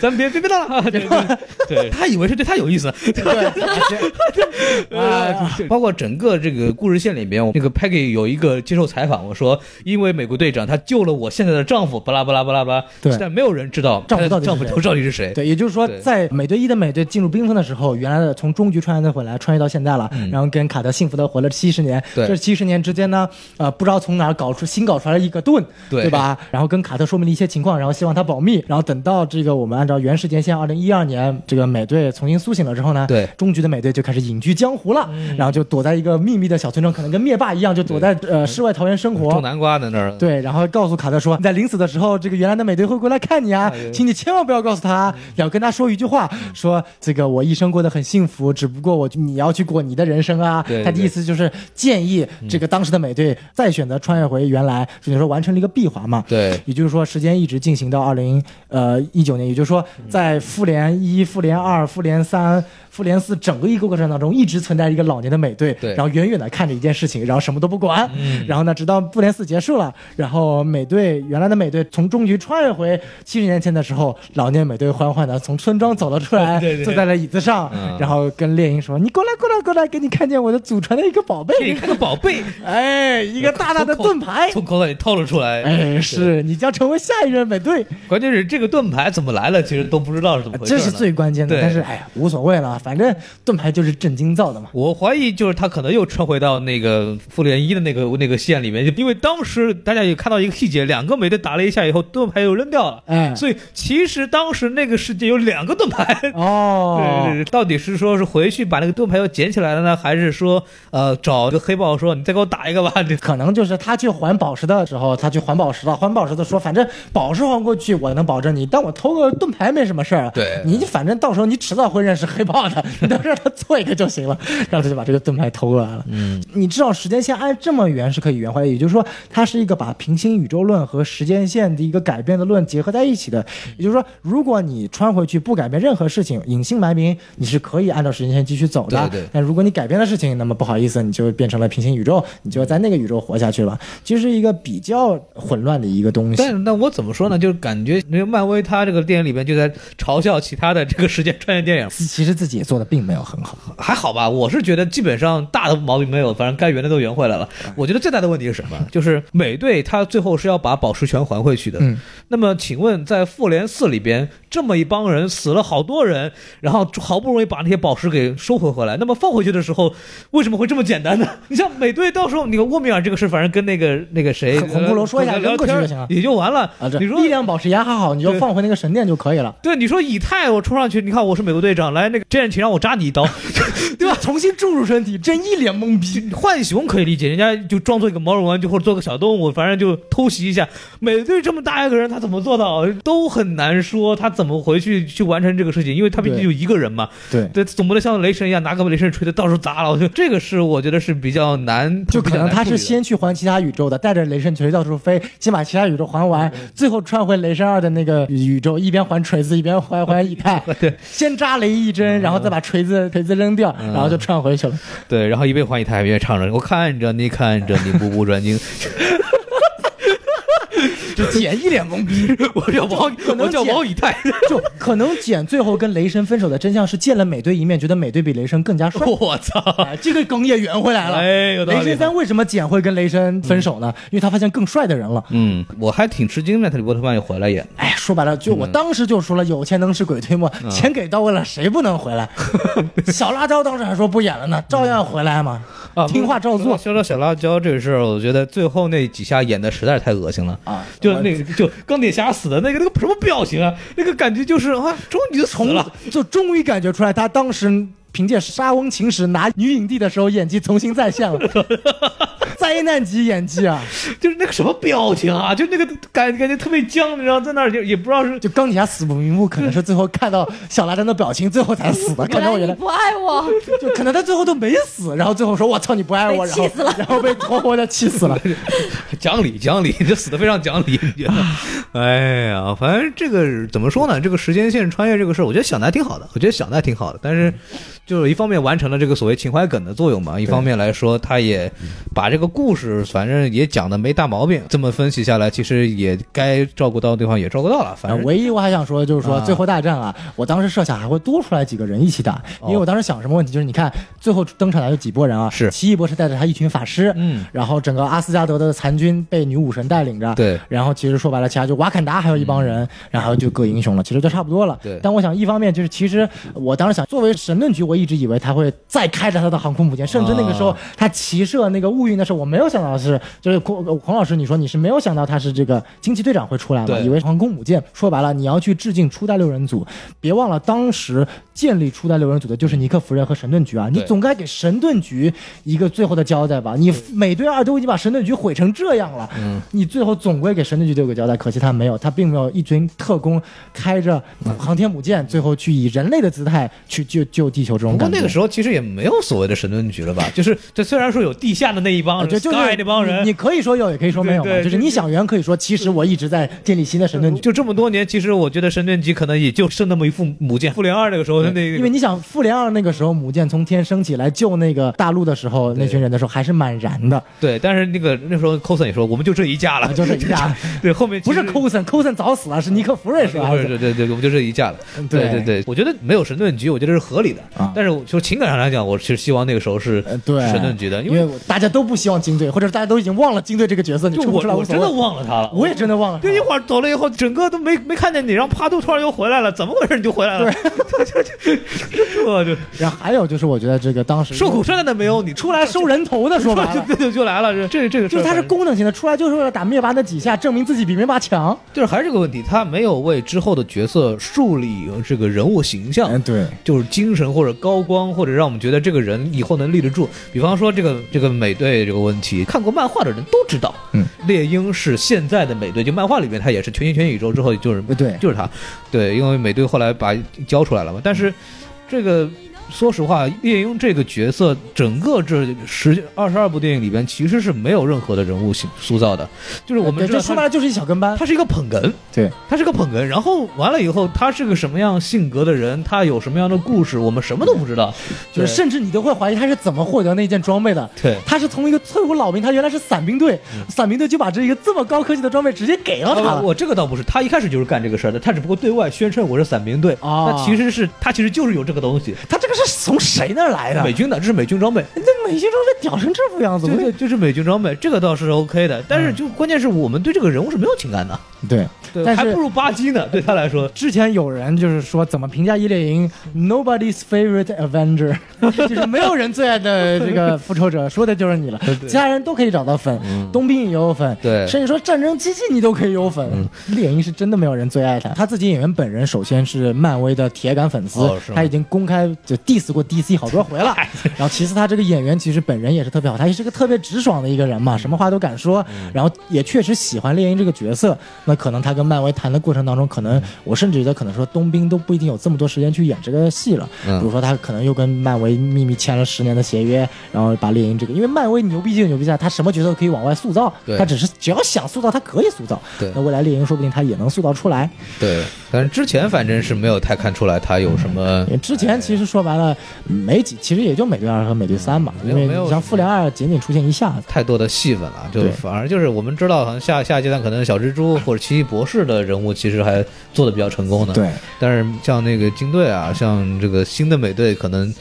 Speaker 2: 咱别别别闹了 啊！对对对，他以为是对他有意思，哎
Speaker 1: 对，啊，
Speaker 2: 包括整个这个故事线里边，那个 Peggy 有一个接受采访，我说因为美国队长他救了我现在的丈夫，巴拉巴拉巴拉巴拉，
Speaker 1: 对
Speaker 2: 但没有人知道
Speaker 1: 丈夫
Speaker 2: 她的
Speaker 1: 到底是
Speaker 2: 丈夫
Speaker 1: 谁
Speaker 2: 到底是谁。
Speaker 1: 对，也就是说，
Speaker 2: 对
Speaker 1: 在美队一的美队进入冰封的时候，原来的从中局穿越的回来，穿越到现在了，然后跟卡特幸福的活了七十年。
Speaker 2: 嗯对
Speaker 1: 这七十年之间呢，呃，不知道从哪儿搞出新搞出来一个盾，
Speaker 2: 对
Speaker 1: 吧？然后跟卡特说明了一些情况，然后希望他保密。然后等到这个我们按照原时间线，二零一二年这个美队重新苏醒了之后呢，
Speaker 2: 对嗯
Speaker 1: 中局的美队就开始隐居江湖了，然后就躲在一个秘密的小村庄，可能跟灭霸一样，就躲在呃世外桃源生活
Speaker 2: 种。南瓜在那儿，
Speaker 1: 对，然后告诉卡特说，你在临死的时候，这个原来的美队会过来看你
Speaker 2: 哎
Speaker 1: 啊，请你千万不要告诉他，
Speaker 2: 嗯
Speaker 1: 要跟他说一句话，说这个我一生过得很幸福，只不过我你要去过你的人生啊
Speaker 2: 对。嗯对
Speaker 1: 他的意思就是建议这个当时的美队再选择穿越回原来，所以说完成了一个闭环嘛。
Speaker 2: 对
Speaker 1: 也就是说，时间一直进行到二零呃一九年，也就是说，
Speaker 2: 嗯
Speaker 1: 在复联一、复联二、复联三、复联四整个一个过程当中，一直存在一个老年的美队，
Speaker 2: 对嗯
Speaker 1: 然后远远的看着一件事情，然后什么都不管，然后呢，直到复联四结束了，然后美队原来的美队从终局穿越回七十年前的时候，老年美队缓缓的从村庄走了出来，
Speaker 2: 对对
Speaker 1: 坐在了椅子上，
Speaker 2: 嗯
Speaker 1: 然后跟猎鹰说：“你过来，过来，过来，给你看见我的祖传的一个 宝贝，
Speaker 2: 给你看个宝贝，
Speaker 1: 哎，一个大大的
Speaker 2: 从口
Speaker 1: 盾 牌。”
Speaker 2: 从口袋里掏了出来。
Speaker 1: 哎，是你将成为下一任美队，
Speaker 2: 关键是这个盾牌怎么来了，其实都不知道是怎么回事。
Speaker 1: 这是最。关键的。
Speaker 2: 对
Speaker 1: 但是哎呀，无所谓了，反正盾牌就是震惊造的嘛。
Speaker 2: 我怀疑就是他可能又穿回到那个复联一的那个那个线里面，就因为当时大家也看到一个细节，两个美队打了一下以后，盾牌又扔掉了。
Speaker 1: 哎，
Speaker 2: 所以其实当时那个世界有两个盾牌。
Speaker 1: 哦，
Speaker 2: 对对对，到底是说是回去把那个盾牌又捡起来了呢，还是说呃找一个黑豹说你再给我打一个吧？ 你
Speaker 1: 可能就是他去还宝石的时候，他去还宝石了，还宝石的说，反正宝石还过去，我能保证你，但我偷个盾牌没什么事儿。啊
Speaker 2: 对
Speaker 1: 你反正到时候你迟早会认识黑豹的， 你到时候他做一个就行了， 然后他就把这个盾牌偷过来了。嗯，你知道时间线按这么圆是可以圆回来，也就是说，它是一个把平行宇宙论和时间线的一个改变的论结合在一起
Speaker 2: 嗯
Speaker 1: 的。也就是说，如果你穿回去不改变任何事情，隐姓埋名，你是可以按照时间线继续走的。
Speaker 2: 对对
Speaker 1: 但如果你改变了事情，那么不好意思，你就变成了平行宇宙，你就在那个宇宙活下去了。其实是一个比较混乱的一个东西。
Speaker 2: 但那我怎么说呢？就是感觉那个漫威它这个电影里边就在嘲笑其他的这个时间穿越电影，
Speaker 1: 其实自己也做的并没有很 好。
Speaker 2: 还好吧，我是觉得基本上大的毛病没有，反正该圆的都圆回来了。
Speaker 1: 哎
Speaker 2: 我觉得最大的问题是什么？ 就是美队他最后是要把宝石全还回去的。
Speaker 1: 嗯
Speaker 2: 那么请问，在复联四里边，这么一帮人死了好多人，然后好不容易把那些宝石给收回回来，那么放回去的时候，为什么会这么简单呢？ 你像美队到时候，你看沃米尔这个事，反正跟那个那个谁
Speaker 1: 和红骷髅说一下
Speaker 2: 呃聊
Speaker 1: 扔过去
Speaker 2: 天
Speaker 1: 就行了
Speaker 2: 也就完了
Speaker 1: 啊，这
Speaker 2: 你说
Speaker 1: 力量宝石牙还好，你就
Speaker 2: 对
Speaker 1: 放回那个神殿就可以 了。
Speaker 2: 对，你说以太，我冲上去，你看我是美国队长，来那个这样请让我扎你一刀，对吧？
Speaker 1: 重新注入身体，真一脸懵逼。
Speaker 2: 浣熊可以理解，人家就装作一个毛绒玩具或者做个小动物，反正就偷袭一下。美队这么大一个人，他怎么做到都很难说，他怎么回去去完成这个事情？因为他毕竟
Speaker 1: 对
Speaker 2: 就一个人嘛，
Speaker 1: 对，
Speaker 2: 对，总不能像雷神一样拿个雷神锤子到处砸了。我觉得这个是我觉得是比较难，
Speaker 1: 就可能他是
Speaker 2: 比较难处理的
Speaker 1: 先去还其他宇宙的，带着雷神锤到处飞，先把其他宇宙还完，最后穿回雷神二的那个宇宙，一边还锤子，一边还还以 太。
Speaker 2: 对，
Speaker 1: 先扎雷一针，然后再把锤子锤子扔掉，然后就穿回去了。
Speaker 2: 对，然后一边还以太一边唱着：“我看着你，看着你，步 步转进。”
Speaker 1: 就姐一脸懵逼，
Speaker 2: 我叫王
Speaker 1: 可，能
Speaker 2: 我叫
Speaker 1: 解
Speaker 2: 王以太。
Speaker 1: 就可能简最后跟雷神分手的真相是见了美队一面，觉得美队比雷神更加帅。
Speaker 2: 我操！
Speaker 1: 哎这个梗也圆回来了。
Speaker 2: 哎有道理
Speaker 1: 雷神三为什么简会跟雷神分手呢？因为他发现更帅的人了。
Speaker 2: 嗯，我还挺吃惊的，他里波特曼又回来演。
Speaker 1: 哎，说白了，就
Speaker 2: 嗯
Speaker 1: 我当时就说了，有钱能使鬼推磨，钱给到位了，谁不能回 来？小辣椒当时还说不演了呢，照样回来嘛，
Speaker 2: 啊，
Speaker 1: 听话照做
Speaker 2: 说到小辣椒这个事儿，我觉得最后那几下演的实在是太恶心了。
Speaker 1: 啊。
Speaker 2: 就
Speaker 1: 我
Speaker 2: 那个，就钢铁侠死的那个那个什么表情啊，那个感觉就是啊，终于就死
Speaker 1: 从
Speaker 2: 了。
Speaker 1: 就终于感觉出来，他当时凭借《莎翁情史》拿女影帝的时候，演技重新再现了，灾难级演技啊！
Speaker 2: 就是那个什么表情啊，就那个感感觉特别僵， 然后在那儿就也不知道是
Speaker 1: 就钢铁侠死不瞑目，可能是最后看到小辣椒的表情，最后才死的。可能我原
Speaker 3: 你
Speaker 1: 来
Speaker 3: 不爱我，
Speaker 1: 就可能他最后都没死，然后最后说“我操，你不爱我”，
Speaker 3: 被
Speaker 1: 然
Speaker 3: 气
Speaker 1: 后
Speaker 3: 死了
Speaker 1: 然后被活活的气死了。
Speaker 2: 讲理讲理，这死的非常讲理。你觉得？ 哎呀，反正这个怎么说呢？这个时间线穿越这个事儿，我觉得想的还挺好的，我觉得想的还挺好的。但是，就是一方面完成了这个所谓情怀梗的作用嘛，一方面来说，他也把这个故事反正也讲的没大毛病。这么分析下来，其实也该照顾到的地方也照顾到了，反
Speaker 1: 啊
Speaker 2: 正
Speaker 1: 唯一我还想说的就是说，
Speaker 2: 啊
Speaker 1: 最后大战啊，我当时设想还会多出来几个人一起打，因为我当时想什么问题，就是你看最后登场的有几波人啊，
Speaker 2: 哦是
Speaker 1: 奇异博士带着他一群法师，
Speaker 2: 嗯，
Speaker 1: 然后整个阿斯加德的残军被女武神带领着，
Speaker 2: 对
Speaker 1: 然后其实说白了，其他就瓦坎达还有一帮人，然后就各英雄了，其实就差不多了。
Speaker 2: 嗯对
Speaker 1: 但我想一方面就是，其实我当时想，作为神盾局，我一直以为他会再开着他的航空母舰，甚至那个时候
Speaker 2: 啊
Speaker 1: 他骑射那个雾运的时候，我没有想到是，就是孔呃孔老师你说你是没有想到他是这个惊奇队长会出来嘛？
Speaker 2: 对
Speaker 1: 以为航空母舰。说白了，你要去致敬初代六人组，别忘了当时建立初代六人组的就是尼克弗瑞和神盾局啊，你
Speaker 2: 嗯对
Speaker 1: 总该给神盾局一个最后的交代吧？你美队二都已经把神盾局毁成这样了，
Speaker 2: 嗯
Speaker 1: 你最后总归给神盾局留个交代。可惜他没有，他并没有一群特工开着
Speaker 2: 嗯
Speaker 1: 航天母舰，最后去以人类的姿态去救救地球这种
Speaker 2: 不过
Speaker 1: 感觉。
Speaker 2: 那个时候其实也没有所谓的神盾局了吧？就是这虽然说有地下的那一帮
Speaker 1: 我觉
Speaker 2: 人
Speaker 1: 得啊就是
Speaker 2: ，Sky 那帮人
Speaker 1: 你，你可以说有，也可以说没有嘛
Speaker 2: 对对
Speaker 1: 就是
Speaker 2: 对
Speaker 1: 你想圆，可以说其实我一直在建立新的神盾局。
Speaker 2: 就这么多年，其实我觉得神盾局可能也就剩那么一副母舰。复联二那个时候，那个
Speaker 1: 因为你想，复联二那个时候母舰从天升起来救那个大陆的时候，那群人的时候还是蛮燃的，
Speaker 2: 对，但是那个那时候 Coulson 也说，我们就这一架了，
Speaker 1: 啊，就是一下，
Speaker 2: 对后面其
Speaker 1: 不是
Speaker 2: 实
Speaker 1: Coulson，Coulson 早死了，是尼克弗瑞是吧？
Speaker 2: 对对对对，我们就这一架了。对
Speaker 1: 对
Speaker 2: 对，我觉得没有神盾局，我觉得是合理的。
Speaker 1: 啊
Speaker 2: 但是我就情感上来讲，我是希望那个时候是
Speaker 1: 呃对
Speaker 2: 神盾局的，
Speaker 1: 因
Speaker 2: 为
Speaker 1: 为我大家都不希望金队，或者是大家都已经忘了金队这个角色，你
Speaker 2: 就
Speaker 1: 出不
Speaker 2: 我
Speaker 1: 出来无
Speaker 2: 我
Speaker 1: 所
Speaker 2: 真
Speaker 1: 谓。
Speaker 2: 的忘了他了，
Speaker 1: 我也真的忘了他
Speaker 2: 就一会儿走了以后，整个都没没看见你，然后帕杜突然又回来了，怎么回事？你就回来了，就就就这就
Speaker 1: 然后还有就是，我觉得这个当时
Speaker 2: 受苦受难的没有，你出来
Speaker 1: 收人头的，说白了
Speaker 2: 对。对就来了，这这这个事
Speaker 1: 就
Speaker 2: 儿
Speaker 1: 是他是
Speaker 2: 反正
Speaker 1: 功能性的，出来就是为了打灭霸那几下，证明自己比灭霸强。
Speaker 2: 就是还是这个问题，他没有为之后的角色树立这个人物形象，
Speaker 1: 对，
Speaker 2: 就是精神或者高光，或者让我们觉得这个人以后能立得住。比方说这个这个美队这个问题，看过漫画的人都知道，
Speaker 1: 嗯，
Speaker 2: 猎鹰是现在的美队，就漫画里面他也是全心全意宇宙之后就是
Speaker 1: 对
Speaker 2: 就是他，对，因为美队后来把交出来了嘛。但是这个说实话，猎鹰这个角色整个这十二十二部电影里边其实是没有任何的人物形塑造的，就是我们
Speaker 1: 对
Speaker 2: 知道
Speaker 1: 这说白
Speaker 2: 他
Speaker 1: 了就是一小跟班。
Speaker 2: 他是一个捧哏，
Speaker 1: 对，
Speaker 2: 他是个捧哏，然后完了以后，他是个什么样性格的人，他有什么样的故事，我们什么都不知道，
Speaker 1: 就是甚至你都会怀疑他是怎么获得那件装备的。
Speaker 2: 对
Speaker 1: 他是从一个退伍老兵，他原来是伞兵队，伞兵队就把这一个这么高科技的装备直接给了他
Speaker 2: 啊
Speaker 1: 了。
Speaker 2: 我这个倒不是，他一开始就是干这个事儿的，他只不过对外宣称我是伞兵队，
Speaker 1: 啊
Speaker 2: 那其实是他其实就是有这个东西，
Speaker 1: 他这个是从谁那儿来的？
Speaker 2: 美军的，这是美军装备，
Speaker 1: 这美军装备屌成这副样子，
Speaker 2: 哎对
Speaker 1: 我
Speaker 2: 对，就是美军装备，这个倒是 OK 的，但是就关键是我们对这个人物是没有情感的，
Speaker 1: 对
Speaker 2: 对，
Speaker 1: 但
Speaker 2: 还
Speaker 1: 是
Speaker 2: 不如巴基呢，对他来说，
Speaker 1: 之前有人就是说怎么评价《一猎鹰》，Nobody's favorite Avenger，就是没有人最爱的这个复仇者，说的就是你了。其他人都可以找到粉，冬兵也有粉，
Speaker 2: 嗯对
Speaker 1: 甚至说战争机器你都可以有粉。猎鹰是真的没有人最爱他，他自己演员本人首先是漫威的铁杆粉丝
Speaker 2: 哦是，吗
Speaker 1: 他已经公开就 diss 过 DC 好多回 了。然后其次他这个演员其实本人也是特别好，他也是个特别直爽的一个人
Speaker 2: 嗯
Speaker 1: 嘛，什么话都敢说，然后也确实喜欢猎鹰这个角色。那可能他跟漫威谈的过程当中，可
Speaker 2: 嗯
Speaker 1: 能我甚至觉得可能说冬兵都不一定有这么多时间去演这个戏了。
Speaker 2: 嗯
Speaker 1: 比如说他可能又跟漫威秘密签了十年的协约，然后把猎鹰这个，因为漫威牛逼就牛逼在他什么角色都可以往外塑造，
Speaker 2: 对
Speaker 1: 他只是只要想塑造，他可以塑造。
Speaker 2: 对
Speaker 1: 那未来猎鹰说不定他也能塑造出来。
Speaker 2: 对，但是之前反正是没有太看出来他有什么
Speaker 1: 因为之前其实说白了没几，其实也就美队二和美队三嘛，
Speaker 2: 没
Speaker 1: 因
Speaker 2: 有
Speaker 1: 为
Speaker 2: 嗯没有
Speaker 1: 你像复联二仅仅出现一下子。
Speaker 2: 太多的戏份了，就
Speaker 1: 对
Speaker 2: 反而就是我们知道，好像下下一阶段可能小蜘蛛或者奇异博士的人物其实还做的比较成功呢。，
Speaker 1: 对，
Speaker 2: 但是像那个金队啊，像这个新的美队，可能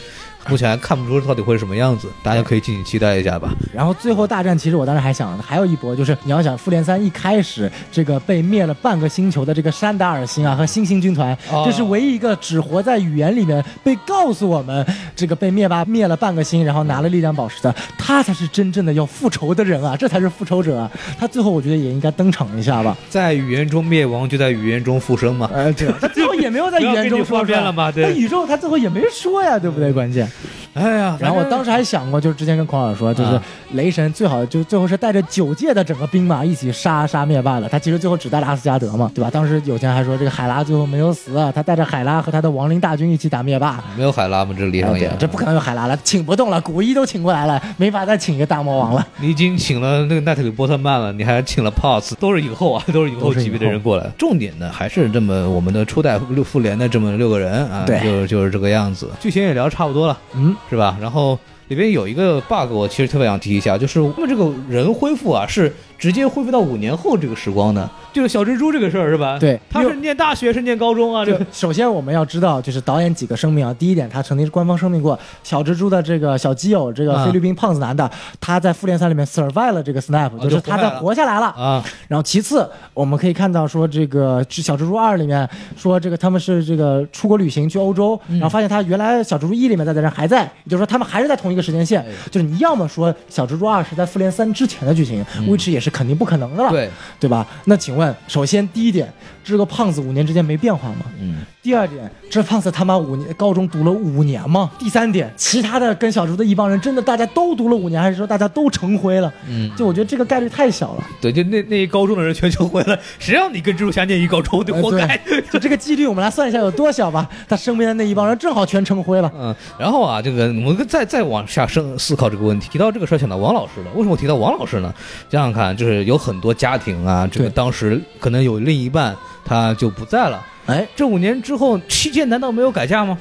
Speaker 2: 目前还看不出到底会是什么样子，大家可以敬请期待一下吧。
Speaker 1: 然后最后大战，其实我当时还想，还有一波就是你要想复联三一开始这个被灭了半个星球的这个山达尔星啊和星星军团，
Speaker 2: 哦
Speaker 1: 这是唯一一个只活在语言里面被告诉我们这个被灭霸灭了半个星，然后拿了力量宝石的，他才是真正的要复仇的人啊，这才是复仇者啊！他最后我觉得也应该登场一下吧。
Speaker 2: 在语言中灭亡，就在语言中复生嘛。
Speaker 1: 呃，对，他最后也没有在语言中说
Speaker 2: 哎
Speaker 1: 出
Speaker 2: 不要跟你说变
Speaker 1: 来
Speaker 2: 了嘛对
Speaker 1: 那宇宙他最后也没说呀，对不对？关键。
Speaker 2: 哎呀，
Speaker 1: 然后我当
Speaker 2: 时
Speaker 1: 时还想过，就是之前跟孔老师说，就是
Speaker 2: 啊
Speaker 1: 雷神最好就最后是带着九界的整个兵马一起杀杀灭霸的，他其实最后只带了阿斯加德嘛，对吧？当时有钱还说这个海拉最后没有死啊，他带着海拉和他的亡灵大军一起打灭霸。
Speaker 2: 没有海拉嘛，这李
Speaker 1: 哎
Speaker 2: 商
Speaker 1: 对
Speaker 2: 言，
Speaker 1: 这不可能有海拉了，请不动了，古一都请过来了，没法再请一个大魔王了。
Speaker 2: 你已经请了那个奈特里波特曼了，你还请了帕尔斯，都是影后啊， 都是影后级别的人过来。重点呢，还是这么我们的初代六复联的这么六个人啊，
Speaker 1: 对
Speaker 2: 就是就是这个样子。剧情也聊差不多了，
Speaker 1: 嗯，
Speaker 2: 是吧？然后里边有一个 bug，我其实特别想提一下，就是我们这个人恢复啊，是直接恢复到五年后这个时光的，就是小蜘蛛这个事儿是吧？
Speaker 1: 对
Speaker 2: 他是念大学是念高中啊，这
Speaker 1: 就
Speaker 2: 个
Speaker 1: 首先我们要知道，就是导演几个声明啊。第一点，他曾经是官方声明过，小蜘蛛的这个小基友，这个
Speaker 2: 啊
Speaker 1: 菲律宾胖子男的，他在《复联三》里面 survive 了这个 snap，
Speaker 2: 啊
Speaker 1: 就是他
Speaker 2: 就活下
Speaker 1: 在活下
Speaker 2: 来了
Speaker 1: 来了。
Speaker 2: 啊，
Speaker 1: 然后其次，我们可以看到说这个《小蜘蛛二》里面说这个他们是这个出国旅行去欧洲，然后发现他原来《小蜘蛛一》里面在的人还在，也就是说他们还是在同一个时间线。就是你要么说《小蜘蛛二》是在《复联三》之前的剧情、w h i c h 也是肯定不可能的了，
Speaker 2: 对，
Speaker 1: 对吧？那请问，首先第一点，这个胖子五年之间没变化吗？
Speaker 2: 嗯，
Speaker 1: 第二点，这胖子他妈五年高中读了五年吗？第三点，其他的跟小猪的一帮人真的大家都读了五年，还是说大家都成灰了？
Speaker 2: 嗯，
Speaker 1: 就我觉得这个概率太小了，
Speaker 2: 对，就那那一高中的人全球回来，谁让你跟蜘蛛侠念一高中，就
Speaker 1: 呃
Speaker 2: 活该。
Speaker 1: 对就这个几率，我们来算一下有多小吧。他身边的那一帮人正好全成灰了。
Speaker 2: 嗯，然后啊，这个我们再再往下深思考这个问题。提到这个事儿，想到王老师了。为什么我提到王老师呢？想想看，就是有很多家庭啊，这个
Speaker 1: 对
Speaker 2: 当时可能有另一半他就不在了。
Speaker 1: 哎，
Speaker 2: 这五年之后，期间难道没有改嫁吗？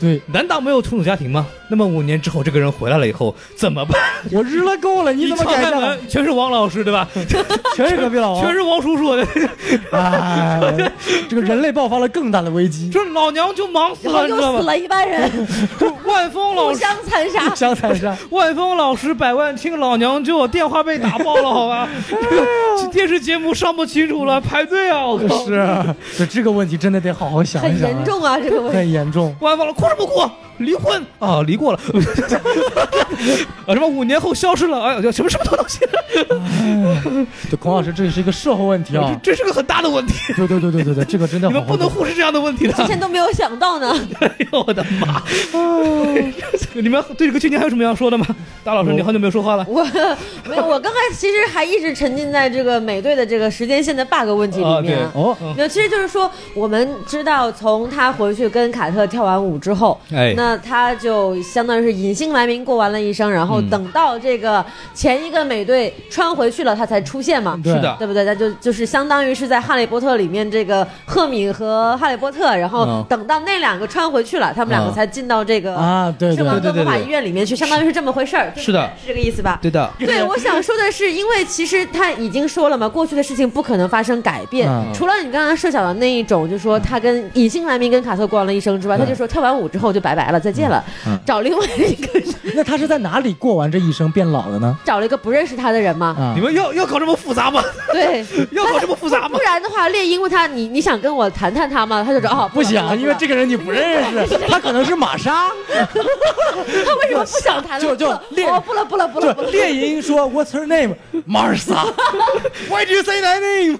Speaker 1: 对
Speaker 2: 难道没有重组家庭吗？那么五年之后，这个人回来了以后怎么办？
Speaker 1: 我日了够了，你怎么
Speaker 2: 一
Speaker 1: 改
Speaker 2: 敲
Speaker 1: 嫁
Speaker 2: 开
Speaker 1: 了？哦
Speaker 2: 门全是王老师，对吧？
Speaker 1: 全是隔壁老王，
Speaker 2: 全是王叔叔，
Speaker 1: 哎，我这个人类爆发了更大的危机。
Speaker 2: 这老娘就忙死
Speaker 3: 然后
Speaker 2: 了，你知道
Speaker 3: 又死
Speaker 2: 吗？
Speaker 3: 了一 半人，
Speaker 2: 万峰老
Speaker 3: 互
Speaker 2: 师。
Speaker 3: 相残杀。
Speaker 1: 相残杀，
Speaker 2: 万峰老师百万听老娘舅电话被打爆了，好吧？这 个电视节目上不清楚了，排队啊！我靠，
Speaker 1: 是，这这个问题真的得好好想
Speaker 3: 很
Speaker 1: 一想、
Speaker 3: 严，重啊，这个问题。
Speaker 1: 很严重。
Speaker 2: 万峰了，哭什么哭？离婚啊，离过了。 啊，什么五年后消失了？哎呀，什么什么东西？
Speaker 1: 对，孔老师，这也是一个社会问题啊。
Speaker 2: 这这是个很大的问题，
Speaker 1: 对对对对对对，这个真的
Speaker 2: 你们
Speaker 1: 好
Speaker 2: 不
Speaker 1: 好
Speaker 2: 能
Speaker 1: 弄。
Speaker 2: 忽视这样的问题的。
Speaker 3: 之前都没有想到呢，
Speaker 2: 哎呦我的妈！哎 你们对这个剧情还有什么要说的吗？大老师，你好久没有说话了。
Speaker 3: 我没有，我刚才其实还一直沉浸在这个美队的这个时间线的 bug 问题里面啊。
Speaker 2: 啊
Speaker 1: 哦，
Speaker 3: 那其实就是说，我们知道从他回去跟卡特跳完舞之后，
Speaker 2: 哎
Speaker 3: 那他就相当于是隐姓埋名过完了一生，然后等到这个前一个美队穿回去了，他才出现嘛。
Speaker 1: 对
Speaker 2: 是的
Speaker 3: 对不对？他就就是相当于是在《哈利波特》里面这个赫敏和哈利波特，然后
Speaker 2: 嗯
Speaker 3: 等到那两个穿回去了，他们两个
Speaker 2: 嗯
Speaker 3: 才进到这个
Speaker 1: 啊，对
Speaker 3: 圣
Speaker 1: 对
Speaker 3: 王
Speaker 1: 对，
Speaker 3: 哥魔法
Speaker 2: 对对对
Speaker 3: 医院里面去，相当于是这么回事儿。对不对
Speaker 2: 是的
Speaker 3: 是这个意思吧？
Speaker 2: 对的，
Speaker 3: 对，我想说的是，因为其实他已经说了嘛，过去的事情不可能发生改变，
Speaker 1: 嗯
Speaker 3: 除了你刚刚设想的那一种，就说他跟隐姓埋名跟卡特过完了一生之
Speaker 1: 嗯
Speaker 3: 外，他就说跳完舞之后就拜拜了，再见了，找另外一个 人，
Speaker 1: 那他是在哪里过完这一生变老的呢？
Speaker 3: 找了一个不认识他的人嘛，
Speaker 1: 啊
Speaker 2: 你，们要要搞这么复杂吗？
Speaker 3: 对。
Speaker 2: 要搞这么复杂吗
Speaker 3: 不？然的话，猎鹰问他你你想跟我谈谈他吗？他就说哦，
Speaker 1: 不想，因为这
Speaker 3: 个
Speaker 1: 个人你不认 识，他可能是玛莎。
Speaker 3: 他为什么不想谈呢？
Speaker 1: 就就
Speaker 3: 不
Speaker 1: 猎
Speaker 3: 了哦不了不了不
Speaker 1: 就
Speaker 3: 了不了，
Speaker 1: 猎鹰说 What's her name? Martha. Why do you say that name?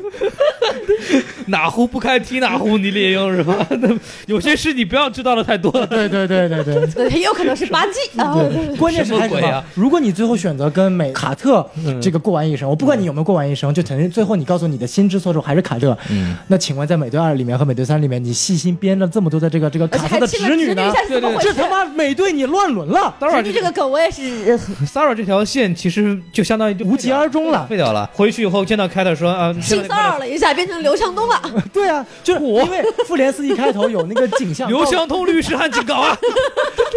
Speaker 2: 哪壶不开提哪壶，你猎鹰是吧？ 那有些事你不要知道的太多 了。
Speaker 1: 对对对 对对。
Speaker 3: 对，也有可能 是八 G 啊，对
Speaker 1: 关键是还是什
Speaker 2: 什么鬼
Speaker 1: 么嗯
Speaker 2: 啊？
Speaker 1: 如果你最后选择跟美卡特这个过完一生，我不管你有没有过完一生，就等于最后你告诉你的心之所属还是卡特。
Speaker 2: 嗯，
Speaker 1: 那请问在美队二里面和美队三里面，你细心编了这么多的这个这个
Speaker 3: 而且
Speaker 1: 卡特
Speaker 3: 还
Speaker 1: 的
Speaker 3: 亲了侄
Speaker 1: 侄女呢
Speaker 3: 一？下是怎么回
Speaker 1: 这
Speaker 3: 事？
Speaker 1: 他妈美队你乱伦了，
Speaker 2: 当然
Speaker 3: 侄女这个梗我 也是
Speaker 2: ，Sara 这条线其实就相当于就
Speaker 1: 无疾而终了。
Speaker 2: 废掉了。回去以后见到凯特说 啊，见
Speaker 3: 性
Speaker 2: 到
Speaker 3: 骚扰了一下，变成刘向东了。
Speaker 1: 对啊，就是因为复联四一开头有那个景象，
Speaker 2: 刘湘通律师函警告 啊！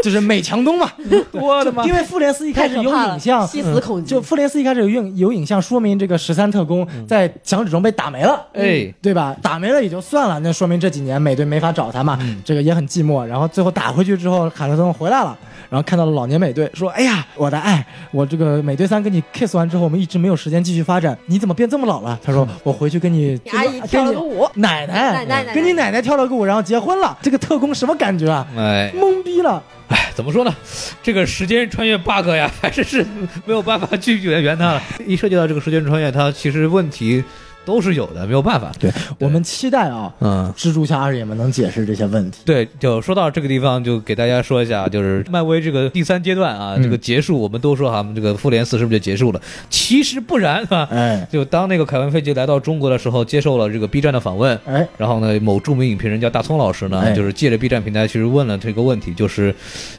Speaker 1: 就是美强东嘛。
Speaker 2: 我的妈！
Speaker 1: 因为复联四一开始有影像，嗯
Speaker 3: 太可怕了细思恐极
Speaker 1: 就复联四一开始有影有影像说明这个十三特工在响指中被打没了。
Speaker 2: 哎，
Speaker 1: 对吧？打没了也就算了，那说明这几年美队没法找他嘛，这个也很寂寞。然后最后打回去之后，卡特森回来了，然后看到了老年美队，说：“哎呀，我的爱，我这个美队三跟你 kiss 完之后，我们一直没有时间继续发展，你怎么变这么老了？”他说：“我回去跟你
Speaker 3: 你阿姨跳了个舞
Speaker 1: 跟你哦奶奶
Speaker 3: 奶奶奶奶
Speaker 1: 跟你奶奶跳了个舞，然后结婚了。这个特工什么感觉啊？
Speaker 2: 哎
Speaker 1: 懵逼了。”
Speaker 2: 哎，怎么说呢？这个时间穿越 bug 呀，还是是没有办法去原原它了。一涉及到这个时间穿越，它其实问题都是有的，没有办法。对，
Speaker 1: 我们期待啊，
Speaker 2: 嗯。
Speaker 1: 蜘蛛侠二里面能解释这些问题。
Speaker 2: 对，就说到这个地方，就给大家说一下，就是漫威这个第三阶段
Speaker 1: 嗯
Speaker 2: 啊，这个结束，我们都说哈，这个复联四是不是就结束了？其实不然啊，
Speaker 1: 哎
Speaker 2: 就当那个凯文·费奇来到中国的时候，接受了这个 B 站的访问，
Speaker 1: 哎，
Speaker 2: 然后呢，某著名影评人叫大葱老师
Speaker 1: 哎
Speaker 2: 呢，就是借着 B 站平台，其实问了这个问题，就是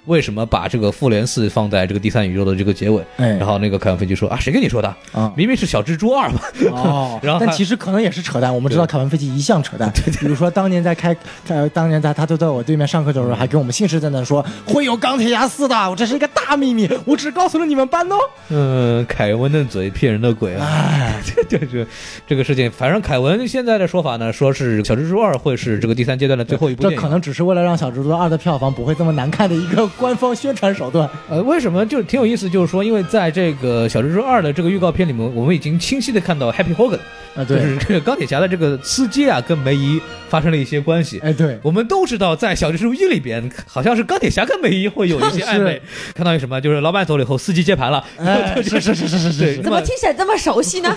Speaker 2: 为什么把这个复联四放在这个第三宇宙的这个结尾？
Speaker 1: 哎
Speaker 2: 然后那个凯文·费奇说啊，谁跟你说的？
Speaker 1: 啊
Speaker 2: 明明是小蜘蛛二嘛。
Speaker 1: 哦
Speaker 2: 然后
Speaker 1: 但
Speaker 2: 还
Speaker 1: 其实可能也是扯淡。我们知道凯文·费奇一向扯淡，比如说当年在开，呃，当年在他就在我对面上课的时候，还跟我们信誓旦旦说会有钢铁侠四的，我这是一个大秘密，我只告诉了你们班哦。
Speaker 2: 嗯，凯文的嘴骗人的鬼啊！
Speaker 1: 哎，
Speaker 2: 这 这这这个事情，反正凯文现在的说法呢，说是小蜘蛛二会是这个第三阶段的最后一部
Speaker 1: 这
Speaker 2: 电影
Speaker 1: 可。能只是为了让小蜘蛛二的票房不会这么难看的一个官方宣传手段。
Speaker 2: 呃，为什么就挺有意思？就是说，因为在这个小蜘蛛二的这个预告片里面，我们已经清晰的看到 Happy Hogan，
Speaker 1: 啊，
Speaker 2: 就
Speaker 1: 对，
Speaker 2: 是这个钢铁侠的这个司机啊，跟梅姨发生了一些关系。
Speaker 1: 哎，对，
Speaker 2: 我们都知道，在小蜘蛛一里边，好像是钢铁侠跟梅姨会有一些暧昧。看到有什么，就是老板走了以后，司机接盘了。
Speaker 1: 哎，是是是是是是
Speaker 2: 对
Speaker 1: 是，
Speaker 3: 怎么听起来这么熟悉呢？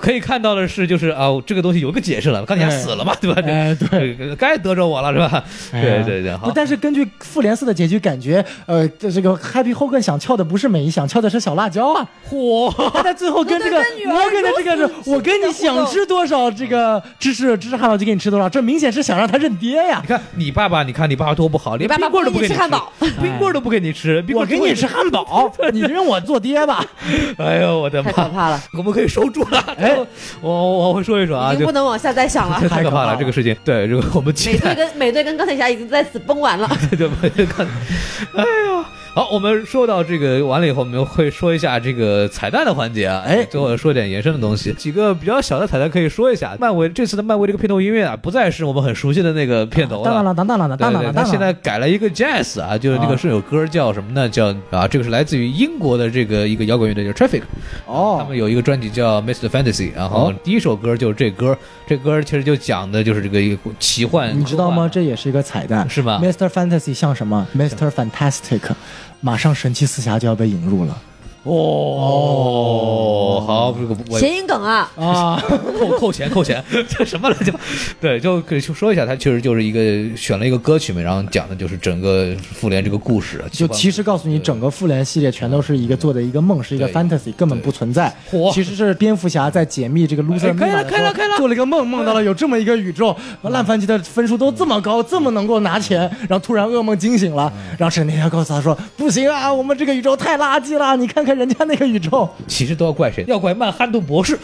Speaker 2: 可以看到的是，就是啊，这个东西有一个解释了，钢铁侠死了嘛，对吧？
Speaker 1: 哎，对。
Speaker 2: 对，该得着我了是吧？
Speaker 1: 哎呀
Speaker 2: 对对对，
Speaker 1: 不
Speaker 2: 好，
Speaker 1: 但是根据复联四的结局，感觉呃，这这个 Happy Hogan 想撬的不是美，想撬的是小辣椒 啊！
Speaker 2: 嚯，
Speaker 1: 他在最后跟这个
Speaker 3: 我的女儿
Speaker 1: 摩根的这个
Speaker 3: 如此
Speaker 1: 是，我跟你想吃多少这个芝士芝士汉堡就给你吃多少，这明显是想让他认爹呀
Speaker 2: 你！看你爸爸，你看你爸爸多不好，连
Speaker 3: 你爸爸
Speaker 2: 冰棍儿都不给你
Speaker 3: 不给你吃汉堡
Speaker 2: 冰棍儿都不给你吃，冰
Speaker 1: 我
Speaker 2: 棍儿
Speaker 1: 给
Speaker 2: 只会
Speaker 1: 你吃。汉 堡，你认我做爹吧？
Speaker 2: 哎呦我的
Speaker 3: 太可
Speaker 2: 妈！
Speaker 3: 怕了，
Speaker 2: 我们可以收住了。
Speaker 1: 哎
Speaker 2: 哎，我我我会说一说啊，
Speaker 3: 已经
Speaker 2: 就
Speaker 3: 不能往下再想 了。
Speaker 2: 太可怕了这个事情。对，这个我们
Speaker 3: 美
Speaker 2: 期
Speaker 3: 队
Speaker 2: 待。
Speaker 3: 跟美队跟钢铁侠已经在此崩 完了，
Speaker 2: 对吧？看，哎呦，好，我们说到这个完了以后，我们会说一下这个彩蛋的环节啊。
Speaker 1: 哎
Speaker 2: 最后说点延伸的东西，几个比较小的彩蛋可以说一下。漫威这次的漫威这个片头音乐啊，不再是我们很熟悉的那个片头
Speaker 1: 当然
Speaker 2: 了。
Speaker 1: 了，啊当然了，
Speaker 2: 对
Speaker 1: 当然
Speaker 2: 对，
Speaker 1: 了，
Speaker 2: 他
Speaker 1: 当
Speaker 2: 现
Speaker 1: 然
Speaker 2: 在
Speaker 1: 了。
Speaker 2: 改了一个 jazz 啊，就是这
Speaker 1: 啊
Speaker 2: 个是有歌叫什么呢？叫啊，这个是来自于英国的这个一个摇滚乐队叫 Traffic，他
Speaker 1: 哦
Speaker 2: 们有一个专辑叫《Mr. Fantasy》，然后
Speaker 1: 哦
Speaker 2: 第一首歌就是这歌，这歌其实就讲的就是这个一个奇幻，
Speaker 1: 你知道
Speaker 2: 科幻
Speaker 1: 吗？
Speaker 2: 啊
Speaker 1: 这也是一个彩蛋，
Speaker 2: 是吧
Speaker 1: Mr. Fantasy 像什么？Mr. Fantastic，马上神奇四侠就要被引入了
Speaker 2: 哦，好，这个我
Speaker 3: 谐音梗啊！
Speaker 1: 啊！
Speaker 2: 扣扣钱扣钱， 这什么来着？对，就可以说一下，它确实就是一个选了一个歌曲嘛，然后讲的就是整个复联这个故事啊。
Speaker 1: 就其实告诉你，整个复联系列全都是一个做的一个梦，是一个 fantasy，根本不存在
Speaker 2: 嚯。
Speaker 1: 其实是蝙蝠侠在解密这个 loser
Speaker 2: 哎
Speaker 1: 密码
Speaker 2: 开了
Speaker 1: 的时候
Speaker 2: 开了开了
Speaker 1: 做了一个梦，梦到了有这么一个宇宙，
Speaker 2: 嗯
Speaker 1: 烂番茄的分数都这么高，这么能够拿钱，然后突然噩梦惊醒了，
Speaker 2: 嗯
Speaker 1: 然后闪电侠告诉他说：“不行啊，我们这个宇宙太垃圾了，你看看人家那个宇宙
Speaker 2: 其实都要怪谁？要怪曼哈顿博士。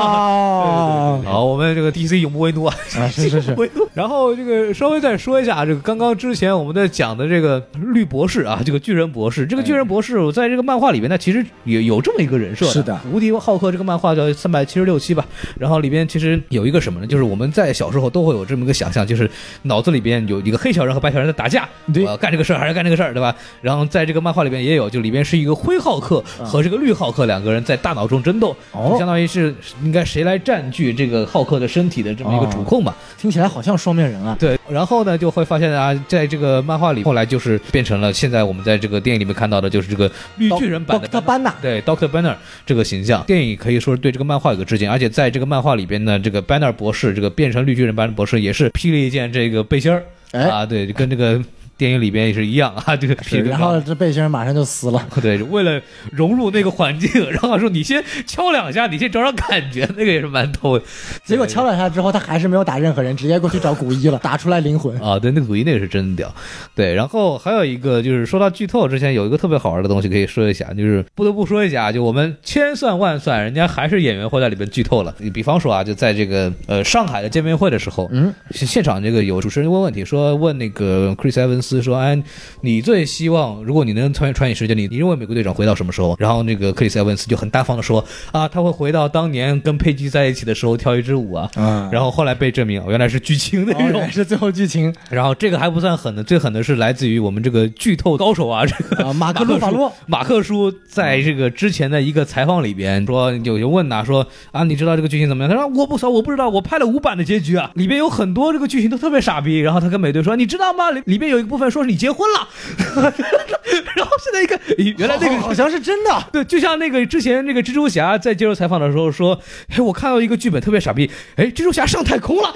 Speaker 1: 啊。
Speaker 2: 好，我们这个 DC 永不为奴啊，
Speaker 1: 啊是是是
Speaker 2: 永不为奴。然后这个稍微再说一下，这个刚刚之前我们在讲的这个绿博士啊，这个巨人博士，这个巨人博士，我在这个漫画里边呢，其实也有这么一个人设
Speaker 1: 是的
Speaker 2: 无敌浩克这个漫画叫三百七十六期吧，然后里边其实有一个什么呢？就是我们在小时候都会有这么一个想象，就是脑子里边有一个黑小人和白小人在打架，
Speaker 1: 对
Speaker 2: 我要干这个事儿还是干这个事儿，对吧？然后在这个漫画里边也有，就里边是一个灰浩克和这个绿浩克两个人在大脑中争斗，
Speaker 1: 啊哦
Speaker 2: 就相当于是应该谁来占据这个浩克的身体的这么一个主控吧。”
Speaker 1: 听起来好像双面人啊。
Speaker 2: 对，然后呢，就会发现啊，在这个漫画里，后来就是变成了现在我们在这个电影里面看到的，就是这个绿巨人版的
Speaker 1: 哦他班纳
Speaker 2: 对 Doctor Banner 这个形象，电影可以说是对这个漫画有个致敬，而且在这个漫画里边呢，这个 Banner 博士，这个变成绿巨人 Banner 博士也是披了一件这个背心儿、
Speaker 1: 哎
Speaker 2: 啊，对，就跟这个电影里边也是一样啊，这个披了个
Speaker 1: 然后这背心儿马上就撕了。
Speaker 2: 对，为了融入那个环境，然后说你先敲两下，你先找找感觉，那个也是蛮逗的
Speaker 1: 结果敲两下之后，他还是没有打任何人，直接过去找古一了，打出来灵魂。
Speaker 2: 啊。对，那个古一那个是真屌。对，然后还有一个就是说到剧透之前，有一个特别好玩的东西可以说一下，就是不得不说一下啊，就我们千算万算，人家还是演员会在里边剧透了。比方说啊，就在这个呃上海的见面会的时候，
Speaker 1: 嗯，
Speaker 2: 现现场这个有主持人问问题，说问那个 Chris 埃文斯说，哎，你最希望如果你能穿越穿越时间，你你认为美国队长回到什么时候？然后那个克里斯埃文斯就很大方的说，啊，他会回到当年跟佩姬在一起的时候跳一支舞啊。
Speaker 1: 啊
Speaker 2: 然后后来被证明原来是剧情内
Speaker 1: 哦
Speaker 2: 容
Speaker 1: 原来，是最后剧情
Speaker 2: 然后这个还不算狠的，最狠的是来自于我们这个剧透高手啊， 这个
Speaker 1: 啊，马克
Speaker 2: 马克
Speaker 1: 鲁法 洛
Speaker 2: 马克叔在这个之前的一个采访里边说，有人问呐、说啊，你知道这个剧情怎么样？他说我不熟，我不知道，我拍了五版的结局啊，里边有很多这个剧情都特别傻逼。然后他跟美队说，你知道吗？里里边有一个部分说是你结婚了， 然后现在一看，咦原来那
Speaker 1: 好
Speaker 2: 个
Speaker 1: 好。像是真的。
Speaker 2: 对，就像那个之前那个蜘蛛侠在接受采访的时候说：“哎，我看到一个剧本特别傻逼，哎，蜘蛛侠上太空了。”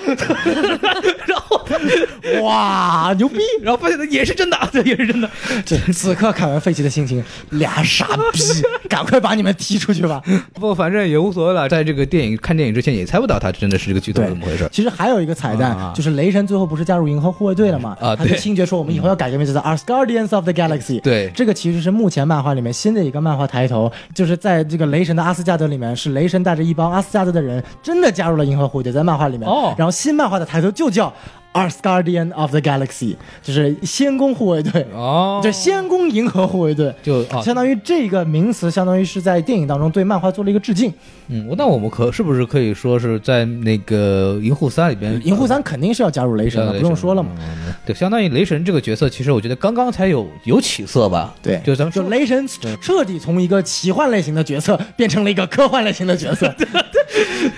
Speaker 2: 然后
Speaker 1: 哇，牛逼！
Speaker 2: 然后发现它也是真的，这也是真的。
Speaker 1: 这此刻凯文·费奇的心情，俩傻 逼，赶快把你们踢出去吧。
Speaker 2: 不，反正也无所谓了。在这个电影看电影之前，也猜不到它真的是这个剧透
Speaker 1: 对
Speaker 2: 怎么回事。
Speaker 1: 其实还有一个彩蛋，
Speaker 2: 啊
Speaker 1: 就是雷神最后不是加入银河护卫队了嘛？
Speaker 2: 啊
Speaker 1: 他跟
Speaker 2: 对
Speaker 1: 星爵说，我们以后要改个名字叫 Asgardians of the Galaxy。
Speaker 2: 对
Speaker 1: 这个其实是目前漫画里面新的一个漫画抬头，就是在这个雷神的阿斯加德里面，是雷神带着一帮阿斯加德的人真的加入了银河护卫队，在漫画里面。
Speaker 5: 哦
Speaker 1: 然后新漫画的抬头就叫。a r s Guardian of the Galaxy，就是仙宫护卫队，
Speaker 5: 哦，
Speaker 1: 就仙宫银河护卫队，
Speaker 2: 就啊，
Speaker 1: 相当于这个名词，相当于是在电影当中对漫画做了一个致敬。
Speaker 2: 嗯，那我们可是不是可以说是在那个《银护三》里边，
Speaker 1: 银护三肯定是要加入雷神的，
Speaker 2: 对
Speaker 1: 不用说了嘛。
Speaker 2: 对，相当于雷神这个角色，其实我觉得刚刚才有有起色吧。
Speaker 1: 对
Speaker 2: 就咱们
Speaker 1: 就
Speaker 2: 说
Speaker 1: 雷神彻底从一个奇幻类型的角色变成了一个科幻类型的 角色，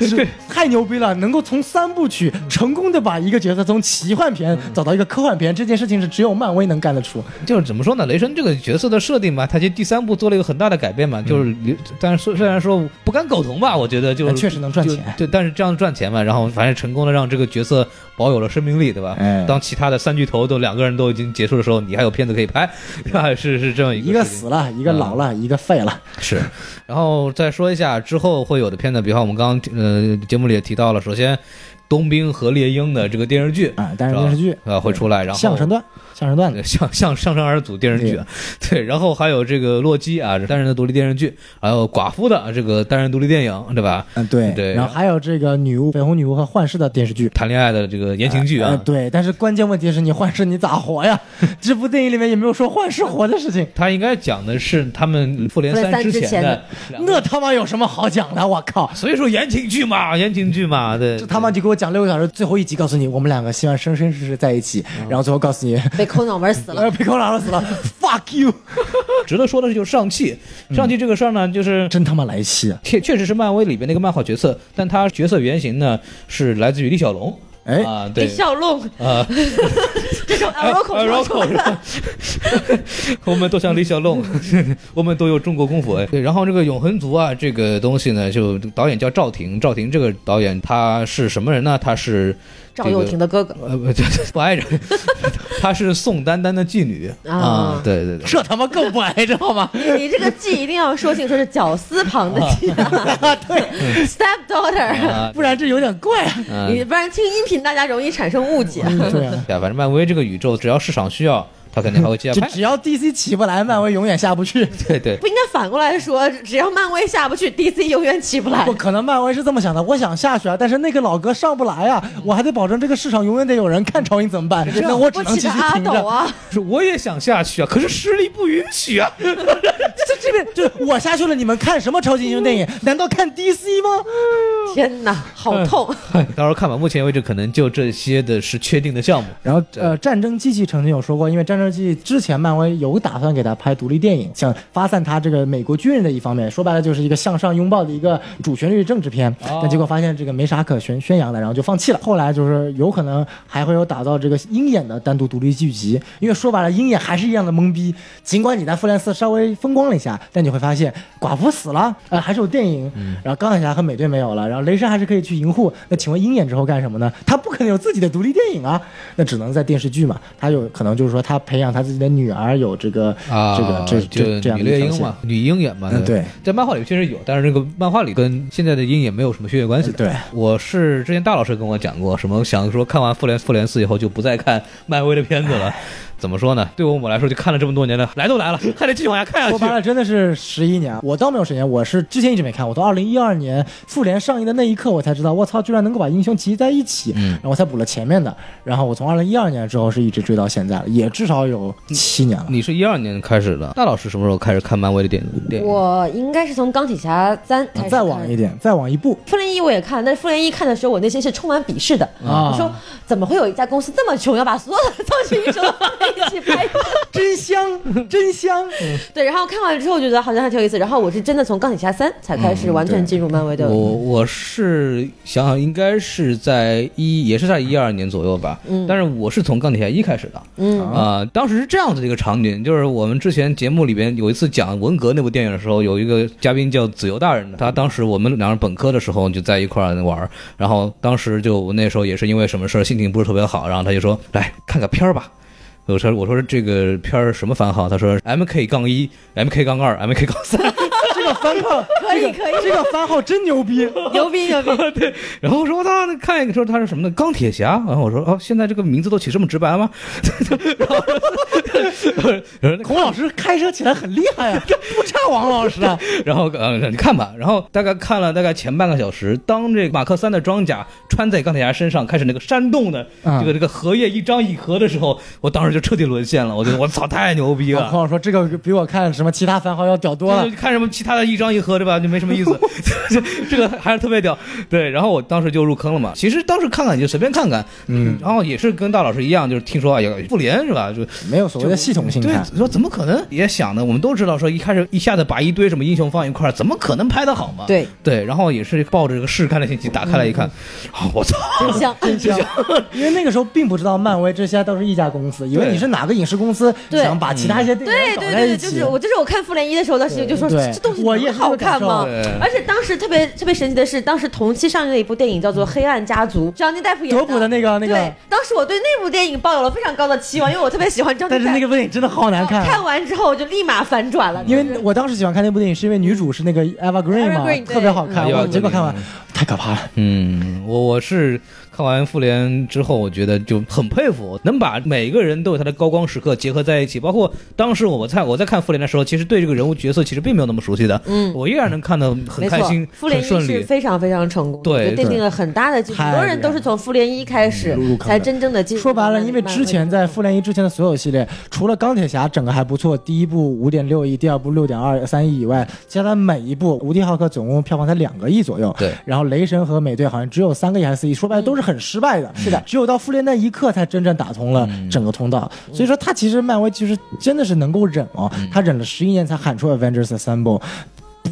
Speaker 1: 是太牛逼了！能够从三部曲成功的把一个角色从奇幻片找到一个科幻片，这件事情是只有漫威能干得出。
Speaker 2: 就是怎么说呢？雷神这个角色的设定嘛，他其实第三部做了一个很大的改变嘛，就是流，但是虽虽然说不敢苟同吧，我觉得就
Speaker 1: 嗯但哎确实能赚
Speaker 2: 就
Speaker 1: 钱
Speaker 2: 对，但是这样赚钱嘛，然后反正成功的让这个角色保有了生命力，对吧？
Speaker 1: 哎
Speaker 2: 当其他的三巨头都两个人都已经结束的时候，你还有片子可以拍， 对吧？是是这样一
Speaker 1: 一个
Speaker 2: 事情
Speaker 1: 死了，一个老了，
Speaker 2: 嗯
Speaker 1: 一个废了。
Speaker 2: 是，然后再说一下之后会有的片子，比方我们刚刚呃节目里也提到了，首先冬兵和猎鹰的这个电视剧
Speaker 1: 啊但是
Speaker 2: 吧
Speaker 1: 电视剧
Speaker 2: 啊会出来，然后
Speaker 1: 相声段，相声段子
Speaker 2: 对。 相相相声二人组电视剧啊， 对，然后还有这个洛基啊单人的独立电视剧，还有寡妇的啊这个单人独立电影，对吧？
Speaker 1: 嗯，对
Speaker 2: 对
Speaker 1: 然后还有这个女巫、绯红女巫和幻视的电视剧。
Speaker 2: 谈恋爱的这个言情剧
Speaker 1: 呃
Speaker 2: 啊，
Speaker 1: 对，但是关键问题是你幻视你咋活呀？ 这部电影里面也没有说幻视活的事情，
Speaker 2: 他应该讲的是他们复联
Speaker 3: 复联
Speaker 2: 三
Speaker 3: 三之
Speaker 2: 前
Speaker 3: 前
Speaker 2: 的
Speaker 3: 的
Speaker 2: 两个，
Speaker 1: 那他妈有什么好讲的？我靠！
Speaker 2: 所以说言情剧嘛，言情剧嘛，对，
Speaker 1: 就他妈就给我讲六个小时，最后一集告诉你我们两个希望生生世世在一起，
Speaker 3: 嗯
Speaker 1: 然后最后告诉你，
Speaker 3: 被抠脑门死了
Speaker 1: 呃，。被狗拉了死 了，fuck you，
Speaker 2: 值得说的是就是上汽，上汽这个事儿呢，就是
Speaker 1: 真他妈来气啊！
Speaker 2: 确确实是漫威里边那个漫画角色，但他角色原型呢是来自于李小龙。
Speaker 1: 哎
Speaker 2: 啊，对
Speaker 3: 李，小龙，
Speaker 2: 啊，哎
Speaker 3: 这是 El
Speaker 2: El
Speaker 3: Rocco 说
Speaker 2: Rocco
Speaker 3: 出来的。
Speaker 2: 我们都像李小龙， 我们都有中国功夫哎。对，然后这个永恒族啊，这个东西呢，就导演叫赵婷，赵婷这个导演他是什么人呢？他是
Speaker 3: 赵又廷的哥哥，
Speaker 2: 呃不 对不挨着，他是宋丹丹的妓女啊
Speaker 3: 啊，
Speaker 2: 对 对对。
Speaker 1: 这他妈更不挨着好吗？
Speaker 3: 你这个“记”一定要说清楚，是绞丝旁的
Speaker 1: 啊
Speaker 3: “记”。 对，stepdaughter，
Speaker 2: 啊，
Speaker 1: 不然这有点怪啊。
Speaker 2: 嗯
Speaker 3: 你不然听音频大家容易产生误解。
Speaker 1: 对啊，
Speaker 2: 对啊，反正漫威这个宇宙，只要市场需要，他肯定还会 接
Speaker 1: 就
Speaker 2: 着拍。
Speaker 1: 只要 DC 起不来，漫威永远下不去。
Speaker 2: 对 对，
Speaker 3: 不应该反过来说，只要漫威下不去，DC 永远起不来
Speaker 1: 不。可能，漫威是这么想的，我想下去啊，但是那个老哥上不来啊，我还得保证这个市场永远得有人看超英怎么办？那我只能
Speaker 3: 啊起
Speaker 1: 继
Speaker 3: 的
Speaker 1: 续
Speaker 3: 阿
Speaker 1: 停
Speaker 3: 斗
Speaker 1: 着。
Speaker 3: 啊，
Speaker 2: 是我也想下去啊，可是实力不允许啊。
Speaker 1: 这这边就是我下去了，你们看什么超级英雄电影？难道看 DC 吗？
Speaker 3: 天哪，
Speaker 1: 嗯
Speaker 3: 好痛！
Speaker 2: 到时候看吧，目前为止可能就这些的是确定的项目。
Speaker 1: 然后呃，战争机器曾经有说过，因为战争机器之前漫威有打算给他拍独立电影，想发散他这个美国军人的一方面，说白了就是一个向上拥抱的一个主旋律政治片，但结果发现这个没啥可宣宣扬的，然后就放弃了。后来就是有可能还会有打造这个鹰眼的单独独立剧集，因为说白了鹰眼还是一样的懵逼，尽管你在复联四稍微风光了一下，但你会发现寡妇死了，呃，还是有电影，
Speaker 2: 嗯
Speaker 1: 然后钢铁侠和美队没有了，然后雷神还是可以去银护，那请问鹰眼之后干什么呢？他不可能有自己的独立电影啊，那只能在电视剧嘛。他有可能就是说他培养他自己的女儿有这个、
Speaker 2: 啊，
Speaker 1: 这个这这这
Speaker 2: 就
Speaker 1: 样
Speaker 2: 女
Speaker 1: 的
Speaker 2: 猎
Speaker 1: 一条
Speaker 2: 鹰
Speaker 1: 线
Speaker 2: 嘛，，女鹰眼嘛，
Speaker 1: 嗯
Speaker 2: 对
Speaker 1: 对，
Speaker 2: 在漫画里确实有，但是这个漫画里跟现在的鹰眼没有什么血缘关系的。
Speaker 1: 嗯对
Speaker 2: 我是之前大老师跟我讲过，什么想说看完复联复联四以后就不再看漫威的片子了，怎么说呢？对我们来说，就看了这么多年了，来都来了，还得继续往下看下
Speaker 1: 说白
Speaker 2: 去。
Speaker 1: 了，真的是十一年啊。我倒没有时间，我是之前一直没看，我到二零一二年复联上映的那一刻，我才知道，我操，居然能够把英雄集在一起。
Speaker 2: 嗯
Speaker 1: 然后我才补了前面的，然后我从二零一二年之后是一直追到现在了，也至少有七年了。
Speaker 2: 你是一二年开始的，大老师什么时候开始看漫威的电电影？
Speaker 3: 我应该是从钢铁侠三开始
Speaker 1: 啊再往
Speaker 3: 看
Speaker 1: 一点，再往一步
Speaker 3: 复联一我也看，但是复联一看的时候，我内心是充满鄙视的。
Speaker 1: 啊
Speaker 3: 我说怎么会有一家公司这么穷，要把所有的超级英雄都放在一起拍？
Speaker 1: 真香，真香！
Speaker 3: 对，然后看完之后觉得好像还挺有意思。然后我是真的从钢铁侠三才开
Speaker 1: 嗯
Speaker 3: 始完全进入漫威的。
Speaker 2: 我我是想想，应该是在一，也是在一二年左右吧。
Speaker 3: 嗯
Speaker 2: 但是我是从钢铁侠一开始的。
Speaker 3: 嗯，
Speaker 2: 啊、当时是这样子的一个场景，就是我们之前节目里边有一次讲文革那部电影的时候，有一个嘉宾叫子由大人的，他当时我们两人本科的时候就在一块儿玩儿，然后当时就我那时候也是因为什么事儿心情不是特别好，然后他就说来看个片儿吧。我说我说这个片儿什么番号？他说哎 M K 杠一、M K 杠二、M K 杠三。
Speaker 1: 这个番号，
Speaker 3: 可以可以
Speaker 1: 这个番号真牛逼！
Speaker 3: 牛逼牛逼！
Speaker 2: 然后我说我操，那看一 个说他是什么呢？钢铁侠。然后我说哦，现在这个名字都起这么直白吗？
Speaker 1: 孔老师开车起来很厉害 啊，不差王老师啊。
Speaker 2: 然后呃，你看吧，然后大概看了大概前半个小时，当这马克三的装甲穿在钢铁侠身上，开始那个煽动的
Speaker 1: 嗯
Speaker 2: 这个这个荷叶一张一合的时候，我当时就彻底沦陷了，我觉得我操太牛逼
Speaker 1: 然后
Speaker 2: 了。
Speaker 1: 啊孔老师说这个比我看什么其他番号要屌多了
Speaker 2: 就。看什么其他的一张一合对吧，就没什么 意思。这这个还是特别屌，对。然后我当时就入坑了嘛。其实当时看看就随便看看，
Speaker 1: 嗯，
Speaker 2: 然后也是跟大老师一样，就是听说啊有复联是吧？就
Speaker 1: 没有所谓的系统性
Speaker 2: 对
Speaker 1: 看，，
Speaker 2: 说怎么可能？也想的，我们都知道说一开始一下子把一堆什么英雄放一块儿，怎么可能拍得好嘛？
Speaker 3: 对，
Speaker 2: 对，然后也是抱着这个试看的心情打开来一看，
Speaker 3: 嗯
Speaker 2: 啊，我操！
Speaker 3: 真 香，真香。
Speaker 1: 因为那个时候并不知道漫威这些都是一家公司，以为你是哪个影视公司
Speaker 3: 对
Speaker 1: 想把其他一些电
Speaker 3: 对
Speaker 1: 影
Speaker 3: 对
Speaker 1: 搞在
Speaker 3: 对，
Speaker 1: 一
Speaker 3: 就
Speaker 1: 起
Speaker 3: 是。我，就是我看《复联一》的时候，当时就就说
Speaker 1: 对
Speaker 3: 这东西
Speaker 1: 我
Speaker 3: 能
Speaker 1: 也是这
Speaker 3: 好
Speaker 1: 个感
Speaker 3: 看
Speaker 1: 受
Speaker 3: 吗
Speaker 2: 对？
Speaker 3: 而且当时特别特别神奇的是，当时同期上映的一部电影叫做《黑暗家族》，张晋大夫演
Speaker 1: 德普的那个那
Speaker 3: 对
Speaker 1: 个，，
Speaker 3: 当时我对那部电影抱有了非常高的期望，因为我特别喜欢张晋
Speaker 1: 但是那个电影真的好难看啊。
Speaker 3: 看完之后我就立马反转了，
Speaker 1: 因为我当时喜欢看那部电影，是因为女主是那个 Eva Green 嘛
Speaker 3: Eva Green，，对
Speaker 1: 特别好看。
Speaker 2: 嗯
Speaker 1: 我
Speaker 2: Eva
Speaker 1: 结果
Speaker 2: Green，
Speaker 1: 看完
Speaker 2: 嗯
Speaker 1: 太可怕了。
Speaker 2: 嗯，我我是看完复联之后，我觉得就很佩服，能把每个人都有他的高光时刻结合在一起。包括当时我在我在看复联的时候，其实对这个人物角色其实并没有那么熟悉的，
Speaker 3: 嗯。
Speaker 2: 我依然能看得很
Speaker 3: 没错
Speaker 2: 开心，，
Speaker 3: 复联
Speaker 2: 很
Speaker 3: 一
Speaker 2: 顺
Speaker 3: 是
Speaker 2: 利。
Speaker 3: 非常非常成功的，
Speaker 2: 对
Speaker 3: 就奠定了很大的基础。
Speaker 1: 太
Speaker 3: 很多人都是从复联一开始
Speaker 1: 嗯入入坑的
Speaker 3: 才真正的进入
Speaker 1: 说白
Speaker 3: 漫
Speaker 1: 了，
Speaker 3: 威
Speaker 1: 因为之前在复联一之前的所有系列，除了钢铁侠整个还不错，第一部五点六亿，第二部六点二三亿以外，其他的每一部无敌浩克总共票房才两个亿左右。
Speaker 2: 对
Speaker 1: 然后雷神和美队好像只有三个亿还是四亿，说白了都是很失败的。是的，只有到复联那一刻才真正打通了整个通道。所以说他其实漫威其实真的是能够忍哦，他忍了十一年才喊出 Avengers Assemble。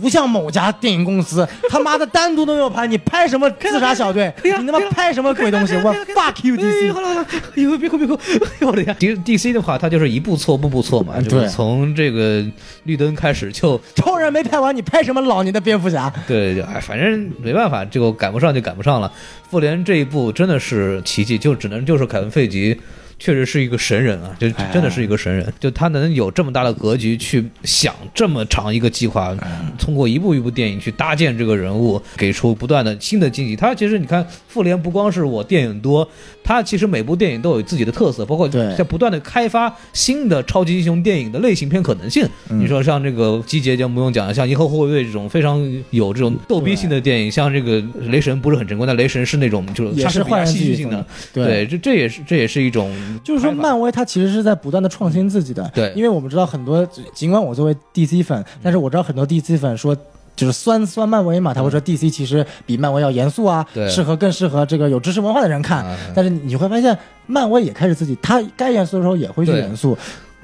Speaker 1: 不像某家电影公司，他妈的单独都没有拍，你拍什么自杀小队？你他妈拍什么鬼东西？我 fuck you
Speaker 2: 哎
Speaker 1: DC！
Speaker 2: 好了好了，哎呦别哭别 哭，哎呦我的天！D D C 的话，它就是一步错步步错嘛，
Speaker 1: 嗯
Speaker 2: 就是
Speaker 1: 对
Speaker 2: 从这个绿灯开始就
Speaker 1: 超人没拍完，你拍什么老年的蝙蝠侠？
Speaker 2: 对，就哎，反正没办法，这个赶不上就赶不上了。复联这一部真的是奇迹，就只能就是凯文费吉。确实是一个神人啊，就
Speaker 1: 哎呀
Speaker 2: 真的是一个神人，就他能有这么大的格局去想这么长一个计划，
Speaker 1: 嗯
Speaker 2: 通过一部一部电影去搭建这个人物，给出不断的新的惊喜。他其实你看，复联不光是我电影多，他其实每部电影都有自己的特色，包括
Speaker 1: 对
Speaker 2: 在不断的开发新的超级英雄电影的类型片可能性。
Speaker 1: 嗯
Speaker 2: 你说像这个集结就不用讲了，像《银河护卫队》这种非常有这种逗逼性的电影，像这个雷神不是很成功，但雷神是那种就是
Speaker 1: 也
Speaker 2: 莎
Speaker 1: 是
Speaker 2: 士比亚
Speaker 1: 换人
Speaker 2: 戏
Speaker 1: 剧
Speaker 2: 剧性的，
Speaker 1: 对
Speaker 2: 对，这这也是这也是一种
Speaker 1: 就是说，
Speaker 2: 拍法
Speaker 1: 漫威它其实是在不断的创新自己的。
Speaker 2: 对
Speaker 1: 因为我们知道很多，尽管我作为 DC 粉，但是我知道很多 DC 粉说。就是酸酸漫威嘛，他会说 DC 其实比漫威要严肃啊，
Speaker 2: 对
Speaker 1: 适合更适合这个有知识文化的人看。
Speaker 2: 啊
Speaker 1: 但是你会发现，漫威也开始自己，他该严肃的时候也会去
Speaker 2: 对
Speaker 1: 严肃。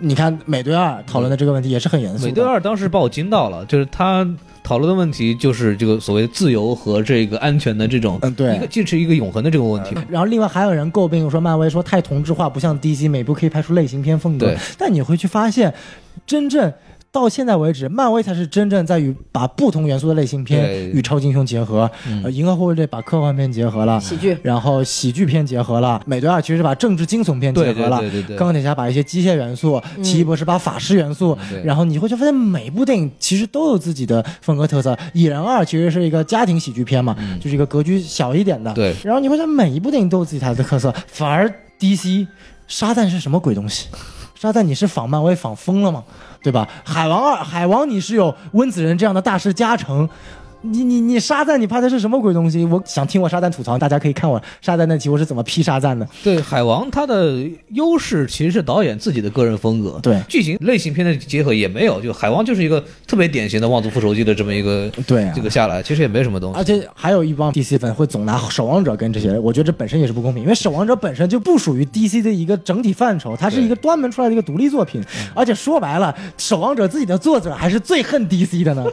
Speaker 1: 你看美队二讨论的这个问题也是很严肃的。
Speaker 2: 美队二当时把我惊到了，就是他讨论的问题就是这个所谓自由和这个安全的这种，
Speaker 1: 嗯对呃
Speaker 2: 一个这是一个永恒的这个问题。
Speaker 1: 然后另外还有人诟病说漫威说太同质化，不像 DC 每部可以拍出类型片风格
Speaker 2: 对。
Speaker 1: 但你会去发现，真正。到现在为止，漫威才是真正在于把不同元素的类型
Speaker 2: 对
Speaker 1: 片与超级英雄结合，
Speaker 2: 嗯
Speaker 1: 呃，银河护卫队把科幻片结合了，
Speaker 3: 喜剧
Speaker 1: 然后喜剧片结合了，美队二其实是把政治惊悚片结
Speaker 2: 对
Speaker 1: 合了，
Speaker 2: 对对对对
Speaker 1: 钢铁侠把一些机械元素，奇异博士把法师元素，
Speaker 2: 对
Speaker 1: 然后你会就发现每部电影其实都有自己的风格特色。蚁人二其实是一个家庭喜剧片嘛，
Speaker 2: 嗯
Speaker 1: 就是一个格局小一点的，
Speaker 2: 对
Speaker 1: 然后你会在每一部电影都有自己它的特色，反而 DC 沙赞是什么鬼东西？沙赞你是仿漫威仿疯了吗？对吧？海王二海王你是有温子仁这样的大师加成。你你你沙赞，你拍的是什么鬼东西？我想听我沙赞吐槽，大家可以看我沙赞那期我是怎么批沙赞的。
Speaker 2: 对，海王他的优势其实是导演自己的个人风格，
Speaker 1: 对
Speaker 2: 剧情类型片的结合也没有，就海王就是一个特别典型的望族复仇记的这么一个，
Speaker 1: 对啊
Speaker 2: 这个下来其实也没什么东西
Speaker 1: 而。且还有一帮 DC 粉会总拿守望者跟这些人，我觉得这本身也是不公平，因为守望者本身就不属于 DC 的一个整体范畴，它是一个专门出来的一个独立作品。而且说白了，守望者自己的作者还是最恨 DC 的呢。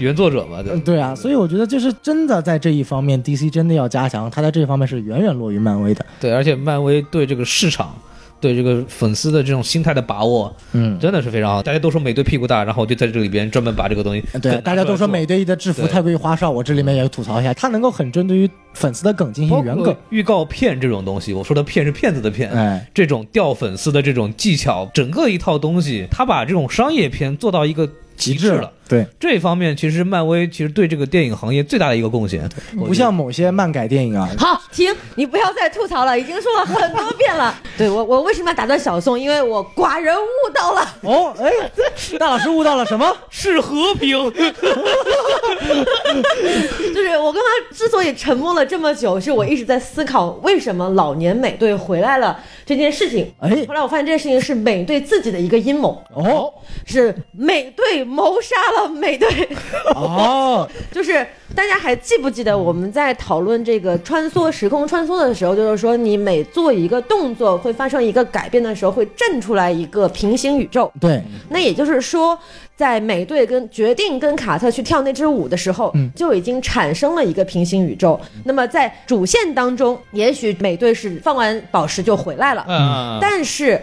Speaker 2: 原作者嘛，对
Speaker 1: 嗯，对啊，所以我觉得就是真的在这一方面，DC 真的要加强，它在这一方面是远远落于漫威的。
Speaker 2: 对，而且漫威对这个市场。对这个粉丝的这种心态的把握，
Speaker 1: 嗯
Speaker 2: 真的是非常好。大家都说美队屁股大，然后我就在这里边专门把这个东西
Speaker 1: 对，大家都说美
Speaker 2: 队。
Speaker 1: 队的制服
Speaker 2: 对
Speaker 1: 太过于花哨，我这里面也吐槽一下，它能够很针对于粉丝的梗进
Speaker 2: 包
Speaker 1: 行圆
Speaker 2: 括
Speaker 1: 梗。
Speaker 2: 预告片这种东西，我说的骗是骗子的骗，
Speaker 1: 哎
Speaker 2: 这种吊粉丝的这种技巧，整个一套东西，他把这种商业片做到一个极致了。
Speaker 1: 对，
Speaker 2: 这方面其实漫威其实对这个电影行业最大的一个贡献，我觉
Speaker 1: 不
Speaker 2: 得
Speaker 1: 像某些漫改电影啊，
Speaker 3: 好，停！你不要再吐槽了，已经说了很多 遍了。对我，我为什么要打断小宋？因为我寡人悟到了，
Speaker 1: 哦，哎，大老师悟到了什么？
Speaker 5: 是和平。
Speaker 3: 就是我刚刚之所以沉默了这么久，是我一直在思考为什么老年美队回来了这件事情。
Speaker 1: 哎
Speaker 3: 后来我发现这件事情是美队自己的一个阴谋，
Speaker 1: 哦
Speaker 3: 是美队谋杀了美队。
Speaker 1: 哦，
Speaker 3: 就是大家还记不记得我们在讨论这个穿梭时空穿梭的时候，就是说你每做一个动作会发生一个改变的时候，会震出来一个平行宇宙。
Speaker 1: 对，
Speaker 3: 那也就是说，在美队跟决定跟卡特去跳那支舞的时候，
Speaker 1: 嗯
Speaker 3: 就已经产生了一个平行宇宙。那么在主线当中，也许美队是放完宝石就回来了，
Speaker 2: 嗯，
Speaker 3: 但是。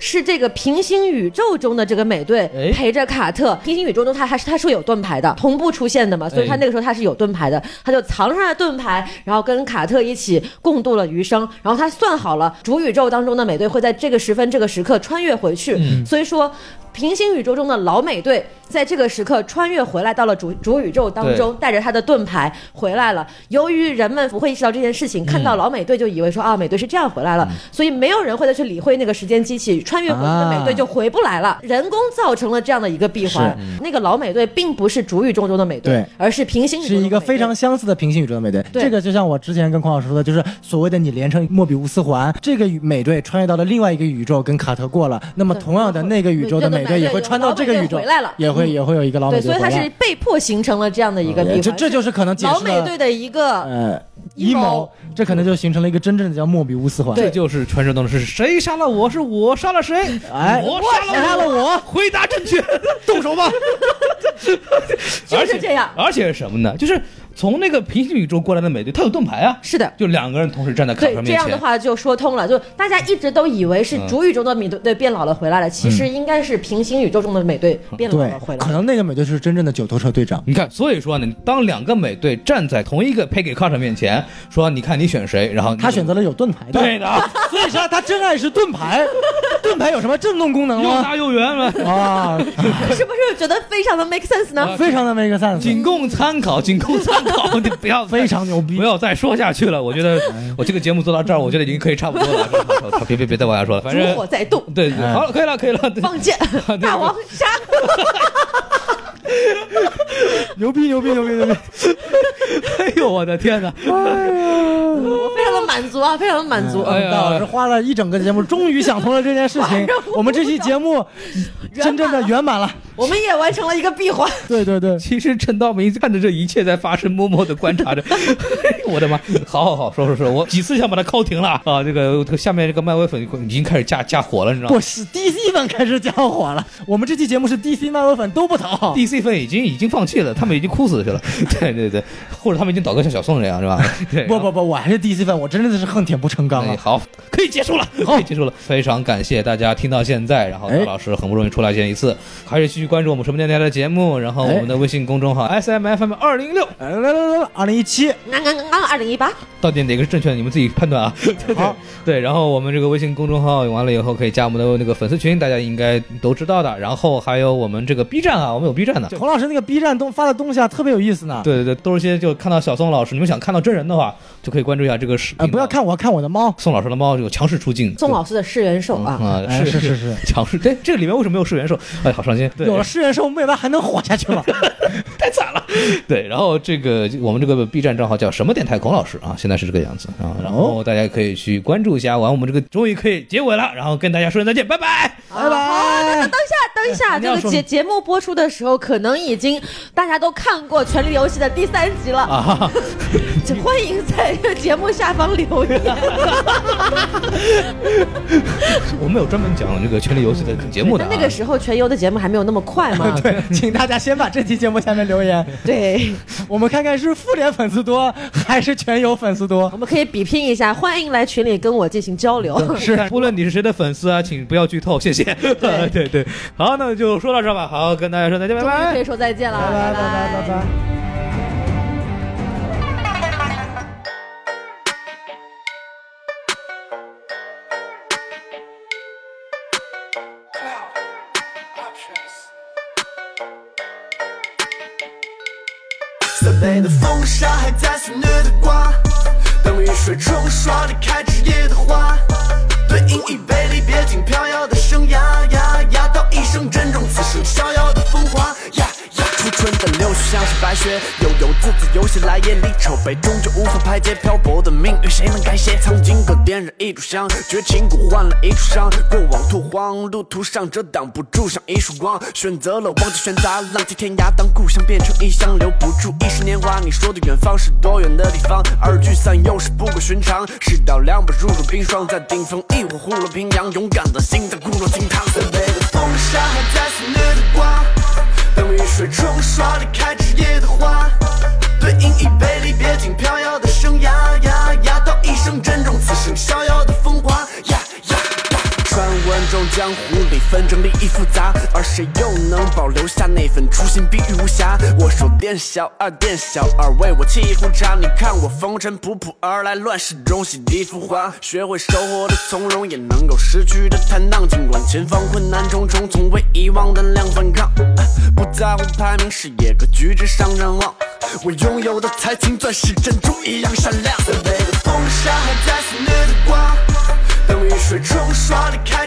Speaker 3: 是这个平行宇宙中的这个美队
Speaker 2: 哎
Speaker 3: 陪着卡特，平行宇宙中他还是他是有盾牌的，同步出现的嘛，所以他那个时候他是有盾牌的，他就藏上了盾牌，然后跟卡特一起共度了余生，然后他算好了主宇宙当中的美队会在这个时分这个时刻穿越回去，所以说平行宇宙中的老美队在这个时刻穿越回来到了主主宇宙当中，带着他的盾牌回来了。由于人们不会意识到这件事情，看到老美队就以为说啊，美队是这样回来了，所以没有人会再去理会那个时间机器穿越回去的美队就回不来了。人工造成了这样的一个闭环。
Speaker 2: 嗯
Speaker 3: 那个老美队并不是主宇宙中的美队
Speaker 1: 对，
Speaker 3: 而是平行宇宙
Speaker 1: 是
Speaker 3: 中的
Speaker 1: 一个
Speaker 3: 美队
Speaker 1: 非常相似的平行宇宙的美队。
Speaker 3: 对
Speaker 1: 这个就像我之前跟孔老师说的，就是所谓的你连成莫比乌斯环，这个美队穿越到了另外一个宇宙跟卡特过了，那么
Speaker 3: 对
Speaker 1: 同样的那个宇宙的美队也会穿到这个宇宙
Speaker 3: 老美队回来了嗯
Speaker 1: 也会也会有一个老美
Speaker 3: 对，
Speaker 1: 队
Speaker 3: 所以
Speaker 1: 回
Speaker 3: 他
Speaker 1: 来。
Speaker 3: 是被迫形成了这样的一个闭环。
Speaker 1: 这这就是可能解
Speaker 3: 老
Speaker 1: 释
Speaker 3: 美队
Speaker 1: 了
Speaker 3: 的一个
Speaker 1: 呃
Speaker 3: 阴
Speaker 1: 阴
Speaker 3: 谋
Speaker 1: 谋，这可能就形成了一个真正的叫莫比乌斯环。
Speaker 2: 这就是传说当中是谁杀了我是我杀了谁，
Speaker 1: 哎，
Speaker 2: 我
Speaker 1: 杀
Speaker 2: 杀
Speaker 1: 了我，
Speaker 2: 回答正确，动手吧。
Speaker 3: 就是
Speaker 2: 而且
Speaker 3: 这样
Speaker 2: 而且是什么呢？就是从那个平行宇宙过来的美队，他有盾牌啊，
Speaker 3: 是的。
Speaker 2: 就两个人同时站在卡
Speaker 3: 对
Speaker 2: 特，
Speaker 3: 这
Speaker 2: 面
Speaker 3: 样的
Speaker 2: 前。
Speaker 3: 话就说通了。就大家一直都以为是主宇宙的美队变老了回
Speaker 1: 嗯
Speaker 3: 来了，其实应该是平行宇宙中的美队变老了回
Speaker 1: 对，
Speaker 3: 来
Speaker 1: 可
Speaker 3: 了。嗯
Speaker 1: 能那个美队是真正的九头蛇队长。
Speaker 2: 你看，所以说呢，当两个美队站在同一个 Peggy Carter 面前，说你看你选谁，然后你
Speaker 1: 他选择了有盾牌的，
Speaker 2: 对，的，
Speaker 1: 所以说他真爱是盾牌，盾牌有什么震动功能
Speaker 2: 又
Speaker 1: 吗？
Speaker 2: 大又圆了。
Speaker 1: 啊，
Speaker 3: 是不是觉得非常的 make sense 呢？
Speaker 2: 啊
Speaker 1: 非常的 make sense，
Speaker 2: 仅供参考，仅供参考，你不要再
Speaker 1: 非常牛逼
Speaker 2: 不。要再说下去了。我觉得我这个节目做到这儿，我觉得已经可以差不多了。 真的别别别再往下说了，反
Speaker 3: 烛
Speaker 2: 正
Speaker 3: 火再 度，
Speaker 2: 对，对
Speaker 1: 哎
Speaker 2: 好了，可以了，可以了。对
Speaker 3: 放箭，大王杀。
Speaker 1: 牛逼牛逼牛逼牛逼！
Speaker 2: 哎呦，我的天哪！
Speaker 3: 我非常的满足啊，非常的满 足。
Speaker 1: 哎
Speaker 2: 哎
Speaker 1: 呀，
Speaker 2: 呀
Speaker 1: 大老师花了一整个节目，终于想通了这件事情。我们这期节目真正的圆 满了。
Speaker 3: 我们也完成了一个 闭环，
Speaker 1: 对对对，
Speaker 2: 其实陈道明看着这一切在发生，默默的观察着。 我的妈！好好好，说说说，我几次想把它敲停了啊！这个下面这个漫威粉已经开始架架火了，你知道吗
Speaker 1: 不是 DC 粉开始加火了。 我们这期节目是 DC 漫威粉都不讨。
Speaker 2: ？DC 粉已经已经放弃了，他们已经哭死去了。 对对对，或者他们已经倒戈像小宋这样是吧？对，
Speaker 1: 不不不，我还是 DC 粉，我真的是恨铁不成钢
Speaker 2: 哎，
Speaker 1: 啊！
Speaker 2: 好，可以结束了，可以结束了。非常感谢大家听到现在，然后
Speaker 1: 哎
Speaker 2: 大老师很不容易出来见一次，还是继续关注我们什么电台的节目，然后
Speaker 1: 哎
Speaker 2: 我们的微信公众号 S M F M 二零六，
Speaker 1: 来来来来，二零一七，
Speaker 3: 刚刚刚刚二零一八，
Speaker 2: 到底哪个是正确的，你们自己判断啊。对对
Speaker 1: 好
Speaker 2: 对，然后我们这个微信公众号用完了以后，可以加我们的那个粉丝群，大家应该都知道的。然后还有我们这个 B 站啊，我们有 B 站的。
Speaker 1: 孔老师那个 B 站东发的东西啊，特别有意思呢。
Speaker 2: 对对对，都是些就看到小宋老师，你们想看到真人的话，就可以关注一下这个视频
Speaker 1: 呃，
Speaker 2: 啊。
Speaker 1: 不要看我，看我的猫。
Speaker 2: 宋老师的猫有强势出镜，
Speaker 3: 宋老师的世元兽啊，
Speaker 2: 啊，
Speaker 1: 哎是是是，
Speaker 2: 强势。对，这个里面为什么没有世元兽？哎，好伤心。对
Speaker 1: 有了世人兽，我们未来还能活下去 吗？
Speaker 2: 太惨了。 对，然后这个我们这个 B 站账号叫什么电台孔老师啊，现在是这个样子啊，然后大家可以去关注一下。完，我们这个终于可以结尾了，然后跟大家说声再见，拜拜。
Speaker 1: 拜
Speaker 3: 啊
Speaker 1: 拜。
Speaker 3: 等一下，等一下，
Speaker 1: 哎你要
Speaker 3: 这个
Speaker 1: 说
Speaker 3: 节节目播出的时候，可能已经大家都看过《权力游戏》的第三集了。
Speaker 2: 啊，
Speaker 3: 请欢迎在节目下方留言。
Speaker 2: 我们有专门讲这个《权力游戏》的节目的、
Speaker 3: 那
Speaker 2: 啊。
Speaker 3: 那个时候全游的节目还没有那么快 嘛？
Speaker 1: 对，请大家先把这期节目下面留言，
Speaker 3: 对，
Speaker 1: 我们看看是复联粉丝多还是全友粉丝多
Speaker 3: 我。们可以比拼一下，欢迎来群里跟我进行交流。
Speaker 2: 是，无论你是谁的粉丝啊，请不要剧透，谢谢。对 对对，好，那就说到这儿吧。好，跟大家说再见，拜
Speaker 3: 终 于
Speaker 2: 拜
Speaker 3: 可以。说再见了，
Speaker 1: 拜拜拜
Speaker 3: 拜
Speaker 1: 拜拜拜。
Speaker 6: Cloud options. 塞北的风沙还在肆虐的刮，当雨水冲刷离开枝叶的花，对饮一杯离别挺飘摇的生涯呀呀，道一声珍重，此生逍遥的风华呀呀。初春的柳絮像是白雪，悠悠自自游戏来夜里愁悲，终究无法排解漂泊的命运，谁能改写？苍井阁点燃一炷香，绝情谷换了一处伤，过往拓荒，路途上遮挡不住像一束光，选择了忘记选择，浪迹天涯当故乡，变成异乡留不住一时年华。你说的远方是多远的地方？而聚散又是不过寻常，世道凉薄如入冰霜，在顶峰一火呼噜平阳，勇敢的心在鼓落金汤。最北的风沙还在肆虐的刮，当雨水冲刷离开枝叶的花，对饮一杯离别挺飘摇的生涯呀呀，道一声珍重，此生逍遥的风华呀呀。呀传闻中江湖里纷争利益复杂，而谁又能保留下那份初心碧玉无瑕？我说店小二，店小二为我沏一壶茶，你看我风尘仆仆而来，乱世中洗涤浮华，学会收获的从容，也能够失去的坦荡。尽管前方困难重重，从未遗忘胆量反抗，啊不在乎排名，视野格局之上展望。我拥有的才情，钻石珍珠一样闪亮。在北的风沙还在肆虐的刮，当雨水冲刷离开。